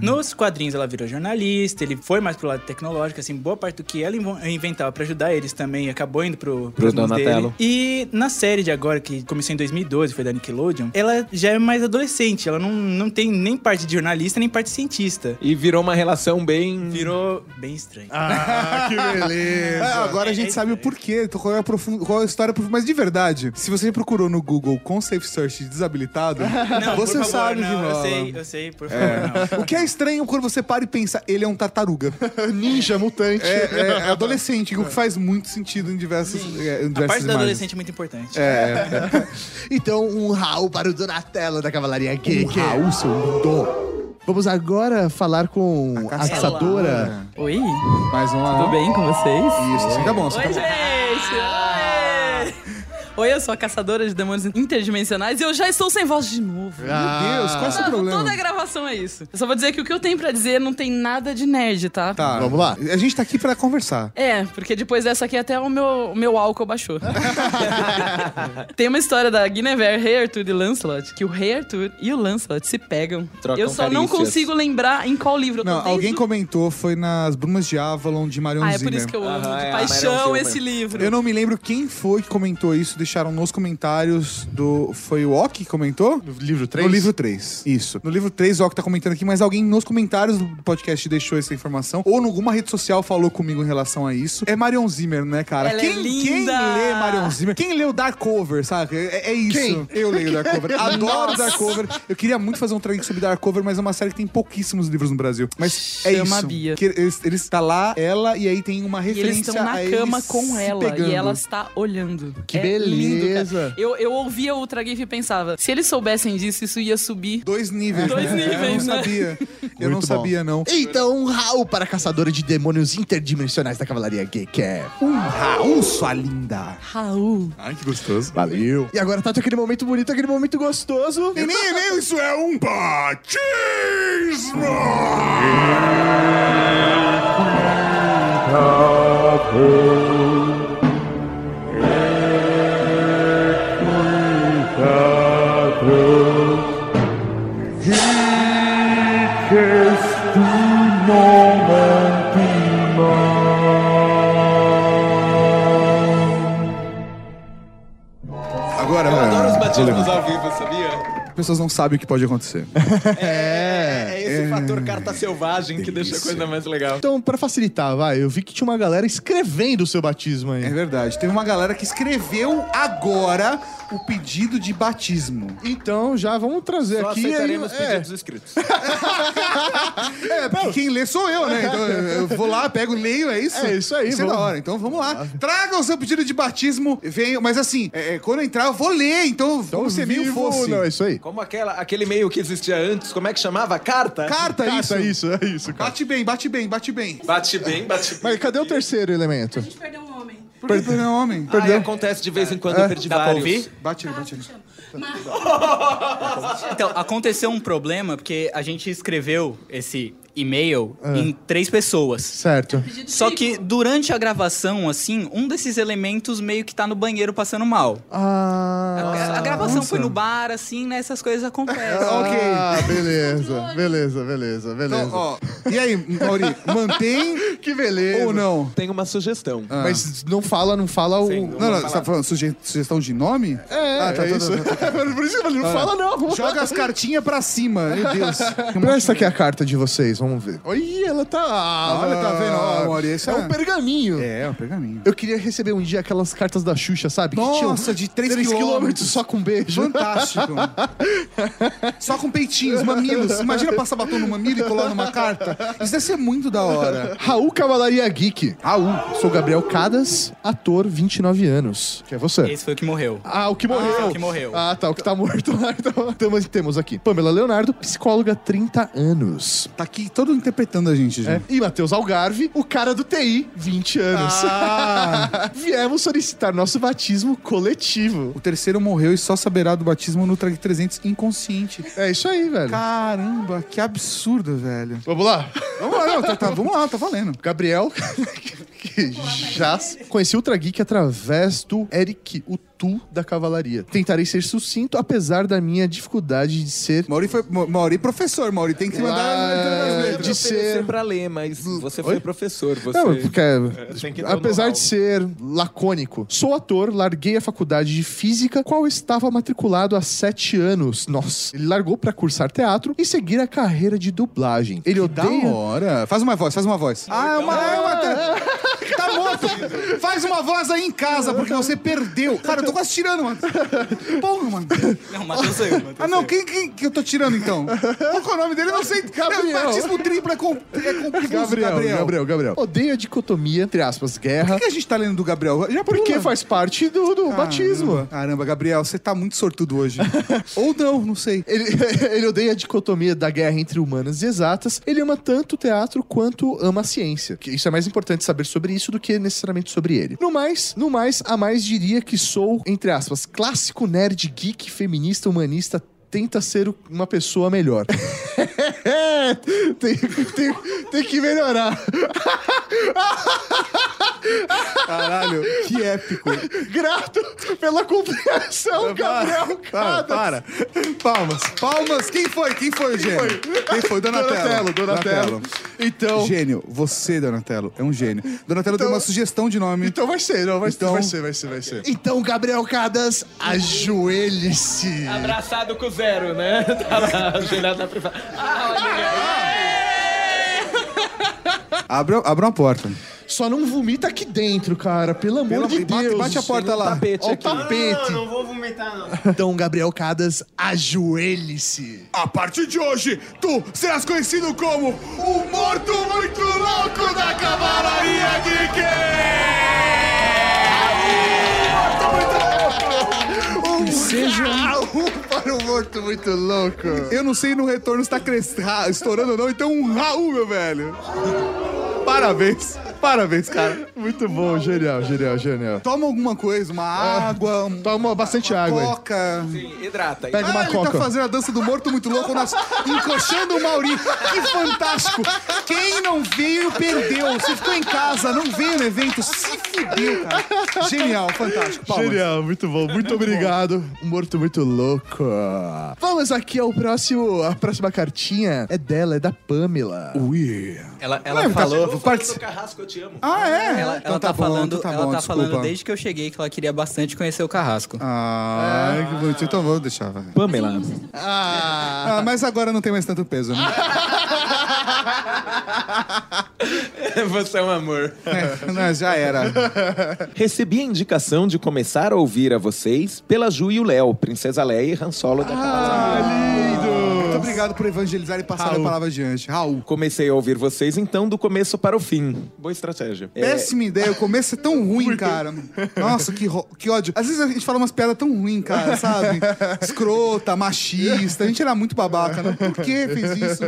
[SPEAKER 18] Nos quadrinhos ela virou jornalista, ele foi mais pro lado tecnológico, assim, boa parte do que ela invo- inventava pra ajudar eles também acabou indo pro, pros mãos
[SPEAKER 6] Donatello.
[SPEAKER 18] dele. E na série de agora, que começou em 2012, foi da Nickelodeon, ela já é mais adolescente, ela não, não tem nem parte de jornalista, nem parte cientista.
[SPEAKER 6] E virou uma relação bem.
[SPEAKER 18] Virou bem estranha.
[SPEAKER 9] Ah,
[SPEAKER 18] que beleza.
[SPEAKER 9] É, agora a gente sabe o porquê, então qual é a, profun- qual é a história profunda. Mas de verdade, se você procurou no Google com Safe Search desabilitado,
[SPEAKER 18] Não,
[SPEAKER 9] você
[SPEAKER 18] por favor,
[SPEAKER 9] sabe que
[SPEAKER 18] não, eu
[SPEAKER 9] rola.
[SPEAKER 18] sei, eu sei, por favor,
[SPEAKER 9] É. O que é estranho quando você para e pensa, ele é um tartaruga. (laughs) Ninja, mutante. É, é adolescente, o que faz muito sentido em diversas. é, em
[SPEAKER 18] A
[SPEAKER 9] diversas
[SPEAKER 18] parte do
[SPEAKER 9] imagens.
[SPEAKER 18] adolescente é muito importante.
[SPEAKER 20] (laughs)
[SPEAKER 9] É, é.
[SPEAKER 2] (laughs) então, um Raul para o Donatello da Cavalaria Geek. Um Raul, seu lindo. Vamos agora falar com a caçadora.
[SPEAKER 20] Oi.
[SPEAKER 9] Mais um
[SPEAKER 20] Tudo bem com vocês?
[SPEAKER 9] Isso, sim, tá bom, sim,
[SPEAKER 20] Oi,
[SPEAKER 9] tá bom.
[SPEAKER 20] gente. Oi. Oi, eu sou a caçadora de demônios interdimensionais e eu já estou sem voz de novo.
[SPEAKER 9] Ah. Meu Deus, qual é o seu
[SPEAKER 20] Não,
[SPEAKER 9] problema?
[SPEAKER 20] Toda a gravação é isso. Eu só vou dizer que o que eu tenho pra dizer não tem nada de nerd, tá?
[SPEAKER 9] Tá. Vamos lá. A gente tá aqui pra conversar.
[SPEAKER 20] É, porque depois dessa aqui até o meu, o meu álcool baixou. Tem uma história da Guinevere, Rei Arthur e Lancelot, que o Rei Arthur e o Lancelot se pegam.
[SPEAKER 9] Trocam
[SPEAKER 20] eu só não
[SPEAKER 9] carícias.
[SPEAKER 20] consigo lembrar em qual livro. Eu tô
[SPEAKER 9] Não,
[SPEAKER 20] desde
[SPEAKER 9] alguém
[SPEAKER 20] o
[SPEAKER 9] comentou, foi nas Brumas de Avalon de Marion
[SPEAKER 20] Ah, é por
[SPEAKER 9] Zimmer.
[SPEAKER 20] isso que eu amo de paixão esse livro.
[SPEAKER 9] Eu não me lembro quem foi que comentou isso, deixaram nos comentários do. Foi o Ok que comentou? No livro
[SPEAKER 2] 3?
[SPEAKER 9] No livro 3, isso. No livro 3, o Ok tá comentando aqui, mas alguém nos comentários do podcast deixou essa informação, ou em alguma rede social falou comigo em relação a isso. É Marion Zimmer, né, cara?
[SPEAKER 20] Ela é
[SPEAKER 9] quem, quem
[SPEAKER 20] linda!
[SPEAKER 9] lê Marion Zimmer? Quem leu Dark Cover, sabe? É, é isso.
[SPEAKER 2] Quem?
[SPEAKER 9] Eu leio Dark Cover. (laughs) Adoro
[SPEAKER 2] Nossa!
[SPEAKER 9] Dark Cover. Eu queria muito fazer um track sobre Dark Cover, mas é uma série que tem pouquíssimos livros no Brasil. Mas é
[SPEAKER 20] Chama
[SPEAKER 9] isso.
[SPEAKER 20] a Bia.
[SPEAKER 9] Que eles, eles tá lá, ela, e aí tem uma
[SPEAKER 20] E eles
[SPEAKER 9] referência
[SPEAKER 20] estão na
[SPEAKER 9] a
[SPEAKER 20] cama
[SPEAKER 9] eles
[SPEAKER 20] com
[SPEAKER 9] se
[SPEAKER 20] ela
[SPEAKER 9] pegando.
[SPEAKER 20] e ela está olhando.
[SPEAKER 9] Que
[SPEAKER 20] É
[SPEAKER 9] beleza,
[SPEAKER 20] lindo, cara.
[SPEAKER 2] Beleza.
[SPEAKER 20] Eu, eu ouvia o Ultragif e pensava, se eles soubessem disso, isso ia subir.
[SPEAKER 9] Dois níveis.
[SPEAKER 2] (laughs)
[SPEAKER 20] Dois
[SPEAKER 9] né?
[SPEAKER 20] níveis,
[SPEAKER 9] Eu não
[SPEAKER 20] né?
[SPEAKER 9] sabia. Eu não sabia, não.
[SPEAKER 2] Então, um Raul para a caçadora de demônios interdimensionais da Cavalaria Gay, que é um Raul, sua linda.
[SPEAKER 20] Raul.
[SPEAKER 9] Tá Ai, que gostoso.
[SPEAKER 2] Valeu. E agora tá aquele momento bonito, aquele momento gostoso.
[SPEAKER 9] E nem, nem isso é um batismo! Agora,
[SPEAKER 6] Eu adoro os batismos
[SPEAKER 9] As
[SPEAKER 6] ao vivo, sabia?
[SPEAKER 9] pessoas não sabem o que pode
[SPEAKER 6] (laughs)
[SPEAKER 9] acontecer.
[SPEAKER 6] É, é esse fator carta selvagem que deixa a coisa mais legal.
[SPEAKER 2] Então, pra facilitar, vai, eu vi que tinha uma galera escrevendo o seu batismo aí. É
[SPEAKER 9] verdade. Teve uma galera que escreveu agora o pedido de batismo.
[SPEAKER 2] Então, já vamos trazer
[SPEAKER 6] Só
[SPEAKER 2] aqui.
[SPEAKER 6] aceitaremos
[SPEAKER 2] aí,
[SPEAKER 6] pedidos escritos.
[SPEAKER 9] É, porque quem lê sou eu,
[SPEAKER 2] (laughs)
[SPEAKER 9] né? Então eu eu vou lá, pego, leio, é isso?
[SPEAKER 2] É isso aí,
[SPEAKER 9] é da
[SPEAKER 2] vamos.
[SPEAKER 9] hora. Então vamos lá. Traga o seu pedido de batismo. Venha, mas assim, é, é, quando eu entrar, eu vou ler. Então, como se meio fosse.
[SPEAKER 2] é
[SPEAKER 6] Como aquela, aquele meio que existia antes, como é que chamava? Carta?
[SPEAKER 9] Carta, isso.
[SPEAKER 2] isso, é isso,
[SPEAKER 6] Ah,
[SPEAKER 2] cara.
[SPEAKER 9] Bate bem, bate bem, bate bem.
[SPEAKER 6] Bate bem, bate bem.
[SPEAKER 2] Mas cadê o terceiro elemento?
[SPEAKER 21] Perdeu um homem.
[SPEAKER 9] Por que perdeu um homem?
[SPEAKER 6] Ai, acontece de vez em quando, eu
[SPEAKER 18] É.
[SPEAKER 6] perdi
[SPEAKER 18] Dá pra
[SPEAKER 6] vários.
[SPEAKER 18] ouvir?
[SPEAKER 9] Bate ele, bate ele.
[SPEAKER 18] Então, aconteceu um problema porque a gente escreveu esse e-mail
[SPEAKER 2] Ah.
[SPEAKER 18] em três pessoas.
[SPEAKER 2] Certo.
[SPEAKER 18] Só que durante a gravação, assim, um desses elementos meio que tá no banheiro passando mal.
[SPEAKER 2] Ah.
[SPEAKER 18] A, a gravação foi no bar, assim, né? Essas coisas acontecem.
[SPEAKER 9] É,
[SPEAKER 2] (laughs) Ah, beleza, beleza, beleza, beleza.
[SPEAKER 18] Então, ó,
[SPEAKER 9] e aí, Mauri, mantém
[SPEAKER 2] (laughs) que beleza.
[SPEAKER 9] ou não?
[SPEAKER 6] Tem uma sugestão.
[SPEAKER 2] Mas não fala, não fala o.
[SPEAKER 9] Não, não, você tá falando suge- sugestão de nome?
[SPEAKER 2] É,
[SPEAKER 9] Ah, tá,
[SPEAKER 2] é
[SPEAKER 9] tá,
[SPEAKER 2] isso.
[SPEAKER 9] tá, tá,
[SPEAKER 2] (laughs)
[SPEAKER 9] tá.
[SPEAKER 2] Por isso que eu falei, não é fala não.
[SPEAKER 9] Joga as cartinhas pra cima, meu
[SPEAKER 2] (laughs)
[SPEAKER 9] Deus.
[SPEAKER 2] Presta aqui a carta de vocês, vamos ver. Oi, ela tá.
[SPEAKER 9] Olha, tá vendo? Ó, amor, esse
[SPEAKER 2] é
[SPEAKER 9] é-
[SPEAKER 2] um pergaminho.
[SPEAKER 9] É, é um pergaminho.
[SPEAKER 2] Eu queria receber um dia aquelas cartas da Xuxa, sabe?
[SPEAKER 9] Nossa, de três
[SPEAKER 2] três
[SPEAKER 9] quilômetros.
[SPEAKER 2] só com beijo. (laughs)
[SPEAKER 9] Fantástico. Só com peitinhos, mamilos. Imagina passar batom no mamilo e colar numa carta. Isso deve ser muito da hora.
[SPEAKER 2] Raul Cavalaria Geek.
[SPEAKER 9] Raul.
[SPEAKER 2] Sou Gabriel Cadas, ator, 29 anos. Que é você.
[SPEAKER 18] Esse foi o que morreu.
[SPEAKER 2] Ah, o que morreu.
[SPEAKER 18] Ah, o que morreu.
[SPEAKER 2] Ah, tá, o que tá morto lá. (laughs) Então, temos, temos aqui Pamela Leonardo, psicóloga, 30 anos.
[SPEAKER 9] Tá aqui todo interpretando a gente, já.
[SPEAKER 2] É. E Matheus Algarve, o cara do TI, 20 anos.
[SPEAKER 9] Ah.
[SPEAKER 2] Viemos é, solicitar nosso batismo coletivo.
[SPEAKER 9] O terceiro morreu e só saberá do batismo no Trag 300 inconsciente.
[SPEAKER 2] É isso aí, velho.
[SPEAKER 9] Caramba, que absurdo, velho.
[SPEAKER 2] (laughs) Vamos lá?
[SPEAKER 9] Vamos lá, não, tá- tá- vamos lá, tá valendo.
[SPEAKER 2] Gabriel, (laughs) que já conheci o Ultra Geek através do Eric, o Tu da Cavalaria. Tentarei ser sucinto, apesar da minha dificuldade de ser.
[SPEAKER 9] Mauri foi. Ma- Mauri, é professor, Mauri, tem que mandar.
[SPEAKER 2] Ah,
[SPEAKER 9] mandar as
[SPEAKER 6] de
[SPEAKER 9] letras. Hum.
[SPEAKER 6] ser pra ler, mas você foi professor, você... É,
[SPEAKER 2] Não, porque,
[SPEAKER 9] é-
[SPEAKER 2] é,
[SPEAKER 6] tem que ter o
[SPEAKER 2] apesar
[SPEAKER 6] know-how.
[SPEAKER 2] de ser lacônico, sou ator, larguei a faculdade de física, qual estava matriculado há sete anos. Nossa, ele largou pra cursar teatro e seguir a carreira de dublagem. Ele
[SPEAKER 9] Da
[SPEAKER 2] odeia.
[SPEAKER 9] hora. Faz uma voz, faz uma voz. Ah, é uma. É uma
[SPEAKER 2] (laughs)
[SPEAKER 9] tá morto. Faz uma voz aí em casa, porque você perdeu. Cara, eu tô quase tirando, mano. Porra, mano.
[SPEAKER 18] Não, Matheus saiu.
[SPEAKER 9] Ah, não, quem, quem que eu tô tirando então? Qual que é o nome dele? Eu Não sei.
[SPEAKER 2] Gabriel.
[SPEAKER 9] É, batismo triplo é, com, é confuso,
[SPEAKER 2] Gabriel, Gabriel, Gabriel, Gabriel. Odeio a dicotomia, entre aspas, guerra.
[SPEAKER 9] Por que a gente tá lendo do Gabriel? Já
[SPEAKER 2] Porque
[SPEAKER 9] pula.
[SPEAKER 2] faz parte do, do batismo.
[SPEAKER 9] Caramba, Gabriel, você tá muito sortudo hoje.
[SPEAKER 2] (laughs)
[SPEAKER 9] Ou não, não sei.
[SPEAKER 2] Ele, (laughs) ele odeia a dicotomia da guerra entre humanas e exatas. Ele ama tanto o teatro quanto ama a ciência. Que isso é mais importante saber sobre isso do que necessariamente sobre ele. No mais, no mais, a mais diria que sou, entre aspas, clássico nerd geek feminista humanista tenta ser o- uma pessoa melhor. (laughs) tem, tem- tem que melhorar. (laughs)
[SPEAKER 9] Caralho, que (laughs) épico.
[SPEAKER 2] Grato pela compreensão, Gabriel
[SPEAKER 9] Para,
[SPEAKER 2] Cadas.
[SPEAKER 9] para. Palmas, palmas. Quem foi? Quem foi, gênio? Quem foi? Donatello.
[SPEAKER 2] Donatello, Donatello. Então-
[SPEAKER 9] Gênio, você, Donatello, é um gênio. Donatello deu uma sugestão de nome.
[SPEAKER 2] Então vai ser, não, vai,
[SPEAKER 9] Então-
[SPEAKER 2] vai ser, vai ser, vai ser. Então, Gabriel Cadas, ajoelhe-se.
[SPEAKER 6] um Abraçado com o zero, né? (laughs) Tá lá, ajoelhado na privada. Ah,
[SPEAKER 9] Abra, abra uma porta.
[SPEAKER 2] Só não vomita aqui dentro, cara, pelo amor
[SPEAKER 9] Pelo-
[SPEAKER 2] de
[SPEAKER 9] bate-
[SPEAKER 2] Deus.
[SPEAKER 9] bate a porta
[SPEAKER 2] Tem um
[SPEAKER 9] lá.
[SPEAKER 2] Tapete
[SPEAKER 9] Ó o
[SPEAKER 2] aqui. tapete.
[SPEAKER 22] vou vomitar, não.
[SPEAKER 2] Então, Gabriel Cadas, ajoelhe-se.
[SPEAKER 9] A partir de hoje, tu serás conhecido como o morto muito louco da Cavalaria Geek!
[SPEAKER 2] Muito louco!
[SPEAKER 1] seja.
[SPEAKER 9] um para um morto muito louco. Eu não sei no retorno se tá cres- ra- estourando ou não, então um Raul, meu velho. Parabéns. Parabéns, cara.
[SPEAKER 2] Muito bom, genial, genial, genial.
[SPEAKER 9] Toma alguma coisa, uma água, um-
[SPEAKER 2] Toma bastante água. aí.
[SPEAKER 9] coca.
[SPEAKER 6] Hidrata.
[SPEAKER 2] Pega
[SPEAKER 9] ah,
[SPEAKER 2] uma
[SPEAKER 9] ele
[SPEAKER 2] coca.
[SPEAKER 9] tá fazendo a dança do morto muito louco, nós encoxando o Mauri. Que fantástico. Quem não veio, perdeu. Se um ficou em casa, não veio no evento, se fudeu, cara. Genial, fantástico. Palmas.
[SPEAKER 2] Genial, muito bom, muito obrigado. Um Morto muito louco. Vamos aqui ao próximo, a próxima cartinha é dela, é da Pamela. Ui.
[SPEAKER 6] Ela, ela
[SPEAKER 2] Ué, tá-
[SPEAKER 6] falou.
[SPEAKER 2] vou
[SPEAKER 6] Parte... Carrasco, eu te amo.
[SPEAKER 9] Ah, é?
[SPEAKER 6] Ela,
[SPEAKER 9] Então
[SPEAKER 6] ela
[SPEAKER 9] tá
[SPEAKER 6] tá,
[SPEAKER 9] bom,
[SPEAKER 6] falando,
[SPEAKER 9] então tá
[SPEAKER 6] ela
[SPEAKER 9] bom,
[SPEAKER 6] tá
[SPEAKER 9] desculpa.
[SPEAKER 6] falando desde que eu cheguei que ela queria bastante conhecer o Carrasco.
[SPEAKER 9] Ah,
[SPEAKER 6] É.
[SPEAKER 9] que bonitinho. Então vou deixar, vai.
[SPEAKER 6] Pamela.
[SPEAKER 9] Ah. mas agora não tem mais tanto peso, né?
[SPEAKER 6] (laughs) Você é um amor.
[SPEAKER 9] Não, já era.
[SPEAKER 6] Recebi a indicação de começar a ouvir a vocês pela Ju e o Léo, Princesa Leia e Han Solo
[SPEAKER 9] Ah,
[SPEAKER 6] da
[SPEAKER 2] Ah,
[SPEAKER 9] Muito obrigado por evangelizar e passar a palavra adiante. Raul.
[SPEAKER 6] Comecei a ouvir vocês, então, do começo para o fim. Boa estratégia. É,
[SPEAKER 9] Péssima ideia, o começo é tão ruim, cara. Nossa, que, ro- que ódio. Às vezes a gente fala umas piadas tão ruim, cara, sabe? Escrota, machista. A gente era muito babaca, né? Por que
[SPEAKER 6] (laughs)
[SPEAKER 9] fez isso?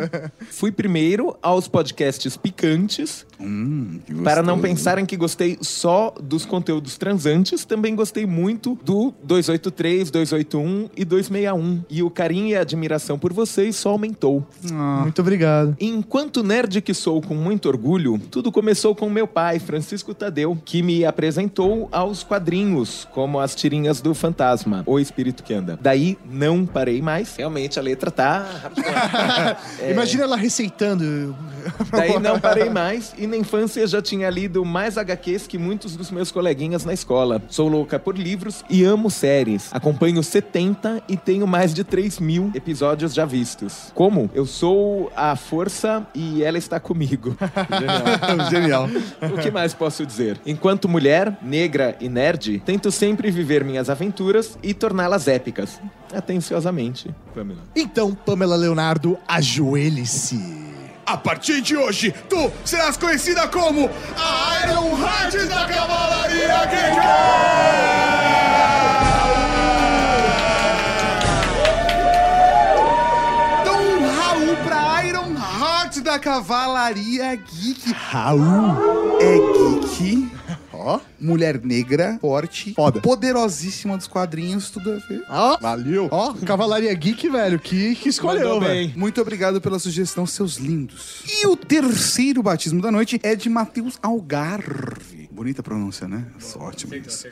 [SPEAKER 6] Fui primeiro aos podcasts picantes.
[SPEAKER 9] Hum,
[SPEAKER 6] para não pensarem que gostei só dos conteúdos transantes, também gostei muito do 283, 281 e 261. E o carinho e a admiração por vocês só aumentou.
[SPEAKER 9] Hum.
[SPEAKER 2] Muito obrigado.
[SPEAKER 6] Enquanto nerd que sou com muito orgulho, tudo começou com meu pai, Francisco Tadeu, que me apresentou aos quadrinhos, como as tirinhas do fantasma, o espírito que anda. Daí não parei mais. Realmente a letra tá
[SPEAKER 9] É.
[SPEAKER 2] Imagina ela receitando.
[SPEAKER 6] (laughs)
[SPEAKER 2] (laughs)
[SPEAKER 6] Daí não parei mais e na infância já tinha lido mais HQs que muitos dos meus coleguinhas na escola. Sou louca por livros e amo séries. Acompanho 70 e tenho mais de 3 mil episódios já vistos. Como? Eu sou a força e ela está comigo. (laughs)
[SPEAKER 2] (laughs) Genial.
[SPEAKER 6] O que mais posso dizer? Enquanto mulher, negra e nerd, tento sempre viver minhas aventuras e torná-las épicas. Atenciosamente, Pamela.
[SPEAKER 2] Então, Pamela Leonardo, ajoelhe-se.
[SPEAKER 9] A partir de hoje, tu serás conhecida como a Iron Heart um da Cavalaria Então, um Raul pra Iron Heart da Cavalaria Geek. Raul é geek. Ó, mulher negra, forte,
[SPEAKER 2] Foda.
[SPEAKER 9] poderosíssima dos quadrinhos, tudo a ver.
[SPEAKER 2] Ó, valeu. Ó, Cavalaria Geek, velho, que, que escolheu, velho.
[SPEAKER 9] Muito obrigado pela sugestão, seus lindos. E o terceiro batismo da noite é de Matheus Algarve. Bonita pronúncia, né? Só Ótimo isso.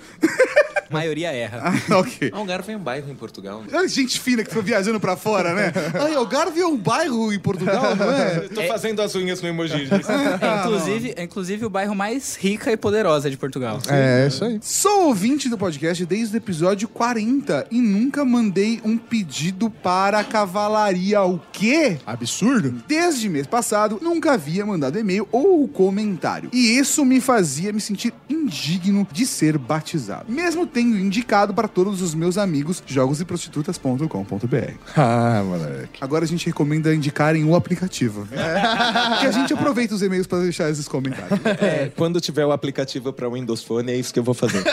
[SPEAKER 6] A (laughs) maioria erra.
[SPEAKER 9] Ah, ok.
[SPEAKER 6] Algarve é um bairro em Portugal.
[SPEAKER 9] Olha que gente fina que foi viajando pra fora, né? (laughs) Ai, Algarve é um bairro em Portugal, não
[SPEAKER 2] (laughs)
[SPEAKER 9] é?
[SPEAKER 6] Tô fazendo as unhas no emoji.
[SPEAKER 9] Ah,
[SPEAKER 18] É, inclusive, é inclusive o bairro mais rica e poderosa de Portugal.
[SPEAKER 2] É, isso aí.
[SPEAKER 9] Sou ouvinte do podcast desde o episódio 40 e nunca mandei um pedido para a cavalaria. O quê?
[SPEAKER 2] Absurdo.
[SPEAKER 9] Desde mês passado, nunca havia mandado e-mail ou comentário. E isso me fazia me sentir indigno de ser batizado. Mesmo tendo indicado para todos os meus amigos jogoseprostitutas.com.br.
[SPEAKER 2] (laughs) Ah, moleque.
[SPEAKER 9] Agora a gente recomenda indicarem o
[SPEAKER 2] (laughs)
[SPEAKER 9] aplicativo. que a gente aproveita os e-mails para deixar esses comentários.
[SPEAKER 6] É, quando tiver o aplicativo para Windows Phone, é isso que eu vou fazer.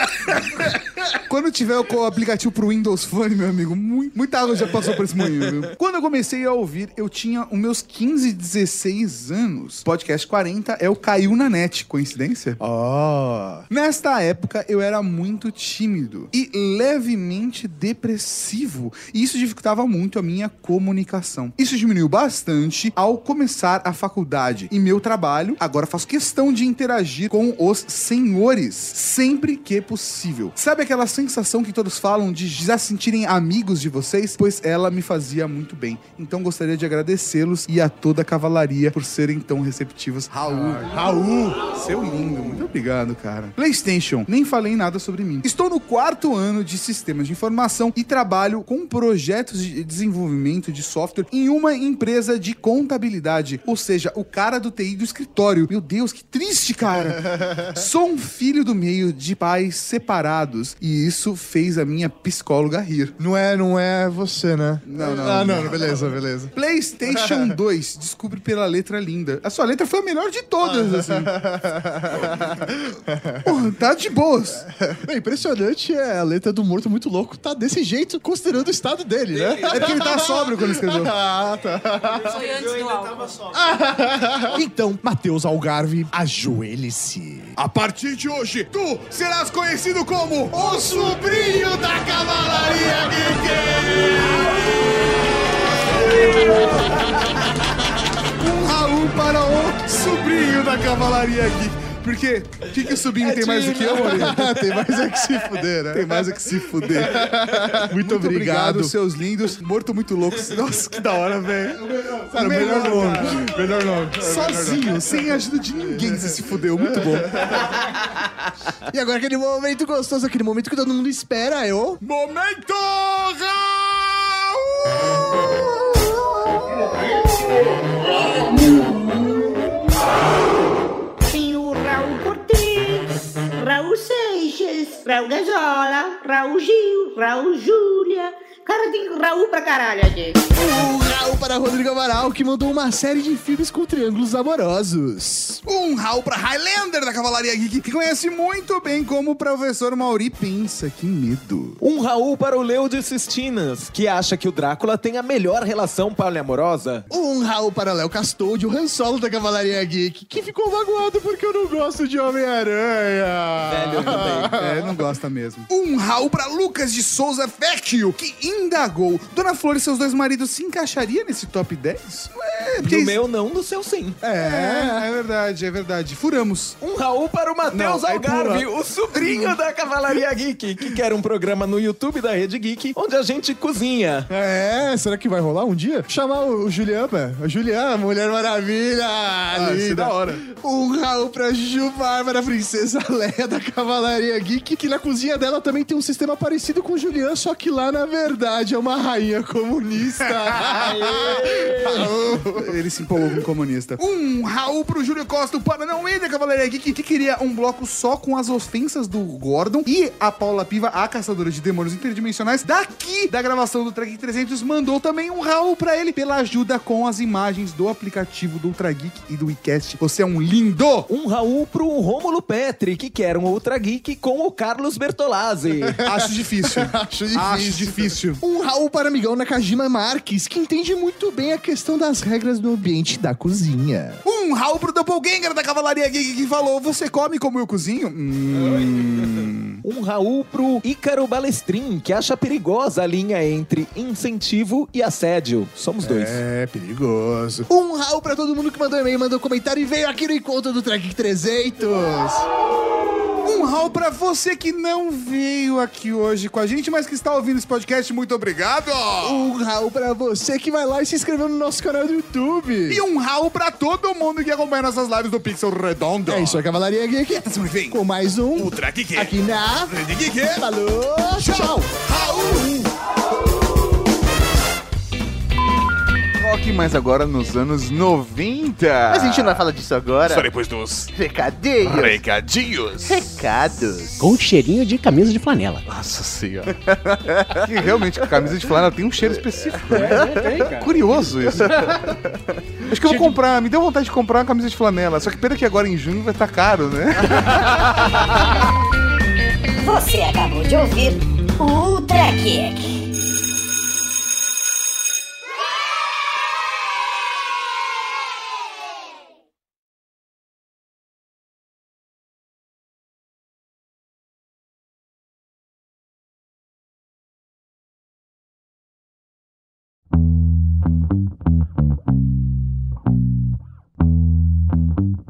[SPEAKER 9] Quando tiver o co- aplicativo pro Windows Phone, meu amigo, mu- muita água já passou por esse moinho, viu? Quando eu comecei a ouvir, eu tinha os meus 15, 16 anos. Podcast 40 é o Caiu na Net, coincidência?
[SPEAKER 2] Ó.
[SPEAKER 9] Nesta época, eu era muito tímido e levemente depressivo, e isso dificultava muito a minha comunicação. Isso diminuiu bastante ao começar a faculdade e meu trabalho. Agora faço questão de interagir com os senhores sempre que possível. Sabe aquela sensação que todos falam de já se sentirem amigos de vocês? Pois ela me fazia muito bem. Então gostaria de agradecê-los e a toda a cavalaria por serem tão receptivos. Raul. Raul! Seu lindo, muito obrigado, cara. PlayStation, nem falei nada sobre mim. Estou no quarto ano de sistemas de informação e trabalho com projetos de desenvolvimento de software em uma empresa de contabilidade, ou seja, o cara do TI do escritório. Meu Deus, que triste, cara. Sou um filho do meio de pais separados e E isso fez a minha psicóloga rir.
[SPEAKER 2] Não é, não é você, né?
[SPEAKER 9] Não, não.
[SPEAKER 2] Ah, não, beleza, beleza. (laughs)
[SPEAKER 9] PlayStation 2, descubro pela letra linda. A sua letra foi a melhor de todas,
[SPEAKER 2] (laughs)
[SPEAKER 9] assim. Porra, tá de boas.
[SPEAKER 2] (laughs) Não, impressionante é a letra do morto muito louco tá desse jeito, considerando o estado dele, né?
[SPEAKER 9] É porque ele tava sóbrio quando escreveu.
[SPEAKER 2] (laughs) Ah, tá.
[SPEAKER 23] Foi antes do álcool.
[SPEAKER 9] (laughs)
[SPEAKER 2] Então, Matheus Algarve, ajoelhe-se.
[SPEAKER 9] A partir de hoje, tu serás conhecido como o sobrinho da cavalaria Geek. Um Raul para o sobrinho da cavalaria Geek. Porque o que, que o sobrinho (laughs) tem mais do que eu, Moreira?
[SPEAKER 2] né? (laughs) Tem mais é que
[SPEAKER 9] (laughs)
[SPEAKER 2] se fuder, né?
[SPEAKER 9] Tem mais é que se fuder.
[SPEAKER 2] (laughs)
[SPEAKER 9] Muito,
[SPEAKER 2] obrigado.
[SPEAKER 9] seus lindos. Morto muito louco. Nossa, que da hora, velho.
[SPEAKER 2] Cara, É o melhor nome. Melhor nome.
[SPEAKER 9] Sozinho, sem a ajuda de ninguém, você se fudeu. Muito (laughs) bom.
[SPEAKER 2] E agora aquele momento gostoso, aquele momento que todo mundo espera, é o...
[SPEAKER 9] Momento
[SPEAKER 1] Tem o Raul Cortez, Raul Seixas, Raul Gazola, Raul Gil, Raul Júlia. Cara, tem Raul pra caralho aqui.
[SPEAKER 2] Um rau para Rodrigo Amaral, que mandou uma série de filmes com triângulos amorosos.
[SPEAKER 9] Um Raul pra Highlander da Cavalaria Geek, É, que conhece (laughs) muito bem como o professor Mauri pensa. Que medo.
[SPEAKER 6] Um Raul para o Leo de Sistinas, que acha que o Drácula tem a melhor relação poliamorosa.
[SPEAKER 2] Um Raul para Léo Castoldi, o Han Solo da Cavalaria Geek, que ficou magoado porque eu não gosto de Homem-Aranha.
[SPEAKER 9] Velho,
[SPEAKER 2] (laughs)
[SPEAKER 9] É, não gosta mesmo. Um Raul pra Lucas de Souza Fértil, que indagou. Dona Flor e seus dois maridos se encaixaria nesse top 10? Ué,
[SPEAKER 6] Do meu não, do seu sim.
[SPEAKER 9] É, é verdade, é verdade. Furamos.
[SPEAKER 6] Um Raul para o Matheus
[SPEAKER 9] Não, aí
[SPEAKER 6] Algarve,
[SPEAKER 9] pula.
[SPEAKER 6] o sobrinho da Cavalaria Geek, que quer um programa no YouTube da Rede Geek, onde a gente cozinha.
[SPEAKER 2] É, será que vai rolar um dia? Chamar o, o Julian, pé. O Julian, Mulher Maravilha!
[SPEAKER 9] isso é
[SPEAKER 2] linda.
[SPEAKER 9] da hora.
[SPEAKER 2] Um Raul pra Ju Bárbara, Princesa (laughs) Leia da Cavalaria Geek, que na cozinha dela também tem um sistema parecido com o Julian, só que lá, na verdade, é uma rainha
[SPEAKER 9] (laughs)
[SPEAKER 2] comunista.
[SPEAKER 9] Ele
[SPEAKER 2] (laughs)
[SPEAKER 9] se empolgou com o comunista. Um Raul pro Júlio Costa, o Paranauê da Cavalaria Geek, é que queria um bloco só com as ofensas do Gordon e a Paula Piva, a caçadora de demônios interdimensionais, daqui da gravação do Trageek 300, mandou também um Raul pra ele pela ajuda com as imagens do aplicativo do Ultra Geek e do WeCast. Você é um lindo!
[SPEAKER 6] Um Raul pro Rômulo Petri, que quer um Ultra Geek com o Carlos Bertolazzi.
[SPEAKER 9] (laughs) Acho difícil.
[SPEAKER 2] (laughs) Acho difícil.
[SPEAKER 9] Acho difícil.
[SPEAKER 2] Um Raul para amigão Nakajima Marques, que entende muito bem a questão das regras do ambiente da cozinha.
[SPEAKER 9] Um Raul pro Doppelganger da Cavalaria Geek que falou: Você come como eu cozinho? Hum.
[SPEAKER 6] Um Raul pro Ícaro Balestrin, que acha perigosa a linha entre incentivo e assédio. Somos dois.
[SPEAKER 2] É, perigoso. Um Raul pra todo mundo que mandou e-mail, mandou comentário e veio aqui no encontro do Track 300.
[SPEAKER 9] Um Raul pra você que não veio aqui hoje com a gente, mas que está ouvindo esse podcast, muito obrigado!
[SPEAKER 2] Um Raul pra você que vai lá e se inscreveu no nosso canal do YouTube.
[SPEAKER 9] E um Raul pra todo mundo que acompanha nossas lives do Pixel Redondo.
[SPEAKER 2] É isso aí, Cavalaria Geek. Com mais um
[SPEAKER 9] Ultra Geek.
[SPEAKER 2] aqui na
[SPEAKER 9] Rede Geek.
[SPEAKER 2] Falou, tchau.
[SPEAKER 9] Raul!
[SPEAKER 24] Rock, mas agora nos anos 90.
[SPEAKER 25] Mas a gente não é vai falar disso agora.
[SPEAKER 24] Só depois dos
[SPEAKER 25] Recadinhos.
[SPEAKER 24] recadinhos.
[SPEAKER 25] Recados.
[SPEAKER 3] Com um cheirinho de camisa de flanela.
[SPEAKER 24] Nossa senhora. (laughs) que realmente, camisa de flanela tem um cheiro específico. Curioso
[SPEAKER 1] (laughs)
[SPEAKER 24] isso. Acho que eu vou comprar, me deu vontade de comprar uma camisa de flanela. Só que pena que agora em junho vai estar caro, né?
[SPEAKER 26] Você acabou de ouvir o Ultra Kick.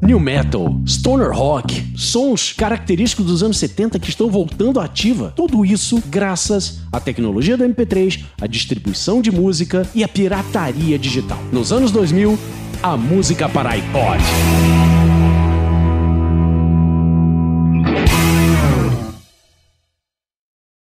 [SPEAKER 3] New Metal, Stoner Rock, sons característicos dos anos 70 que estão voltando à ativa. Tudo isso graças à tecnologia do MP3, à distribuição de música e à pirataria digital. Nos anos 2000, a música para iPod.